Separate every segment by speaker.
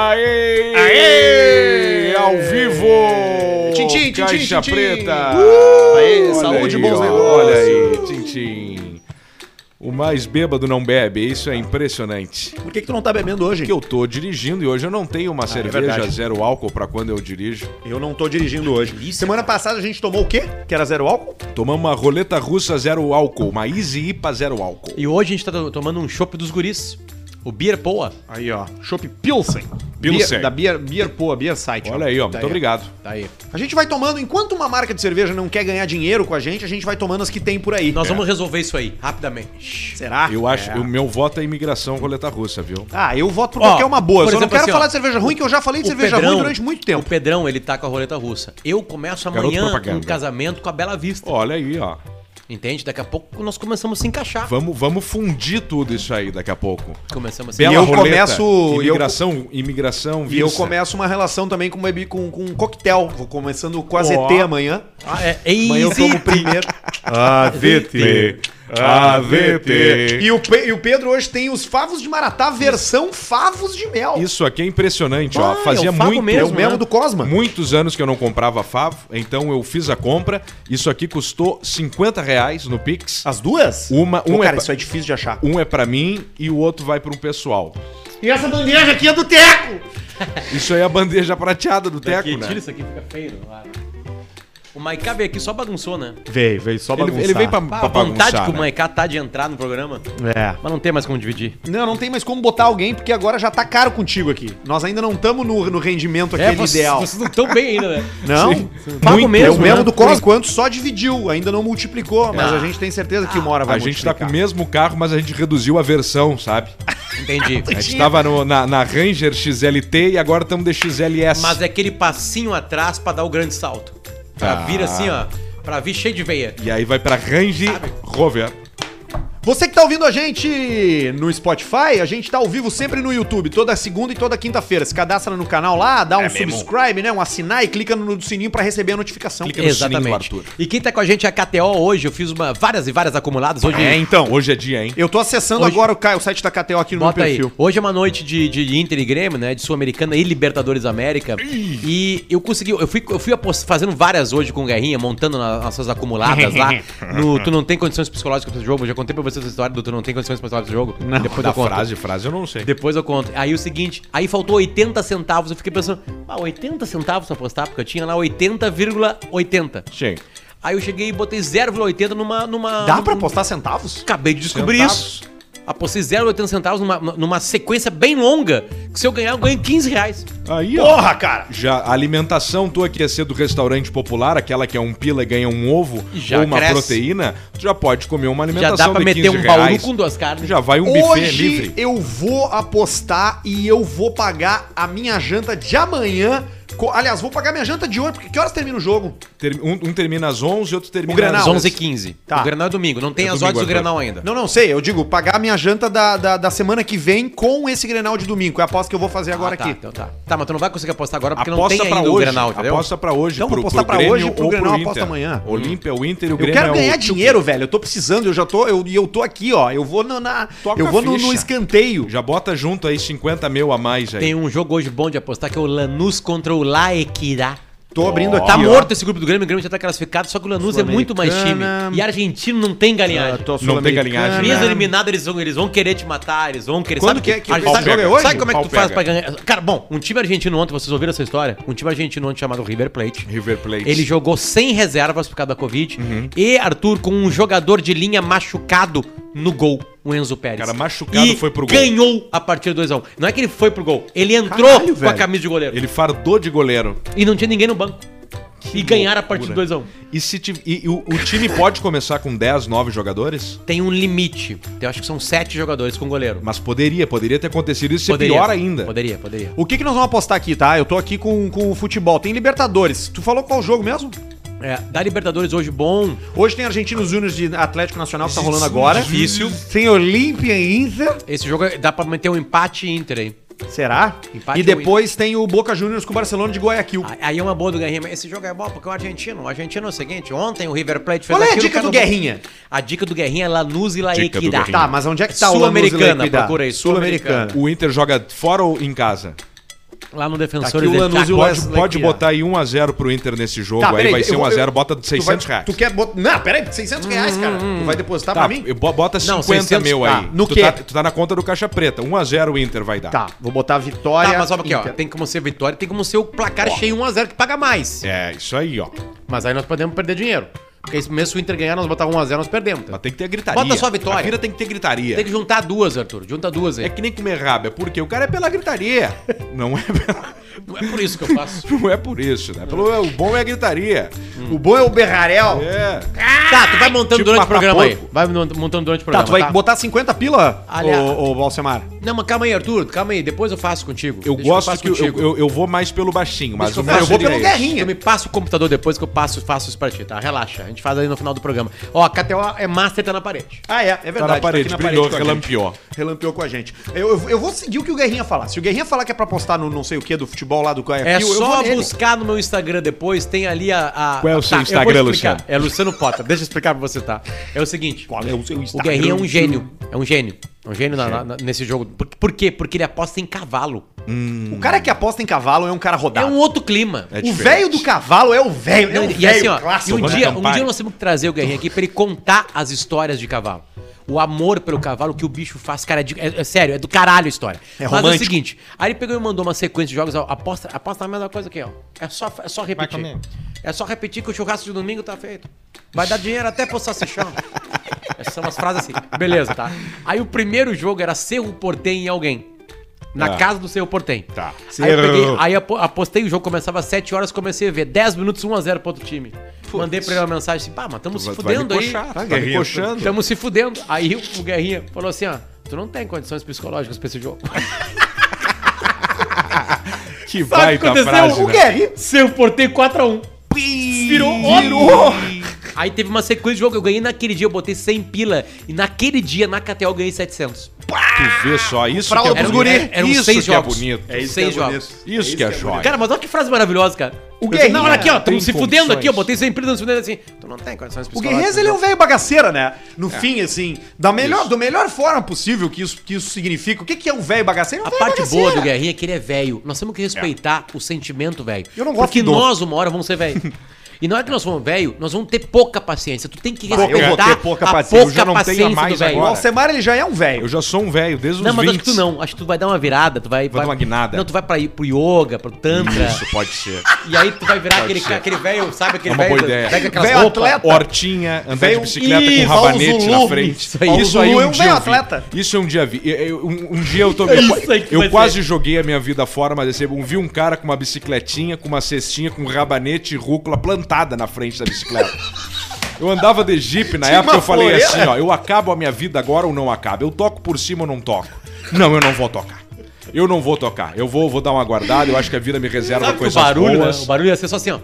Speaker 1: Aê! Aê! Ao vivo!
Speaker 2: Tim, tim, tim,
Speaker 1: Caixa
Speaker 2: tim, tim.
Speaker 1: Preta!
Speaker 2: Uh! Aê,
Speaker 1: Olha
Speaker 2: saúde,
Speaker 1: aí,
Speaker 2: bons
Speaker 1: ó,
Speaker 2: negócios.
Speaker 1: Olha aí, Tintim. O mais bêbado não bebe, isso é impressionante.
Speaker 2: Por que, que tu não tá bebendo hoje?
Speaker 1: Que eu tô dirigindo e hoje eu não tenho uma cerveja
Speaker 2: Ah, é verdade.
Speaker 1: zero álcool pra quando eu dirijo.
Speaker 2: Eu não tô dirigindo hoje. Semana passada a gente tomou o quê? Que era zero álcool?
Speaker 1: Tomamos uma roleta russa zero álcool, uma Easy IPA zero álcool.
Speaker 3: E hoje a gente tá to- tomando um chopp dos guris. O Beer Poa.
Speaker 2: Aí, ó. Chopp Pilsen.
Speaker 1: Pilsen.
Speaker 2: Beer- da Beer, Beer Poa, Beer Site.
Speaker 1: Olha aí, ó,
Speaker 2: Tá
Speaker 1: muito obrigado.
Speaker 3: Tá aí.
Speaker 2: A gente vai tomando, enquanto uma marca de cerveja não quer ganhar dinheiro com a gente, a gente vai tomando as que tem por aí. É.
Speaker 3: Nós vamos resolver isso aí, rapidamente.
Speaker 2: Será?
Speaker 1: Eu acho,
Speaker 2: É.
Speaker 1: o meu voto é imigração roleta russa, viu?
Speaker 2: Ah, eu voto por
Speaker 3: Ó,
Speaker 2: qualquer uma boa. Só
Speaker 3: por
Speaker 2: não
Speaker 3: exemplo,
Speaker 2: quero
Speaker 3: assim, ó,
Speaker 2: falar de cerveja ruim, que eu já falei de
Speaker 3: O
Speaker 2: cerveja
Speaker 3: Pedrão-
Speaker 2: ruim durante muito
Speaker 3: O
Speaker 2: tempo.
Speaker 3: Pedrão, ele tá com a roleta russa. Eu começo
Speaker 1: Garoto
Speaker 3: amanhã
Speaker 1: propaganda.
Speaker 3: um casamento com a Bela Vista.
Speaker 1: Olha aí, ó.
Speaker 3: Entende? Daqui a pouco nós começamos a se encaixar.
Speaker 1: Vamos, vamos fundir tudo isso aí daqui a pouco.
Speaker 3: Começamos a se
Speaker 1: Bela
Speaker 2: E eu
Speaker 1: roleta,
Speaker 2: começo- e eu-
Speaker 1: imigração, imigração,
Speaker 2: E eu
Speaker 1: vista.
Speaker 2: começo uma relação também com, bebi- com, com um coquetel. Vou começando com a ZT
Speaker 1: Ó.
Speaker 2: amanhã.
Speaker 3: Ah, é
Speaker 2: Amanhã eu
Speaker 3: easy.
Speaker 2: tomo o primeiro.
Speaker 3: AVT,
Speaker 1: AVT.
Speaker 2: E o, Pe- e o Pedro hoje tem os favos de Maratá, versão favos de mel.
Speaker 1: Isso aqui é impressionante, ó.
Speaker 3: Ah,
Speaker 1: Fazia
Speaker 3: eu fago
Speaker 1: muito,
Speaker 2: É
Speaker 3: mesmo,
Speaker 2: o mesmo
Speaker 3: né?
Speaker 2: do Cosma.
Speaker 1: muitos anos que eu não comprava favo, então eu fiz a compra. Isso aqui custou 50 reais no Pix.
Speaker 2: As duas?
Speaker 1: Uma-
Speaker 2: Pô,
Speaker 1: um é
Speaker 2: cara,
Speaker 1: pra-
Speaker 2: isso é difícil de achar.
Speaker 1: Um é pra mim e o outro vai para um pessoal.
Speaker 2: E essa bandeja aqui é do Teco!
Speaker 1: Isso aí é a bandeja prateada do Teco,
Speaker 3: Aqui,
Speaker 1: né?
Speaker 3: Tira isso aqui, fica feio. claro. O Maiká veio aqui só bagunçou, né?
Speaker 2: Veio, veio só
Speaker 1: Ele, ele veio pra, pra
Speaker 3: Ah, a vontade
Speaker 1: bagunçar,
Speaker 3: que o
Speaker 1: né?
Speaker 3: Maiká tá de entrar no programa,
Speaker 2: É.
Speaker 3: mas não tem mais como dividir.
Speaker 2: Não, não tem mais como botar alguém, porque agora já tá caro contigo aqui. Nós ainda não estamos no, no rendimento
Speaker 1: É,
Speaker 2: aquele
Speaker 3: É, vocês,
Speaker 2: ideal.
Speaker 3: vocês não estão bem ainda, né?
Speaker 2: Não?
Speaker 3: Pago
Speaker 1: Muito.
Speaker 2: É o
Speaker 3: mesmo,
Speaker 2: mesmo
Speaker 3: né?
Speaker 2: do Cosma. Por enquanto só dividiu, ainda não multiplicou, mas
Speaker 3: Ah.
Speaker 2: a gente tem certeza que uma hora vai
Speaker 1: A gente tá com o
Speaker 2: multiplicar.
Speaker 1: mesmo carro, mas a gente reduziu a versão, sabe?
Speaker 3: Entendi.
Speaker 1: A gente tava no- na, na Ranger XLT e agora estamos de XLS.
Speaker 3: Mas é aquele passinho atrás pra dar o grande salto. Pra
Speaker 1: Tá.
Speaker 3: vir assim, ó. Pra vir cheio de veia.
Speaker 1: E aí vai pra Range Rover.
Speaker 2: Você que tá ouvindo a gente no Spotify, a gente tá ao vivo sempre no YouTube, toda segunda e toda quinta-feira. Se cadastra no canal lá, dá um subscribe, né? Um assinar e clica no sininho pra receber a notificação.
Speaker 1: Clica no
Speaker 3: Exatamente.
Speaker 1: sininho do Arthur.
Speaker 3: E quem tá com a gente é a KTO hoje. Eu fiz uma, várias e várias acumuladas hoje.
Speaker 1: É, então. Hoje é dia, hein?
Speaker 2: Eu tô acessando
Speaker 3: Hoje-
Speaker 2: agora o, ca- o site da KTO aqui no
Speaker 3: Bota
Speaker 2: meu
Speaker 3: aí.
Speaker 2: perfil.
Speaker 3: Hoje é uma noite de, de Inter e Grêmio, né? De Sul-Americana e Libertadores da América. E eu consegui, eu fui, eu fui apos- fazendo várias hoje com o Guerrinha, montando na- nas suas acumuladas lá. No Tu Não Tem Condições Psicológicas para esse jogo. Eu já contei pra vocês a história do Tu Não Tem Condições Psicológicas para esse jogo. Depois
Speaker 1: da
Speaker 3: eu conto.
Speaker 1: frase, frase eu não sei.
Speaker 3: Depois eu conto. Aí o seguinte, aí faltou 80 centavos. Eu fiquei pensando, ah, 80 centavos pra apostar, porque eu tinha lá 80,80.
Speaker 1: Sim.
Speaker 3: Aí eu cheguei e botei 0,80 numa, numa.
Speaker 2: Dá pra
Speaker 3: num-
Speaker 2: postar centavos?
Speaker 3: Acabei de descobrir
Speaker 1: Centavos.
Speaker 3: isso. Apostei 0,80 centavos numa, numa sequência bem longa, que se eu ganhar, eu ganho 15 reais.
Speaker 1: Aí, ó.
Speaker 2: Porra, cara!
Speaker 1: Já a alimentação tua que ia ser do restaurante popular, aquela que é um pila e ganha um ovo
Speaker 3: Já
Speaker 1: ou uma
Speaker 3: cresce.
Speaker 1: proteína, tu já pode comer uma
Speaker 3: Já
Speaker 1: alimentação
Speaker 3: dá pra
Speaker 1: de
Speaker 3: meter
Speaker 1: 15
Speaker 3: um baú
Speaker 1: reais.
Speaker 3: com duas carnes.
Speaker 1: Já vai um buffet
Speaker 2: Hoje
Speaker 1: livre.
Speaker 2: eu vou apostar e eu vou pagar a minha janta de amanhã. Co- Aliás, vou pagar minha janta de hoje, porque que horas termina o jogo?
Speaker 1: Ter- Um, um termina às 11, outro termina
Speaker 2: Grenal.
Speaker 1: às
Speaker 3: Às 11 e 15
Speaker 2: Tá.
Speaker 3: O Grenal é domingo, não tem
Speaker 1: Ah, É
Speaker 3: as
Speaker 1: domingo,
Speaker 3: odds do
Speaker 1: Arthur.
Speaker 3: Grenal ainda.
Speaker 2: Não, não sei. Eu digo, pagar a minha janta da, da, da semana que vem com esse Grenal de domingo. É a aposta que eu vou fazer agora
Speaker 3: Ah, tá,
Speaker 2: aqui.
Speaker 3: Então tá. Tá, mas tu não vai conseguir apostar agora porque
Speaker 1: Aposta
Speaker 3: não tem
Speaker 1: pra
Speaker 3: ainda o
Speaker 1: hoje,
Speaker 3: Grenal, entendeu?
Speaker 1: Aposta pra hoje.
Speaker 2: Então vou apostar pra hoje e pro
Speaker 1: ou
Speaker 2: Grenal aposta
Speaker 1: Inter.
Speaker 2: amanhã.
Speaker 1: Olímpia, o Inter e o
Speaker 2: Eu
Speaker 1: Grêmio
Speaker 2: quero
Speaker 1: é o
Speaker 2: ganhar
Speaker 1: tchucu.
Speaker 2: dinheiro, velho. Eu tô precisando, eu já tô. eu- E eu, tô aqui, ó. Eu vou no, na,
Speaker 1: Toca
Speaker 2: eu vou no,
Speaker 1: a ficha.
Speaker 2: no escanteio.
Speaker 1: Já bota junto aí 50 mil a mais aí.
Speaker 3: Tem um jogo hoje bom de apostar que é o Lanús contra o Laequirá.
Speaker 2: Tô abrindo aqui.
Speaker 3: Tá
Speaker 2: ó.
Speaker 3: morto esse grupo do Grêmio, o Grêmio já tá classificado, só que o Lanús é muito mais time.
Speaker 2: Sul-Americana.
Speaker 3: E argentino não tem
Speaker 2: Ah,
Speaker 3: galinhagem.
Speaker 2: tô
Speaker 1: Não tem galinhagem,
Speaker 3: Mesmo
Speaker 1: né?
Speaker 2: sul-americana.
Speaker 3: eliminado, eles vão, eles vão querer te matar, eles vão querer...
Speaker 2: Quando que é que-
Speaker 3: sabe,
Speaker 2: esse
Speaker 3: sabe,
Speaker 2: jogo é hoje?
Speaker 3: Sabe como é que
Speaker 1: Pau
Speaker 3: tu faz
Speaker 1: pega.
Speaker 3: pra ganhar? Cara, bom, um time argentino ontem, vocês ouviram essa história? Um time argentino ontem chamado River Plate.
Speaker 1: River Plate.
Speaker 3: Ele jogou sem reservas por causa da Covid.
Speaker 2: Uhum.
Speaker 3: E, Arthur, com um jogador de linha machucado no gol, o Enzo Pérez.
Speaker 1: Cara, machucado
Speaker 3: E
Speaker 1: foi pro gol.
Speaker 3: ganhou a partir do 2x1. Não é que ele foi pro gol, ele entrou
Speaker 2: Caralho,
Speaker 3: com a
Speaker 2: velho.
Speaker 3: camisa de goleiro.
Speaker 1: Ele fardou de goleiro.
Speaker 3: E não tinha ninguém no banco. e ganharam a um. partir do
Speaker 1: loucura.
Speaker 3: 2x1.
Speaker 1: E, se tiv- e- e o, o time pode começar com 10, 9 jogadores?
Speaker 3: Tem um limite. Eu acho que são sete jogadores com goleiro.
Speaker 1: Mas poderia, poderia ter acontecido
Speaker 2: é
Speaker 1: isso e ser pior ainda.
Speaker 3: Poderia, poderia.
Speaker 2: O que, que nós vamos apostar aqui, tá? Eu tô aqui com, com o futebol. Tem Libertadores. Tu falou qual jogo mesmo?
Speaker 3: É, da Libertadores hoje, bom.
Speaker 2: Hoje tem Argentinos Júnior de Atlético Nacional que tá rolando agora.
Speaker 3: Difícil.
Speaker 2: Tem Olímpia e Inter. Esse
Speaker 3: Esse jogo é- dá pra manter um empate Inter aí.
Speaker 2: Será?
Speaker 3: Empate
Speaker 2: e depois tem o Boca Juniors com o Barcelona de Guayaquil.
Speaker 3: Aí- Aí é uma boa do Guerrinha, mas esse jogo é bom porque é o argentino. O argentino é o seguinte, ontem o River Plate fez
Speaker 2: Qual é a
Speaker 3: aquilo
Speaker 2: dica
Speaker 3: que
Speaker 2: do
Speaker 3: eu não-
Speaker 2: Guerrinha?
Speaker 3: A dica do Guerrinha é Lanús e
Speaker 1: Dica do
Speaker 3: Laequirá.
Speaker 1: Guerrinha.
Speaker 2: Tá, mas onde é que tá o Lanús e
Speaker 3: Sul-Americana,
Speaker 2: Lequidá?
Speaker 3: procura aí.
Speaker 2: Sul-Americana.
Speaker 1: O Inter joga fora ou em casa?
Speaker 3: Tá Lá no Defensor
Speaker 2: Tá aqui o Lanús e o
Speaker 1: Pode,
Speaker 2: Wesley
Speaker 1: pode
Speaker 2: aqui, ó.
Speaker 1: botar aí 1x0 pro Inter nesse jogo,
Speaker 2: Tá,
Speaker 1: aí
Speaker 2: peraí,
Speaker 1: vai
Speaker 2: eu
Speaker 1: ser
Speaker 3: um
Speaker 2: vou-
Speaker 1: 1x0,
Speaker 2: eu-
Speaker 1: bota de 600
Speaker 2: tu vai,
Speaker 1: reais.
Speaker 2: Tu quer botar... Não, peraí, 600 reais, cara.
Speaker 3: Hum.
Speaker 2: Tu vai depositar
Speaker 1: Tá,
Speaker 2: pra mim?
Speaker 1: eu bo- bota 50
Speaker 3: Não, 600
Speaker 1: mil
Speaker 2: tá.
Speaker 1: aí.
Speaker 2: No
Speaker 1: tu,
Speaker 2: quê?
Speaker 1: Tá, tu tá na conta do Caixa Preta. 1x0 o Inter vai dar.
Speaker 2: Tá, vou botar vitória.
Speaker 3: Tá, mas olha aqui, ó.
Speaker 2: Inter.
Speaker 3: Tem como ser vitória, tem como ser o placar cheio 1x0 que paga mais.
Speaker 1: É, isso aí, ó.
Speaker 3: Mas aí nós podemos perder dinheiro. Porque esse mesmo se o Inter ganhar, nós botar 1x0, nós perdemos. tá?
Speaker 1: Mas tem que ter gritaria.
Speaker 3: Bota só a vitória.
Speaker 1: A vida tem que ter gritaria.
Speaker 3: Tem que juntar duas, Arthur. Junta duas aí.
Speaker 1: É que nem comer rábia, porque o cara é pela gritaria. Não é pela...
Speaker 3: Não é por isso que eu faço.
Speaker 1: Não é por isso, né? Pelo... O bom é a gritaria.
Speaker 2: O bom é o Berrarel.
Speaker 1: É.
Speaker 3: tá, tu vai montando
Speaker 1: Tipo
Speaker 3: durante o
Speaker 1: matar
Speaker 3: programa aí.
Speaker 1: porco.
Speaker 3: Vai mon- montando durante
Speaker 2: Tá,
Speaker 3: o programa.
Speaker 2: tu vai botar 50 pila,
Speaker 3: Aliás-
Speaker 2: ô, ô Alcemar.
Speaker 3: Não, mas calma aí, Arthur. Calma aí. Depois eu faço contigo.
Speaker 1: Eu
Speaker 3: Deixa
Speaker 1: gosto
Speaker 3: faço
Speaker 1: que eu,
Speaker 3: contigo.
Speaker 1: eu, eu vou mais pelo baixinho, mas
Speaker 3: Deixa eu
Speaker 1: o
Speaker 3: falar,
Speaker 1: meu
Speaker 3: eu vou
Speaker 1: direito.
Speaker 2: pelo Guerrinha.
Speaker 3: Tu me passa o computador depois que eu passo, faço isso pra ti, tá? Relaxa. A gente faz aí no final do programa. Ó, a KTO é master, tá na parede.
Speaker 2: Ah, é, é
Speaker 1: Tá
Speaker 2: verdade.
Speaker 1: na parede, brilhou,
Speaker 2: com a gente.
Speaker 1: relampiou.
Speaker 2: Relampeou com a gente. Eu, eu, eu vou seguir o que o Guerrinha falar. Se o Guerrinha falar que é pra postar no não sei o que do futebol lá do Caia
Speaker 3: É
Speaker 2: eu
Speaker 3: só
Speaker 2: nele.
Speaker 3: buscar no meu Instagram depois, tem ali a. a-
Speaker 1: Qual é o
Speaker 3: a-
Speaker 1: seu
Speaker 3: eu vou
Speaker 1: Instagram,
Speaker 3: explicar.
Speaker 1: Luciano?
Speaker 3: É Luciano Potter. Deixa eu explicar pra você, tá? É o seguinte.
Speaker 2: Qual é o seu
Speaker 3: O
Speaker 2: Instagram?
Speaker 3: Guerrinho é um gênio. É um gênio. É um gênio na- na- nesse jogo. Por, por quê? Porque ele aposta em cavalo.
Speaker 2: O cara que aposta em cavalo é um cara
Speaker 3: É
Speaker 1: Tá.
Speaker 2: rodado.
Speaker 3: um outro clima.
Speaker 1: É
Speaker 2: o
Speaker 1: diferente.
Speaker 2: velho do cavalo é o velho. É
Speaker 3: Não,
Speaker 2: o
Speaker 3: e assim,
Speaker 2: velho
Speaker 3: ó, e
Speaker 2: clássico.
Speaker 3: um,
Speaker 1: Giovanni
Speaker 3: dia, um
Speaker 1: Campari.
Speaker 3: dia nós temos que trazer o Guerrinho aqui pra ele contar as histórias de cavalo. O amor pelo cavalo que o bicho faz, cara, é, de- é- é sério, é do caralho a história.
Speaker 2: É
Speaker 3: Mas é o
Speaker 2: romântico.
Speaker 3: seguinte, aí ele pegou e mandou uma sequência de jogos, ó, aposta, aposta a mesma coisa aqui, ó. É só, é só repetir. É só repetir que o churrasco de domingo tá feito. Vai dar dinheiro até pro salsichão. Essas são umas frases assim. Beleza, tá? Aí o primeiro jogo era Cerro Portem em alguém. Na
Speaker 1: Tá.
Speaker 3: casa do Cerro Portem.
Speaker 1: Tá.
Speaker 3: Aí, eu peguei-
Speaker 1: Cerro.
Speaker 3: aí apo- apostei o jogo, começava às 7 horas, comecei a ver. 10 minutos, 1x0 pro outro time. Mandei pra ele uma mensagem assim, pá, mas estamos se
Speaker 1: Vai- vai me
Speaker 3: fudendo aí. Então,
Speaker 1: coxar, tá,
Speaker 2: Guerrinha?
Speaker 1: me coxando.
Speaker 3: Estamos se fudendo. Aí o Guerrinha falou assim, ó, tu não tem condições psicológicas pra esse jogo.
Speaker 1: Que
Speaker 3: Sabe o que
Speaker 1: baita
Speaker 3: aconteceu?
Speaker 1: frase,
Speaker 3: o
Speaker 1: né?
Speaker 3: Guerrinha, seu portei 4x1. Virou, virou. Aí teve uma sequência de jogo, eu ganhei naquele dia, eu botei 100 pila. E naquele dia, na KTO, eu ganhei 700.
Speaker 1: Tu vê só, isso
Speaker 2: Fralda
Speaker 1: que é
Speaker 3: um
Speaker 2: pros
Speaker 1: bonito.
Speaker 2: guri.
Speaker 1: Eram
Speaker 3: Isso
Speaker 1: seis
Speaker 3: que é
Speaker 1: jogos.
Speaker 3: bonito.
Speaker 1: É
Speaker 3: isso que é bonito.
Speaker 1: Isso que é joia.
Speaker 3: Cara, mas olha que frase maravilhosa, cara. O
Speaker 2: Guerrinha
Speaker 3: Não, olha aqui, ó,
Speaker 1: tem
Speaker 3: estamos se fudendo
Speaker 1: condições.
Speaker 3: aqui, eu botei 100 pila, estamos se fudendo assim. Tu não tem condições
Speaker 2: O
Speaker 3: psicológicas.
Speaker 2: Guerrinhas, ele é um velho bagaceira, né? No fim, assim, da melhor, do melhor forma possível que isso, que isso significa. O que, que é um velho bagaceiro? É um
Speaker 3: A
Speaker 2: velho
Speaker 3: parte
Speaker 2: bagaceira.
Speaker 3: boa do Guerrinha é que ele é velho. Nós temos que respeitar o sentimento, velho.
Speaker 2: Eu não gosto
Speaker 3: Porque
Speaker 2: de dono.
Speaker 3: nós, uma hora, vamos ser velho. E na hora que nós formos velho, nós vamos ter pouca paciência. Tu tem que
Speaker 2: eu vou
Speaker 3: respeitar
Speaker 2: ter pouca paciência.
Speaker 1: Eu já não tenho
Speaker 3: do
Speaker 1: mais
Speaker 3: velho.
Speaker 2: O
Speaker 1: agora.
Speaker 2: Alcemar, ele já é um velho.
Speaker 1: Eu já sou um velho desde os
Speaker 3: Não, mas
Speaker 1: 20.
Speaker 3: acho que tu não. Acho que tu vai dar uma virada. Tu vai,
Speaker 1: Vou dar uma guinada.
Speaker 3: Não, tu vai pra, pro yoga, pro tantra.
Speaker 1: Isso pode ser.
Speaker 3: E aí tu vai virar aquele,
Speaker 1: ser.
Speaker 3: aquele velho, sabe? Aquele
Speaker 1: É uma
Speaker 3: velho.
Speaker 1: boa ideia.
Speaker 3: Pega aquelas
Speaker 2: Velho
Speaker 3: roupas.
Speaker 2: atleta.
Speaker 1: Hortinha, andar
Speaker 2: Veio-
Speaker 1: de bicicleta
Speaker 3: um Ih,
Speaker 1: com rabanete
Speaker 2: Paulo
Speaker 1: na
Speaker 2: Zulu.
Speaker 1: frente.
Speaker 3: Isso aí. Paulo
Speaker 2: Zulu é um
Speaker 1: dia
Speaker 2: belo
Speaker 1: eu vi.
Speaker 2: atleta.
Speaker 1: Isso um dia vi. Eu- eu- um, um dia eu tô.
Speaker 3: É isso aí que
Speaker 1: eu
Speaker 3: vai
Speaker 1: quase
Speaker 3: ser.
Speaker 1: joguei a minha vida fora, mas eu vi um cara com uma bicicletinha, com uma cestinha, com um rabanete e rúcula plantada na frente da bicicleta. Eu andava de jipe na época,
Speaker 2: uma
Speaker 1: eu falei
Speaker 2: floreira.
Speaker 1: assim, ó, eu acabo a minha vida agora ou não acabo? Eu toco por cima ou não toco? Não, eu não vou tocar. Eu não vou tocar. Eu vou, vou dar uma guardada, eu acho que a vida me reserva
Speaker 3: Sabe que o
Speaker 1: coisas
Speaker 3: barulho, né?
Speaker 1: boas.
Speaker 3: O barulho ia ser só assim, ó.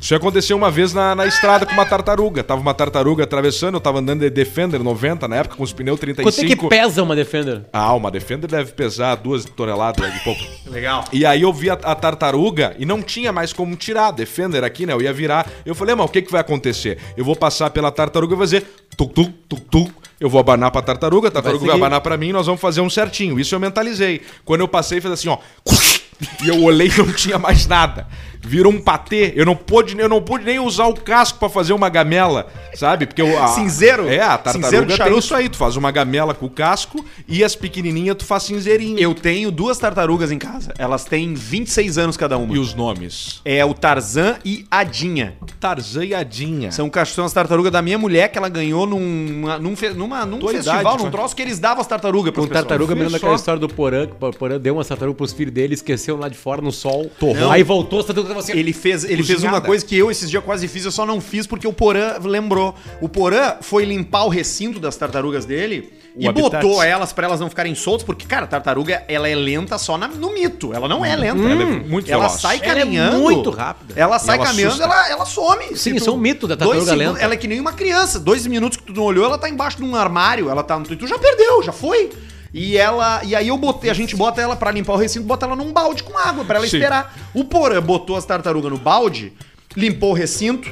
Speaker 1: Isso aconteceu uma vez na, na estrada com uma tartaruga. Tava uma tartaruga atravessando, eu tava andando de Defender 90 na época, com os pneus
Speaker 3: Quanto é
Speaker 1: 35.
Speaker 3: que pesa uma Defender?
Speaker 1: Ah, uma Defender deve pesar duas toneladas e pouco.
Speaker 2: Legal.
Speaker 1: E aí eu vi a, a tartaruga e não tinha mais como tirar. a Defender aqui, né? Eu ia virar. Eu falei, mas o que, que vai acontecer? Eu vou passar pela tartaruga e vou fazer tuc, tuc, tuc, tuc. Eu vou abanar pra tartaruga, a tartaruga vai,
Speaker 3: seguir.
Speaker 1: abanar pra mim e nós vamos fazer um certinho. Isso eu mentalizei. Quando eu passei, fez assim, ó. E eu olhei e não tinha mais nada. Virou um patê. Eu não pude, eu não pude nem usar o casco pra fazer uma gamela, sabe? Porque eu, a-
Speaker 2: Cinzeiro?
Speaker 1: É, a
Speaker 2: Cinzeiro de
Speaker 1: tartaruga tem
Speaker 2: charuto.
Speaker 1: isso aí. Tu faz uma gamela com o casco e as pequenininhas tu faz cinzeirinho.
Speaker 2: Eu tenho duas tartarugas em casa. Elas têm 26 anos cada uma.
Speaker 1: E os nomes?
Speaker 2: É o Tarzan e a Dinha.
Speaker 1: Tarzan e Adinha.
Speaker 2: São, cach- são as tartarugas da minha mulher que ela ganhou num, num, fe- numa, num
Speaker 1: Tua idade,
Speaker 2: festival, num
Speaker 1: foi.
Speaker 2: troço que eles davam as tartarugas pras
Speaker 3: Com
Speaker 1: Vê
Speaker 3: tartaruga, me lembro daquela
Speaker 1: só.
Speaker 3: história do Porã, que o Porã deu uma tartaruga pros filhos dele, esqueceu lá de fora no sol.
Speaker 1: Torrou.
Speaker 3: Aí voltou, as tartarugas estavam assim.
Speaker 2: Ele fez, ele fez
Speaker 1: Cozinhada.
Speaker 2: uma coisa que eu esses dias quase fiz, eu só não fiz porque o Porã lembrou. O Porã foi limpar o recinto das tartarugas dele
Speaker 1: O
Speaker 2: e
Speaker 1: habitat.
Speaker 2: botou elas pra elas não ficarem soltas, porque, cara, a tartaruga, ela é lenta só na- no mito. Ela não é lenta.
Speaker 1: Ela é muito
Speaker 2: ela
Speaker 1: veloz.
Speaker 2: sai
Speaker 3: Ela é
Speaker 2: caminhando.
Speaker 3: muito rápida.
Speaker 2: Ela sai
Speaker 1: ela
Speaker 2: caminhando,
Speaker 1: assusta.
Speaker 2: ela, ela some. Se
Speaker 3: isso é um mito da
Speaker 2: dois
Speaker 3: tartaruga
Speaker 2: segundos-
Speaker 3: lenta.
Speaker 2: Ela é que nem uma criança. Dois minutos que tu não olhou, ela tá embaixo de um armário, ela tá no. Tu já perdeu, já foi. E ela. E aí eu botei, a gente bota ela pra limpar o recinto, bota ela num balde com água pra ela
Speaker 1: Sim.
Speaker 2: esperar. O Porã botou as tartarugas no balde, limpou o recinto,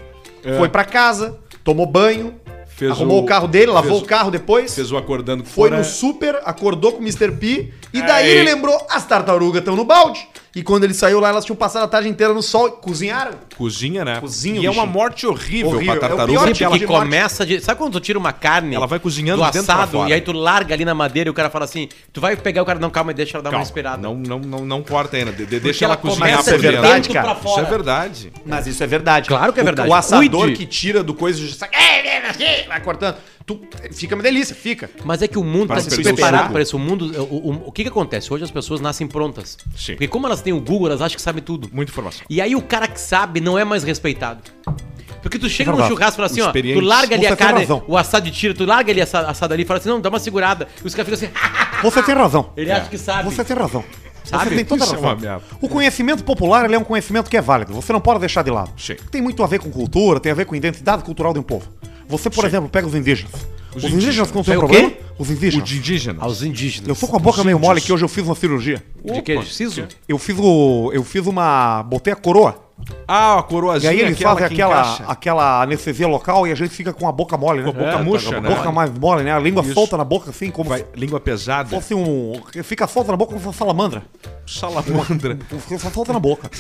Speaker 2: foi pra casa, tomou banho,
Speaker 1: É. Fez
Speaker 4: Arrumou o, carro dele, lavou
Speaker 1: fez
Speaker 4: o carro depois.
Speaker 1: Fez o acordando com
Speaker 4: Foi
Speaker 1: Fora.
Speaker 4: no super, acordou com o Mr. P. E daí
Speaker 1: Aí.
Speaker 4: ele lembrou, as tartarugas estão no balde. E quando ele saiu lá, elas tinham passado a tarde inteira no sol. Cozinharam.
Speaker 1: cozinha, né?
Speaker 4: Cozinha,
Speaker 1: E é uma
Speaker 4: bichinho.
Speaker 1: morte horrível,
Speaker 4: Horrível.
Speaker 1: pra
Speaker 4: É o
Speaker 1: tartaruga.
Speaker 4: pior
Speaker 1: porque
Speaker 3: Sim,
Speaker 1: ela-
Speaker 3: porque começa de. Sabe quando tu tira uma carne?
Speaker 1: Ela vai cozinhando
Speaker 3: do
Speaker 1: de dentro pra
Speaker 3: assado,
Speaker 1: fora.
Speaker 3: e aí tu larga ali na madeira e o cara fala assim: tu vai pegar o cara, não, calma, deixa ela dar
Speaker 1: Calma,
Speaker 3: uma respirada.
Speaker 1: Não, não, não, não corta ainda. de- de- deixa ela, cozinhar
Speaker 3: começa
Speaker 1: por
Speaker 4: é
Speaker 3: de
Speaker 1: dentro.
Speaker 4: verdade,
Speaker 3: dentro pra
Speaker 4: cara.
Speaker 1: Isso
Speaker 3: fora.
Speaker 1: é verdade.
Speaker 4: Mas isso é verdade.
Speaker 3: Claro que é
Speaker 4: O-
Speaker 3: verdade.
Speaker 4: O, assador
Speaker 3: Cuide.
Speaker 4: que tira do coisa já sai, "É, vai cortando. Tu, fica uma delícia, fica.
Speaker 3: Mas é que o mundo
Speaker 1: Para
Speaker 3: tá
Speaker 1: as
Speaker 3: se
Speaker 1: pessoas
Speaker 3: preparado
Speaker 1: serem.
Speaker 3: para isso. O mundo. O, o- o que que acontece? Hoje as pessoas nascem prontas.
Speaker 1: Sim.
Speaker 3: Porque como elas têm o Google, elas acham que sabem tudo.
Speaker 1: Muita informação.
Speaker 3: E aí o cara que sabe não é mais respeitado. Porque tu chega num
Speaker 4: verdade.
Speaker 3: churrasco e fala assim, ó,
Speaker 1: Experiente.
Speaker 3: tu larga ali
Speaker 4: Você
Speaker 3: a
Speaker 4: tem
Speaker 3: carne,
Speaker 4: razão.
Speaker 3: o assado de tira, tu larga ali essa assado ali e fala assim, não, dá uma segurada. E os caras ficam assim,
Speaker 4: Você tem razão.
Speaker 3: ele acha que sabe.
Speaker 4: É. Você tem razão.
Speaker 3: Sabe?
Speaker 4: Você tem toda a
Speaker 1: Isso é
Speaker 4: razão.
Speaker 1: uma merda.
Speaker 4: o conhecimento popular ele é um conhecimento que é válido. Você não pode deixar de lado.
Speaker 1: Sim.
Speaker 4: Tem muito a ver com cultura, tem a ver com identidade cultural de um povo. Você, por exemplo, pega os indígenas.
Speaker 1: indígenas.
Speaker 4: Os,
Speaker 1: É
Speaker 4: indígenas não têm
Speaker 3: Pega o
Speaker 4: problema?
Speaker 3: quê?
Speaker 4: Os
Speaker 1: O
Speaker 4: indígenas.
Speaker 1: de indígena.
Speaker 3: Aos indígenas.
Speaker 4: Eu tô com a boca meio mole que hoje eu fiz uma cirurgia.
Speaker 3: De que é preciso?
Speaker 4: Eu fiz o. Eu fiz uma. botei a coroa.
Speaker 1: Ah, a
Speaker 4: E
Speaker 1: coroazinha
Speaker 4: aí eles fazem
Speaker 1: que
Speaker 4: aquela,
Speaker 1: encaixa.
Speaker 4: aquela anestesia local e a gente fica com a boca mole, né?
Speaker 1: Com a boca
Speaker 4: tá
Speaker 1: murcha,
Speaker 4: com a
Speaker 1: né?
Speaker 4: boca mais mole, né? A língua
Speaker 1: Isso.
Speaker 4: solta na boca assim, como
Speaker 1: Vai,
Speaker 4: se
Speaker 1: língua pesada.
Speaker 4: fosse um. Fica solta na boca como se fosse uma salamandra.
Speaker 1: Salamandra.
Speaker 4: Só solta na boca.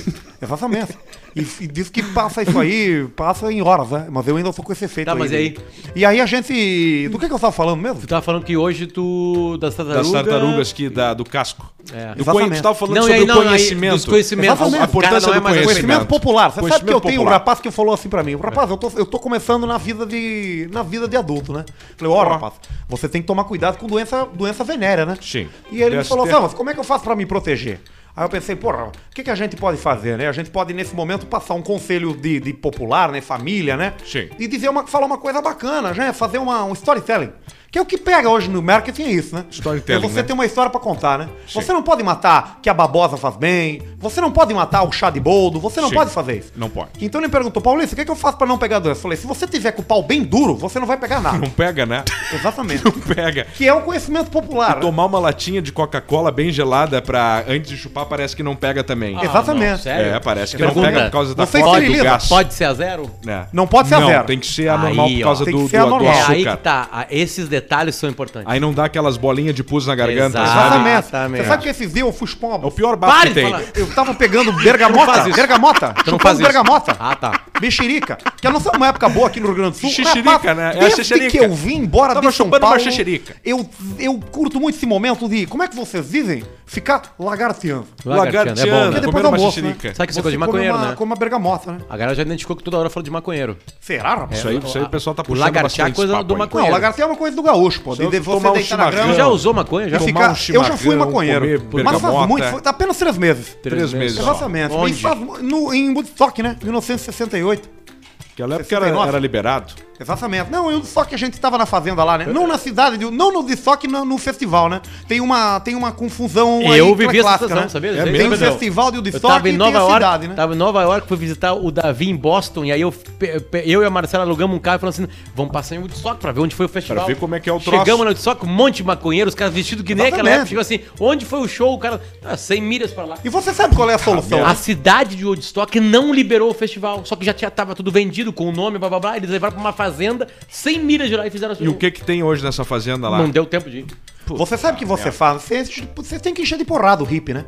Speaker 4: Exatamente. E, e diz que passa isso aí, passa em horas, né? Mas eu ainda tô com esse efeito.
Speaker 3: Tá, mas e
Speaker 4: E aí a gente. Do que, que eu tava falando mesmo?
Speaker 3: Tu tava falando que hoje tu. Das
Speaker 1: Das
Speaker 3: tartarugas.
Speaker 1: tartarugas que da, do casco.
Speaker 3: É.
Speaker 1: Do conhe...
Speaker 4: Exatamente.
Speaker 1: Tu tava falando
Speaker 3: Não, e
Speaker 1: sobre
Speaker 3: aí,
Speaker 1: o
Speaker 3: não, aí,
Speaker 1: conhecimento.
Speaker 3: dos conhecimentos.
Speaker 1: A
Speaker 4: Exatamente.
Speaker 1: importância
Speaker 3: O cara não é
Speaker 1: do
Speaker 3: mais-
Speaker 1: conhecimento.
Speaker 4: Conhecimento popular. Você sabe
Speaker 1: Conhecimento
Speaker 4: que eu tenho um
Speaker 1: popular.
Speaker 4: rapaz que falou assim pra mim, rapaz, eu tô, eu tô começando na vida de. na vida de adulto, né? Falei, ó,
Speaker 1: Ó.
Speaker 4: rapaz, você tem que tomar cuidado com doença, doença venérea, né?
Speaker 1: Sim.
Speaker 4: E ele me
Speaker 1: DST.
Speaker 4: falou, assim, "Ah, mas como é que eu faço pra me proteger? Aí eu pensei, porra, o que, que a gente pode fazer, né? A gente pode, nesse momento, passar um conselho de, de popular, né? Família, né?
Speaker 1: Sim.
Speaker 4: E dizer uma, falar uma coisa bacana, né? Fazer uma, um storytelling. Que é o que pega hoje no marketing, é isso, né?
Speaker 1: Storytelling,
Speaker 4: É você
Speaker 1: né?
Speaker 4: tem uma história pra contar, né?
Speaker 1: Sim.
Speaker 4: Você não pode matar que a babosa faz bem, você não pode matar o chá de boldo, você não
Speaker 1: Sim.
Speaker 4: pode fazer isso.
Speaker 1: Não pode.
Speaker 4: Então ele me perguntou, Paulista, o que, é que eu faço pra não pegar doença? Eu falei, se você tiver com o pau bem duro, você não vai pegar nada.
Speaker 1: Não pega, né?
Speaker 4: Exatamente.
Speaker 1: Não pega.
Speaker 4: que é o conhecimento popular. né?
Speaker 1: Tomar uma latinha de Coca-Cola bem gelada pra antes de chupar parece que não pega também.
Speaker 4: Ah, Exatamente.
Speaker 3: não, sério?
Speaker 1: é, parece que
Speaker 3: Pergunta.
Speaker 1: não pega por causa da
Speaker 4: Você
Speaker 1: cola e do
Speaker 4: esteriliza?
Speaker 1: gás.
Speaker 3: Pode ser a zero?
Speaker 1: É.
Speaker 4: Não pode ser a zero.
Speaker 1: tem que ser a normal
Speaker 3: Aí,
Speaker 1: por
Speaker 3: ó.
Speaker 1: causa
Speaker 4: Tem
Speaker 1: do,
Speaker 4: que ser
Speaker 1: do-
Speaker 4: a
Speaker 1: do
Speaker 4: normal.
Speaker 1: açúcar.
Speaker 3: É aí que tá. Ah, Esses detalhes são importantes.
Speaker 1: Aí não dá aquelas bolinhas de pus na garganta, sabe?
Speaker 4: Exatamente.
Speaker 3: Exatamente.
Speaker 4: Você sabe que esses dias eu fui chupar
Speaker 1: É o
Speaker 4: uma...
Speaker 1: pior bafo
Speaker 3: Pare
Speaker 1: que
Speaker 3: de
Speaker 1: tem.
Speaker 3: falar.
Speaker 4: Eu tava pegando bergamota, bergamota,
Speaker 3: Tu não faz isso.
Speaker 4: bergamota.
Speaker 3: Ah, tá.
Speaker 4: Mexerica, que é a nossa uma época boa aqui no Rio Grande do Sul.
Speaker 1: Xixirica, né? É a
Speaker 4: Desde
Speaker 1: xixerica.
Speaker 4: que eu vim embora
Speaker 1: Tava
Speaker 4: de São
Speaker 1: chupando
Speaker 4: Paulo,
Speaker 1: uma xixerica.
Speaker 4: Eu, eu curto muito esse momento de, como é que vocês dizem? Ficar lagarteando.
Speaker 3: Lagartiano, é bom,
Speaker 1: Lagartiana,
Speaker 3: né?
Speaker 4: Porque
Speaker 1: comendo uma
Speaker 4: almoço,
Speaker 1: xixirica.
Speaker 3: Sabe que isso é coisa de
Speaker 4: come
Speaker 3: maconheiro,
Speaker 4: uma,
Speaker 3: né?
Speaker 4: Como uma bergamota, né?
Speaker 3: A galera já identificou que toda hora fala de maconheiro.
Speaker 4: Será, rapaz?
Speaker 3: É.
Speaker 1: Isso aí, isso aí o pessoal tá
Speaker 3: O
Speaker 1: puxando
Speaker 3: lagartear
Speaker 1: bastante
Speaker 3: é coisa
Speaker 1: esse papo
Speaker 3: do
Speaker 1: aí.
Speaker 3: maconheiro.
Speaker 4: Não, lagartear é uma coisa do gaúcho, pô. De, de você
Speaker 1: tomar um
Speaker 4: deitar na
Speaker 1: chimarrão.
Speaker 3: Tu
Speaker 4: grama.
Speaker 3: já usou maconha? Já?
Speaker 4: e
Speaker 1: Tomar
Speaker 4: ficar-
Speaker 1: um
Speaker 4: eu já fui
Speaker 1: chimarrão,
Speaker 4: maconheiro.
Speaker 1: comer
Speaker 4: Mas faz
Speaker 1: bergamota.
Speaker 4: muito, foi apenas três meses.
Speaker 1: Três meses.
Speaker 4: Exatamente.
Speaker 3: Onde?
Speaker 4: Isso faz mu- no, em Woodstock, né? 1968.
Speaker 1: Naquela época era,
Speaker 4: 69.
Speaker 1: é era liberado.
Speaker 4: Exatamente. Não, eu, só que a gente tava na fazenda lá, né? Não na cidade, de- não no de só que na- no, festival, né? Tem uma, tem uma confusão
Speaker 3: Eu
Speaker 4: que é
Speaker 3: vivi essa
Speaker 4: clássica,
Speaker 3: situação, sabia? Isso aí
Speaker 4: tem
Speaker 3: eu
Speaker 4: o
Speaker 3: lembro.
Speaker 4: festival de
Speaker 3: Eu
Speaker 4: Udistock
Speaker 3: tava em Nova York,
Speaker 4: né?
Speaker 3: tava em Nova York, fui visitar o Davi em Boston, e aí eu, pe- pe- eu e a Marcela alugamos um carro e falamos assim, vamos passar em Woodstock pra ver onde foi o festival.
Speaker 1: Pra ver como é que é o troço.
Speaker 3: Chegamos no Woodstock, um monte de maconheiro, os caras vestidos que nem aquela época, chegou assim, onde foi o show, o cara, ah, 100 milhas pra lá.
Speaker 4: E você sabe qual é a
Speaker 1: Então,
Speaker 4: solução?
Speaker 3: A cidade de Woodstock não liberou o festival, só que já tinha, tava tudo vendido com o nome, blá blá blá, eles levaram pra uma fazenda, 100 milhas de lá e fizeram assim,
Speaker 1: E o que que tem hoje nessa fazenda lá?
Speaker 3: Não deu tempo de ir.
Speaker 4: Você sabe o que você faz? Você, você tem que encher de porrada o hippie, né?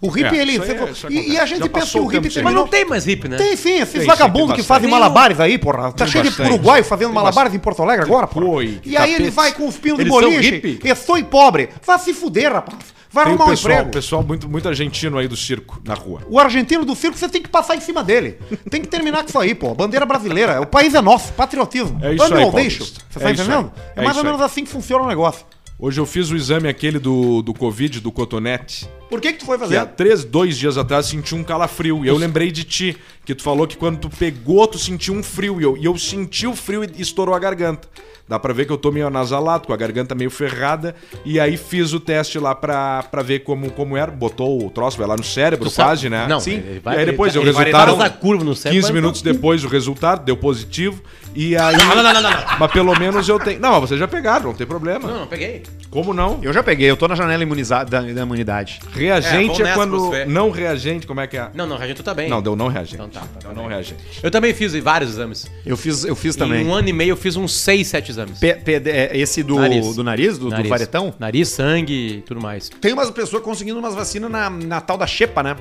Speaker 4: O hippie,
Speaker 1: É,
Speaker 4: ele.
Speaker 1: isso aí
Speaker 4: você-
Speaker 1: é- isso
Speaker 4: e, e a
Speaker 1: acontece. Já
Speaker 4: gente pensa que
Speaker 1: passou
Speaker 4: o
Speaker 1: o
Speaker 4: hippie
Speaker 1: tempo,
Speaker 3: Mas
Speaker 4: terminou.
Speaker 3: não tem mais hippie, né?
Speaker 4: Tem sim,
Speaker 1: Tem,
Speaker 4: esses
Speaker 1: sim,
Speaker 4: vagabundos
Speaker 1: tem
Speaker 4: que
Speaker 1: bastante.
Speaker 4: fazem
Speaker 3: Tem
Speaker 4: malabares aí, porra. Tá
Speaker 1: Tem
Speaker 4: cheio de
Speaker 1: bastante.
Speaker 4: uruguaio fazendo malabares em Porto Alegre agora, porra.
Speaker 1: boi,
Speaker 4: e aí ele
Speaker 1: tapete.
Speaker 4: vai com os pinos de
Speaker 1: Eles são
Speaker 4: boliche.
Speaker 1: hippie?
Speaker 4: Eu sou pobre. Vai se fuder, rapaz. Vai
Speaker 1: Tem o
Speaker 4: arrumar um
Speaker 1: pessoal,
Speaker 4: emprego.
Speaker 1: pessoal muito, muito argentino aí do circo na rua.
Speaker 4: O argentino do circo, você tem que passar em cima dele. Tem que terminar com isso aí, pô. Bandeira brasileira. O país é nosso. Patriotismo.
Speaker 1: É isso
Speaker 4: Animal
Speaker 1: aí, Paulista.
Speaker 4: Nation. Você
Speaker 1: É
Speaker 4: tá
Speaker 1: isso
Speaker 4: entendendo?
Speaker 1: aí.
Speaker 4: É,
Speaker 1: É
Speaker 4: mais ou
Speaker 1: isso aí.
Speaker 4: menos assim que funciona o negócio.
Speaker 1: Hoje eu fiz o exame aquele do, do Covid, do cotonete.
Speaker 4: Por que que tu foi
Speaker 1: Que há
Speaker 3: Né?
Speaker 4: fazer?
Speaker 1: três, dois dias atrás senti um calafrio. E eu lembrei de ti, que tu falou que quando tu pegou, tu sentiu um frio. E eu, e eu senti o frio e estourou a garganta. Dá pra ver que eu tô meio anasalado, com a garganta meio ferrada. E aí fiz o teste lá pra, pra ver como, como era. Botou o troço, vai lá no cérebro,
Speaker 3: sabe-
Speaker 1: quase, né?
Speaker 3: Não,
Speaker 1: Sim.
Speaker 3: ele vai-
Speaker 1: e aí depois
Speaker 3: ele-
Speaker 1: o
Speaker 3: ele vai-
Speaker 1: resultado.
Speaker 3: ele faz a curva no cérebro,
Speaker 1: 15
Speaker 3: vai-
Speaker 1: minutos depois o resultado deu positivo. E aí.
Speaker 3: é então. Não, não, não, não, não.
Speaker 1: Mas pelo menos eu tenho. Não, mas vocês já pegaram, não tem problema.
Speaker 3: Não, não, peguei.
Speaker 1: Como não?
Speaker 4: Eu já peguei. Eu tô na janela imunizada da, da imunidade.
Speaker 1: Reagente
Speaker 3: vamos
Speaker 1: é,
Speaker 3: nessa,
Speaker 1: quando.
Speaker 3: Bruce Fer.
Speaker 1: Não reagente, como é que é?
Speaker 3: Não, não, a gente tá bem.
Speaker 1: Não, deu não reagente.
Speaker 3: Então
Speaker 1: tá, tá, não reagente.
Speaker 3: Eu também fiz vários exames.
Speaker 2: Eu fiz, eu fiz
Speaker 3: Em
Speaker 2: também.
Speaker 3: um ano e meio eu fiz uns 6, 7 exames.
Speaker 2: Pe- pe- é, esse do
Speaker 3: Nariz.
Speaker 2: nariz, do, nariz, do, do varetão?
Speaker 3: Nariz, sangue e tudo mais.
Speaker 2: Tem umas pessoas conseguindo umas vacinas na, na tal da xepa, né?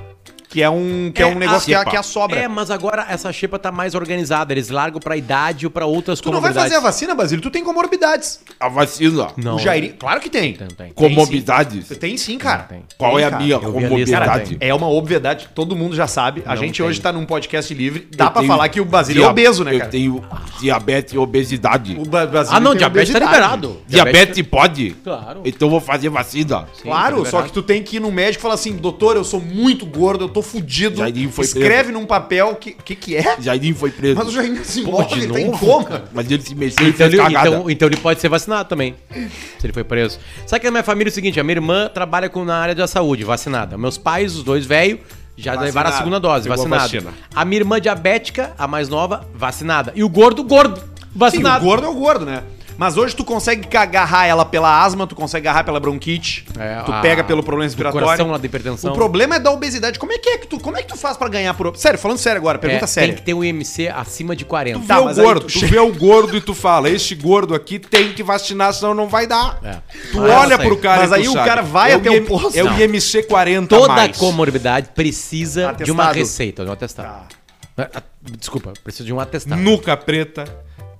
Speaker 2: Que é um, que é, um negócio que é,
Speaker 1: xepa.
Speaker 2: que é a sobra.
Speaker 3: É, mas agora essa xepa tá mais organizada. Eles largam pra idade ou pra outras
Speaker 2: tu não vai fazer a vacina, Basílio? Tu tem comorbidades.
Speaker 1: A vacina.
Speaker 3: Não.
Speaker 2: o Jair... Claro que tem.
Speaker 3: Tem, tem.
Speaker 1: Comorbidades.
Speaker 2: Tem sim, cara.
Speaker 3: Tem.
Speaker 1: Qual é a
Speaker 2: cara.
Speaker 1: minha
Speaker 3: Eu vi a lista, cara,
Speaker 1: comorbidade?
Speaker 2: É uma obviedade, todo mundo já sabe. A
Speaker 3: Não
Speaker 2: gente
Speaker 3: tem.
Speaker 2: hoje tá num podcast livre. Dá
Speaker 1: Eu
Speaker 2: pra
Speaker 1: tenho
Speaker 2: falar que o Basílio é
Speaker 1: dia-
Speaker 2: obeso, né,
Speaker 1: eu
Speaker 2: cara?
Speaker 1: tenho diabetes e obesidade.
Speaker 2: O Ba- Basílio
Speaker 3: Ah, não,
Speaker 2: tem
Speaker 3: diabetes tá
Speaker 2: obesidade.
Speaker 3: liberado.
Speaker 1: Diabetes pode?
Speaker 3: Claro.
Speaker 1: Então eu vou fazer vacina.
Speaker 3: Sim,
Speaker 2: Claro,
Speaker 3: tá
Speaker 2: só
Speaker 3: liberado.
Speaker 2: que tu tem que ir no médico e falar assim, doutor, eu sou muito gordo, eu tô fudido.
Speaker 1: Jairinho foi
Speaker 2: Escreve num papel que que, que é?
Speaker 1: Jairinho foi preso.
Speaker 2: Mas o
Speaker 1: Mas,
Speaker 2: Jair se
Speaker 3: Pô,
Speaker 2: envolve,
Speaker 3: de
Speaker 2: ele tá em
Speaker 3: novo,
Speaker 2: coma.
Speaker 1: ele se mexeu e
Speaker 3: Então
Speaker 1: fez
Speaker 3: ele,
Speaker 1: cagada.
Speaker 3: então, então ele pode ser vacinado também, se ele foi preso. Sabe que na minha família é o seguinte, a minha irmã trabalha com, na área da saúde, vacinada. Meus pais, os dois velhos, já levaram a segunda dose,
Speaker 1: Pegou a
Speaker 3: vacinado.
Speaker 1: vacina.
Speaker 3: A minha irmã diabética, a mais nova, vacinada. E o gordo, gordo,
Speaker 2: Sim, o
Speaker 3: vacinado.
Speaker 2: gordo é o gordo, né? Mas hoje tu consegue ca- agarrar ela pela asma, tu consegue agarrar pela bronquite,
Speaker 3: É,
Speaker 2: tu
Speaker 3: a-
Speaker 2: pega pelo problema
Speaker 3: do
Speaker 2: respiratório.
Speaker 3: coração, lá da hipertensão.
Speaker 2: O problema é da obesidade. Como é que é que tu, como é que tu faz pra ganhar por... Sério, falando sério agora, pergunta
Speaker 3: É,
Speaker 2: séria.
Speaker 3: Tem que ter um IMC acima de 40.
Speaker 1: Tu
Speaker 2: Tá,
Speaker 1: vê o
Speaker 2: mas aí
Speaker 1: gordo,
Speaker 2: tu-
Speaker 1: tu... vê o gordo e tu fala, este gordo aqui tem que vacinar, senão não vai dar.
Speaker 3: É.
Speaker 1: Tu
Speaker 3: Mas
Speaker 1: olha
Speaker 3: essa aí-
Speaker 1: pro cara e
Speaker 2: mas
Speaker 1: tu
Speaker 2: aí o
Speaker 1: sabe,
Speaker 2: cara vai até o
Speaker 1: IM
Speaker 2: posto.
Speaker 1: É o
Speaker 2: Não.
Speaker 1: IMC 40
Speaker 3: Toda
Speaker 1: mais.
Speaker 3: comorbidade precisa de
Speaker 2: Atestado.
Speaker 3: uma
Speaker 2: Tá.
Speaker 3: receita, de um atestado. Ah, Desculpa, precisa de um atestado.
Speaker 1: Nuca preta,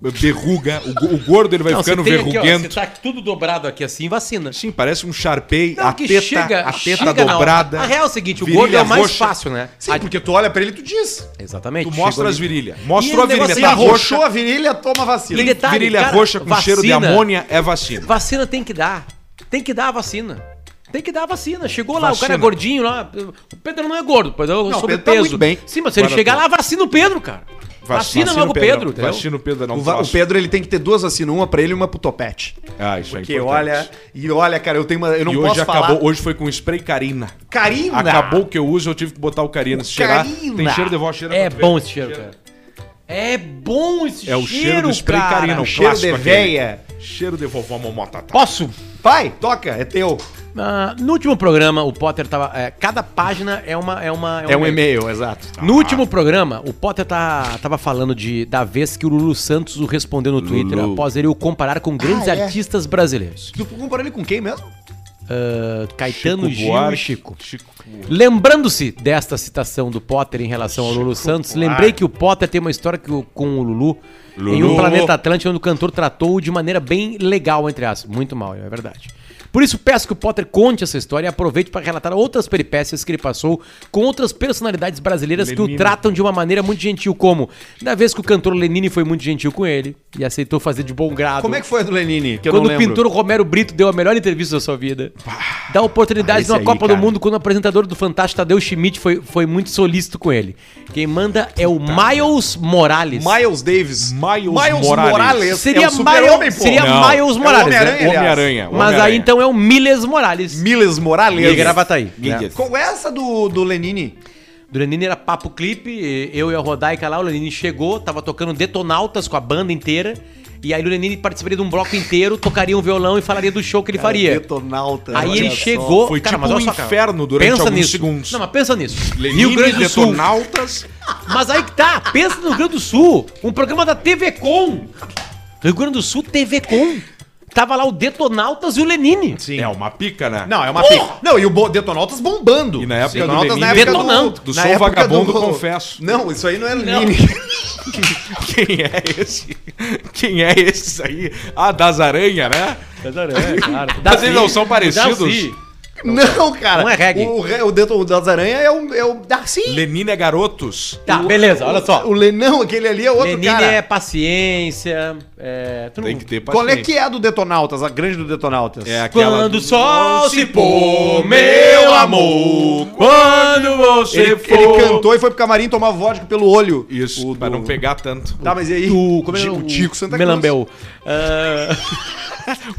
Speaker 1: verruga, o, go- o gordo ele vai
Speaker 3: Não,
Speaker 1: ficando
Speaker 3: você tem aqui, ó,
Speaker 1: verruguento.
Speaker 3: você tá tudo dobrado aqui assim, vacina.
Speaker 1: Sim, parece um Sharpei,
Speaker 3: Não,
Speaker 1: a
Speaker 3: que
Speaker 1: teta,
Speaker 3: chega,
Speaker 1: a teta
Speaker 3: chega na hora.
Speaker 1: dobrada.
Speaker 3: A real é o seguinte, o
Speaker 1: virilha
Speaker 3: gordo é o mais
Speaker 1: roxa.
Speaker 3: fácil, né?
Speaker 2: Sim,
Speaker 3: A-
Speaker 2: porque tu olha pra ele e tu diz.
Speaker 3: Exatamente.
Speaker 1: Tu mostra
Speaker 3: chegou
Speaker 1: as
Speaker 3: ali.
Speaker 1: virilhas.
Speaker 3: E
Speaker 1: Mostrou
Speaker 3: o
Speaker 1: a virilha,
Speaker 3: negócio
Speaker 1: tá
Speaker 3: é arroz.
Speaker 1: roxa.
Speaker 2: Arrochou a virilha, toma vacina.
Speaker 3: E detalhe,
Speaker 1: virilha
Speaker 3: cara,
Speaker 1: roxa com cheiro de
Speaker 3: vacina-
Speaker 1: amônia é vacina.
Speaker 3: Vacina tem que dar. Tem que dar a vacina. Tem que dar a vacina. Chegou lá, o
Speaker 1: Vacina.
Speaker 3: cara é gordinho lá. O Pedro não é gordo, pois eu
Speaker 2: Não, o
Speaker 3: sou
Speaker 2: Pedro tá muito
Speaker 3: sobrepeso.
Speaker 2: bem.
Speaker 3: Sim, mas se ele
Speaker 1: Agora
Speaker 3: chegar
Speaker 1: tá.
Speaker 3: lá, vacina o Pedro, cara.
Speaker 1: Va-
Speaker 3: Vacina, logo o Pedro, entendeu?
Speaker 1: Vacina o Pedro, não
Speaker 2: O, va- o
Speaker 1: posso.
Speaker 2: Pedro ele tem que ter duas vacinas, uma pra ele e uma pro topete.
Speaker 1: Ah, isso
Speaker 2: Porque
Speaker 1: é importante.
Speaker 2: olha, e olha, cara, eu tenho uma, eu não
Speaker 1: e
Speaker 2: posso
Speaker 1: hoje
Speaker 2: falar.
Speaker 1: acabou, hoje foi com spray Carina.
Speaker 2: Carina.
Speaker 1: Acabou o que eu uso, eu tive que botar o Carina. Se cheirar,
Speaker 2: Carina.
Speaker 1: tem cheiro de vó, cheira pra
Speaker 3: É
Speaker 1: tu ver.
Speaker 3: bom esse cheiro, cara. É bom esse
Speaker 1: É o cheiro do spray
Speaker 3: cara.
Speaker 1: Carina, o
Speaker 2: Cheiro de
Speaker 1: clássico aquele.
Speaker 2: véia.
Speaker 1: Cheiro de vovó momotata.
Speaker 3: Posso?
Speaker 2: Vai, toca, é teu.
Speaker 3: Ah, no último programa, o Potter tava. é, cada página é uma. É, uma,
Speaker 2: É um e-mail, exato.
Speaker 3: No último programa, o Potter tá, tava falando de, da vez que o Lulu Santos o respondeu no Twitter após ele o comparar com grandes
Speaker 2: Ah, é?
Speaker 3: artistas brasileiros.
Speaker 2: Tu compara ele com quem mesmo?
Speaker 3: Ah, Caetano Gil e Chico.
Speaker 1: Chico.
Speaker 3: Lembrando-se desta citação do Potter em relação ao Lulu Santos, lembrei que o Potter tem uma história que o- com o Lulu, em um
Speaker 1: Lulu.
Speaker 3: planeta Atlântico, onde o cantor tratou-o de maneira bem legal, entre aspas. Muito mal, é verdade. Por isso, peço que o Potter conte essa história e aproveite para relatar outras peripécias que ele passou com outras personalidades brasileiras que o
Speaker 1: Lenine.
Speaker 3: tratam de uma maneira muito gentil, como da vez que o cantor Lenine foi muito gentil com ele e aceitou fazer de bom grado.
Speaker 2: Como é que foi a do Lenine? Que eu
Speaker 3: Quando
Speaker 2: não
Speaker 3: o
Speaker 2: lembro.
Speaker 3: pintor Romero Brito deu a melhor entrevista da sua vida. Dá
Speaker 2: Ah,
Speaker 3: oportunidade
Speaker 2: esse
Speaker 3: numa
Speaker 2: aí,
Speaker 3: Copa
Speaker 2: cara.
Speaker 3: do Mundo quando o apresentador do Fantástico Tadeu Schmidt foi, foi muito solícito com ele. Quem manda é o Miles Morales.
Speaker 2: Miles Davis.
Speaker 1: Miles
Speaker 2: Morales.
Speaker 1: Morales.
Speaker 3: Seria
Speaker 2: é o super-homem,
Speaker 3: Miles-
Speaker 2: pô.
Speaker 3: seria
Speaker 2: Não.
Speaker 3: Miles Morales,
Speaker 2: É o Homem-Aranha,
Speaker 3: né?
Speaker 2: aliás.
Speaker 1: Homem-Aranha.
Speaker 3: Mas aí então é o Miles Morales.
Speaker 2: Miles Morales.
Speaker 3: E Gravataí.
Speaker 1: Miles.
Speaker 2: Qual é essa do, do Lenine?
Speaker 3: Do Lenine era papo clipe, e eu e a Rodaica lá, o Lenine chegou, tava tocando Detonautas com a banda inteira. E aí o Lenine participaria de um bloco inteiro, tocaria um violão e falaria do show que ele faria.
Speaker 2: Detonauta.
Speaker 3: Aí ele
Speaker 2: olha só.
Speaker 3: chegou.
Speaker 1: Foi tipo
Speaker 3: olha
Speaker 1: um
Speaker 3: só, cara.
Speaker 1: inferno durante
Speaker 3: pensa
Speaker 1: alguns
Speaker 3: nisso.
Speaker 1: segundos.
Speaker 3: Não, mas pensa nisso.
Speaker 1: Lenine,
Speaker 3: Rio Grande do Sul.
Speaker 1: Detonautas.
Speaker 3: Mas aí que tá, pensa no Rio Grande do Sul. Um programa da TV Com. Rio Grande do Sul TV Com. Tava lá o Detonautas e o Lenine.
Speaker 2: Sim.
Speaker 1: É uma pica, né?
Speaker 2: Não, é uma
Speaker 3: Porra!
Speaker 2: pica. Não, e o Bo- Detonautas bombando.
Speaker 1: E na época do
Speaker 2: Detonautas
Speaker 1: Lenine,
Speaker 2: na época
Speaker 3: detonando.
Speaker 1: Do
Speaker 2: na
Speaker 1: Sou
Speaker 2: época
Speaker 1: Vagabundo, confesso.
Speaker 2: Não, isso aí não é
Speaker 3: Não.
Speaker 2: Lenine.
Speaker 1: Quem é esse? Quem é esses aí? Ah, das aranhas, né? Mas eles não são parecidos?
Speaker 2: Não, cara.
Speaker 3: Não é reggae.
Speaker 2: O, re- o Deton o das Aranha é o, é o Darcy.
Speaker 1: Lenine é garotos.
Speaker 3: Tá, beleza, olha só.
Speaker 2: O Lenão, aquele ali é outro
Speaker 3: Lenine
Speaker 2: cara.
Speaker 3: é paciência. É, tu não-
Speaker 1: Tem que ter
Speaker 2: Qual é que é a do Detonautas, a grande do Detonautas?
Speaker 1: É aquela...
Speaker 3: Quando o sol se pôr,
Speaker 1: pôr,
Speaker 3: meu amor,
Speaker 1: quando você
Speaker 2: Ele, ele cantou e foi pro camarim tomar vodka pelo olho.
Speaker 1: Isso,
Speaker 2: O
Speaker 1: pra
Speaker 2: do-
Speaker 1: não pegar tanto.
Speaker 2: Tá, mas e aí?
Speaker 3: Tu, como é
Speaker 2: Ti- o Tico Santa Cruz.
Speaker 3: Melambel. Ah,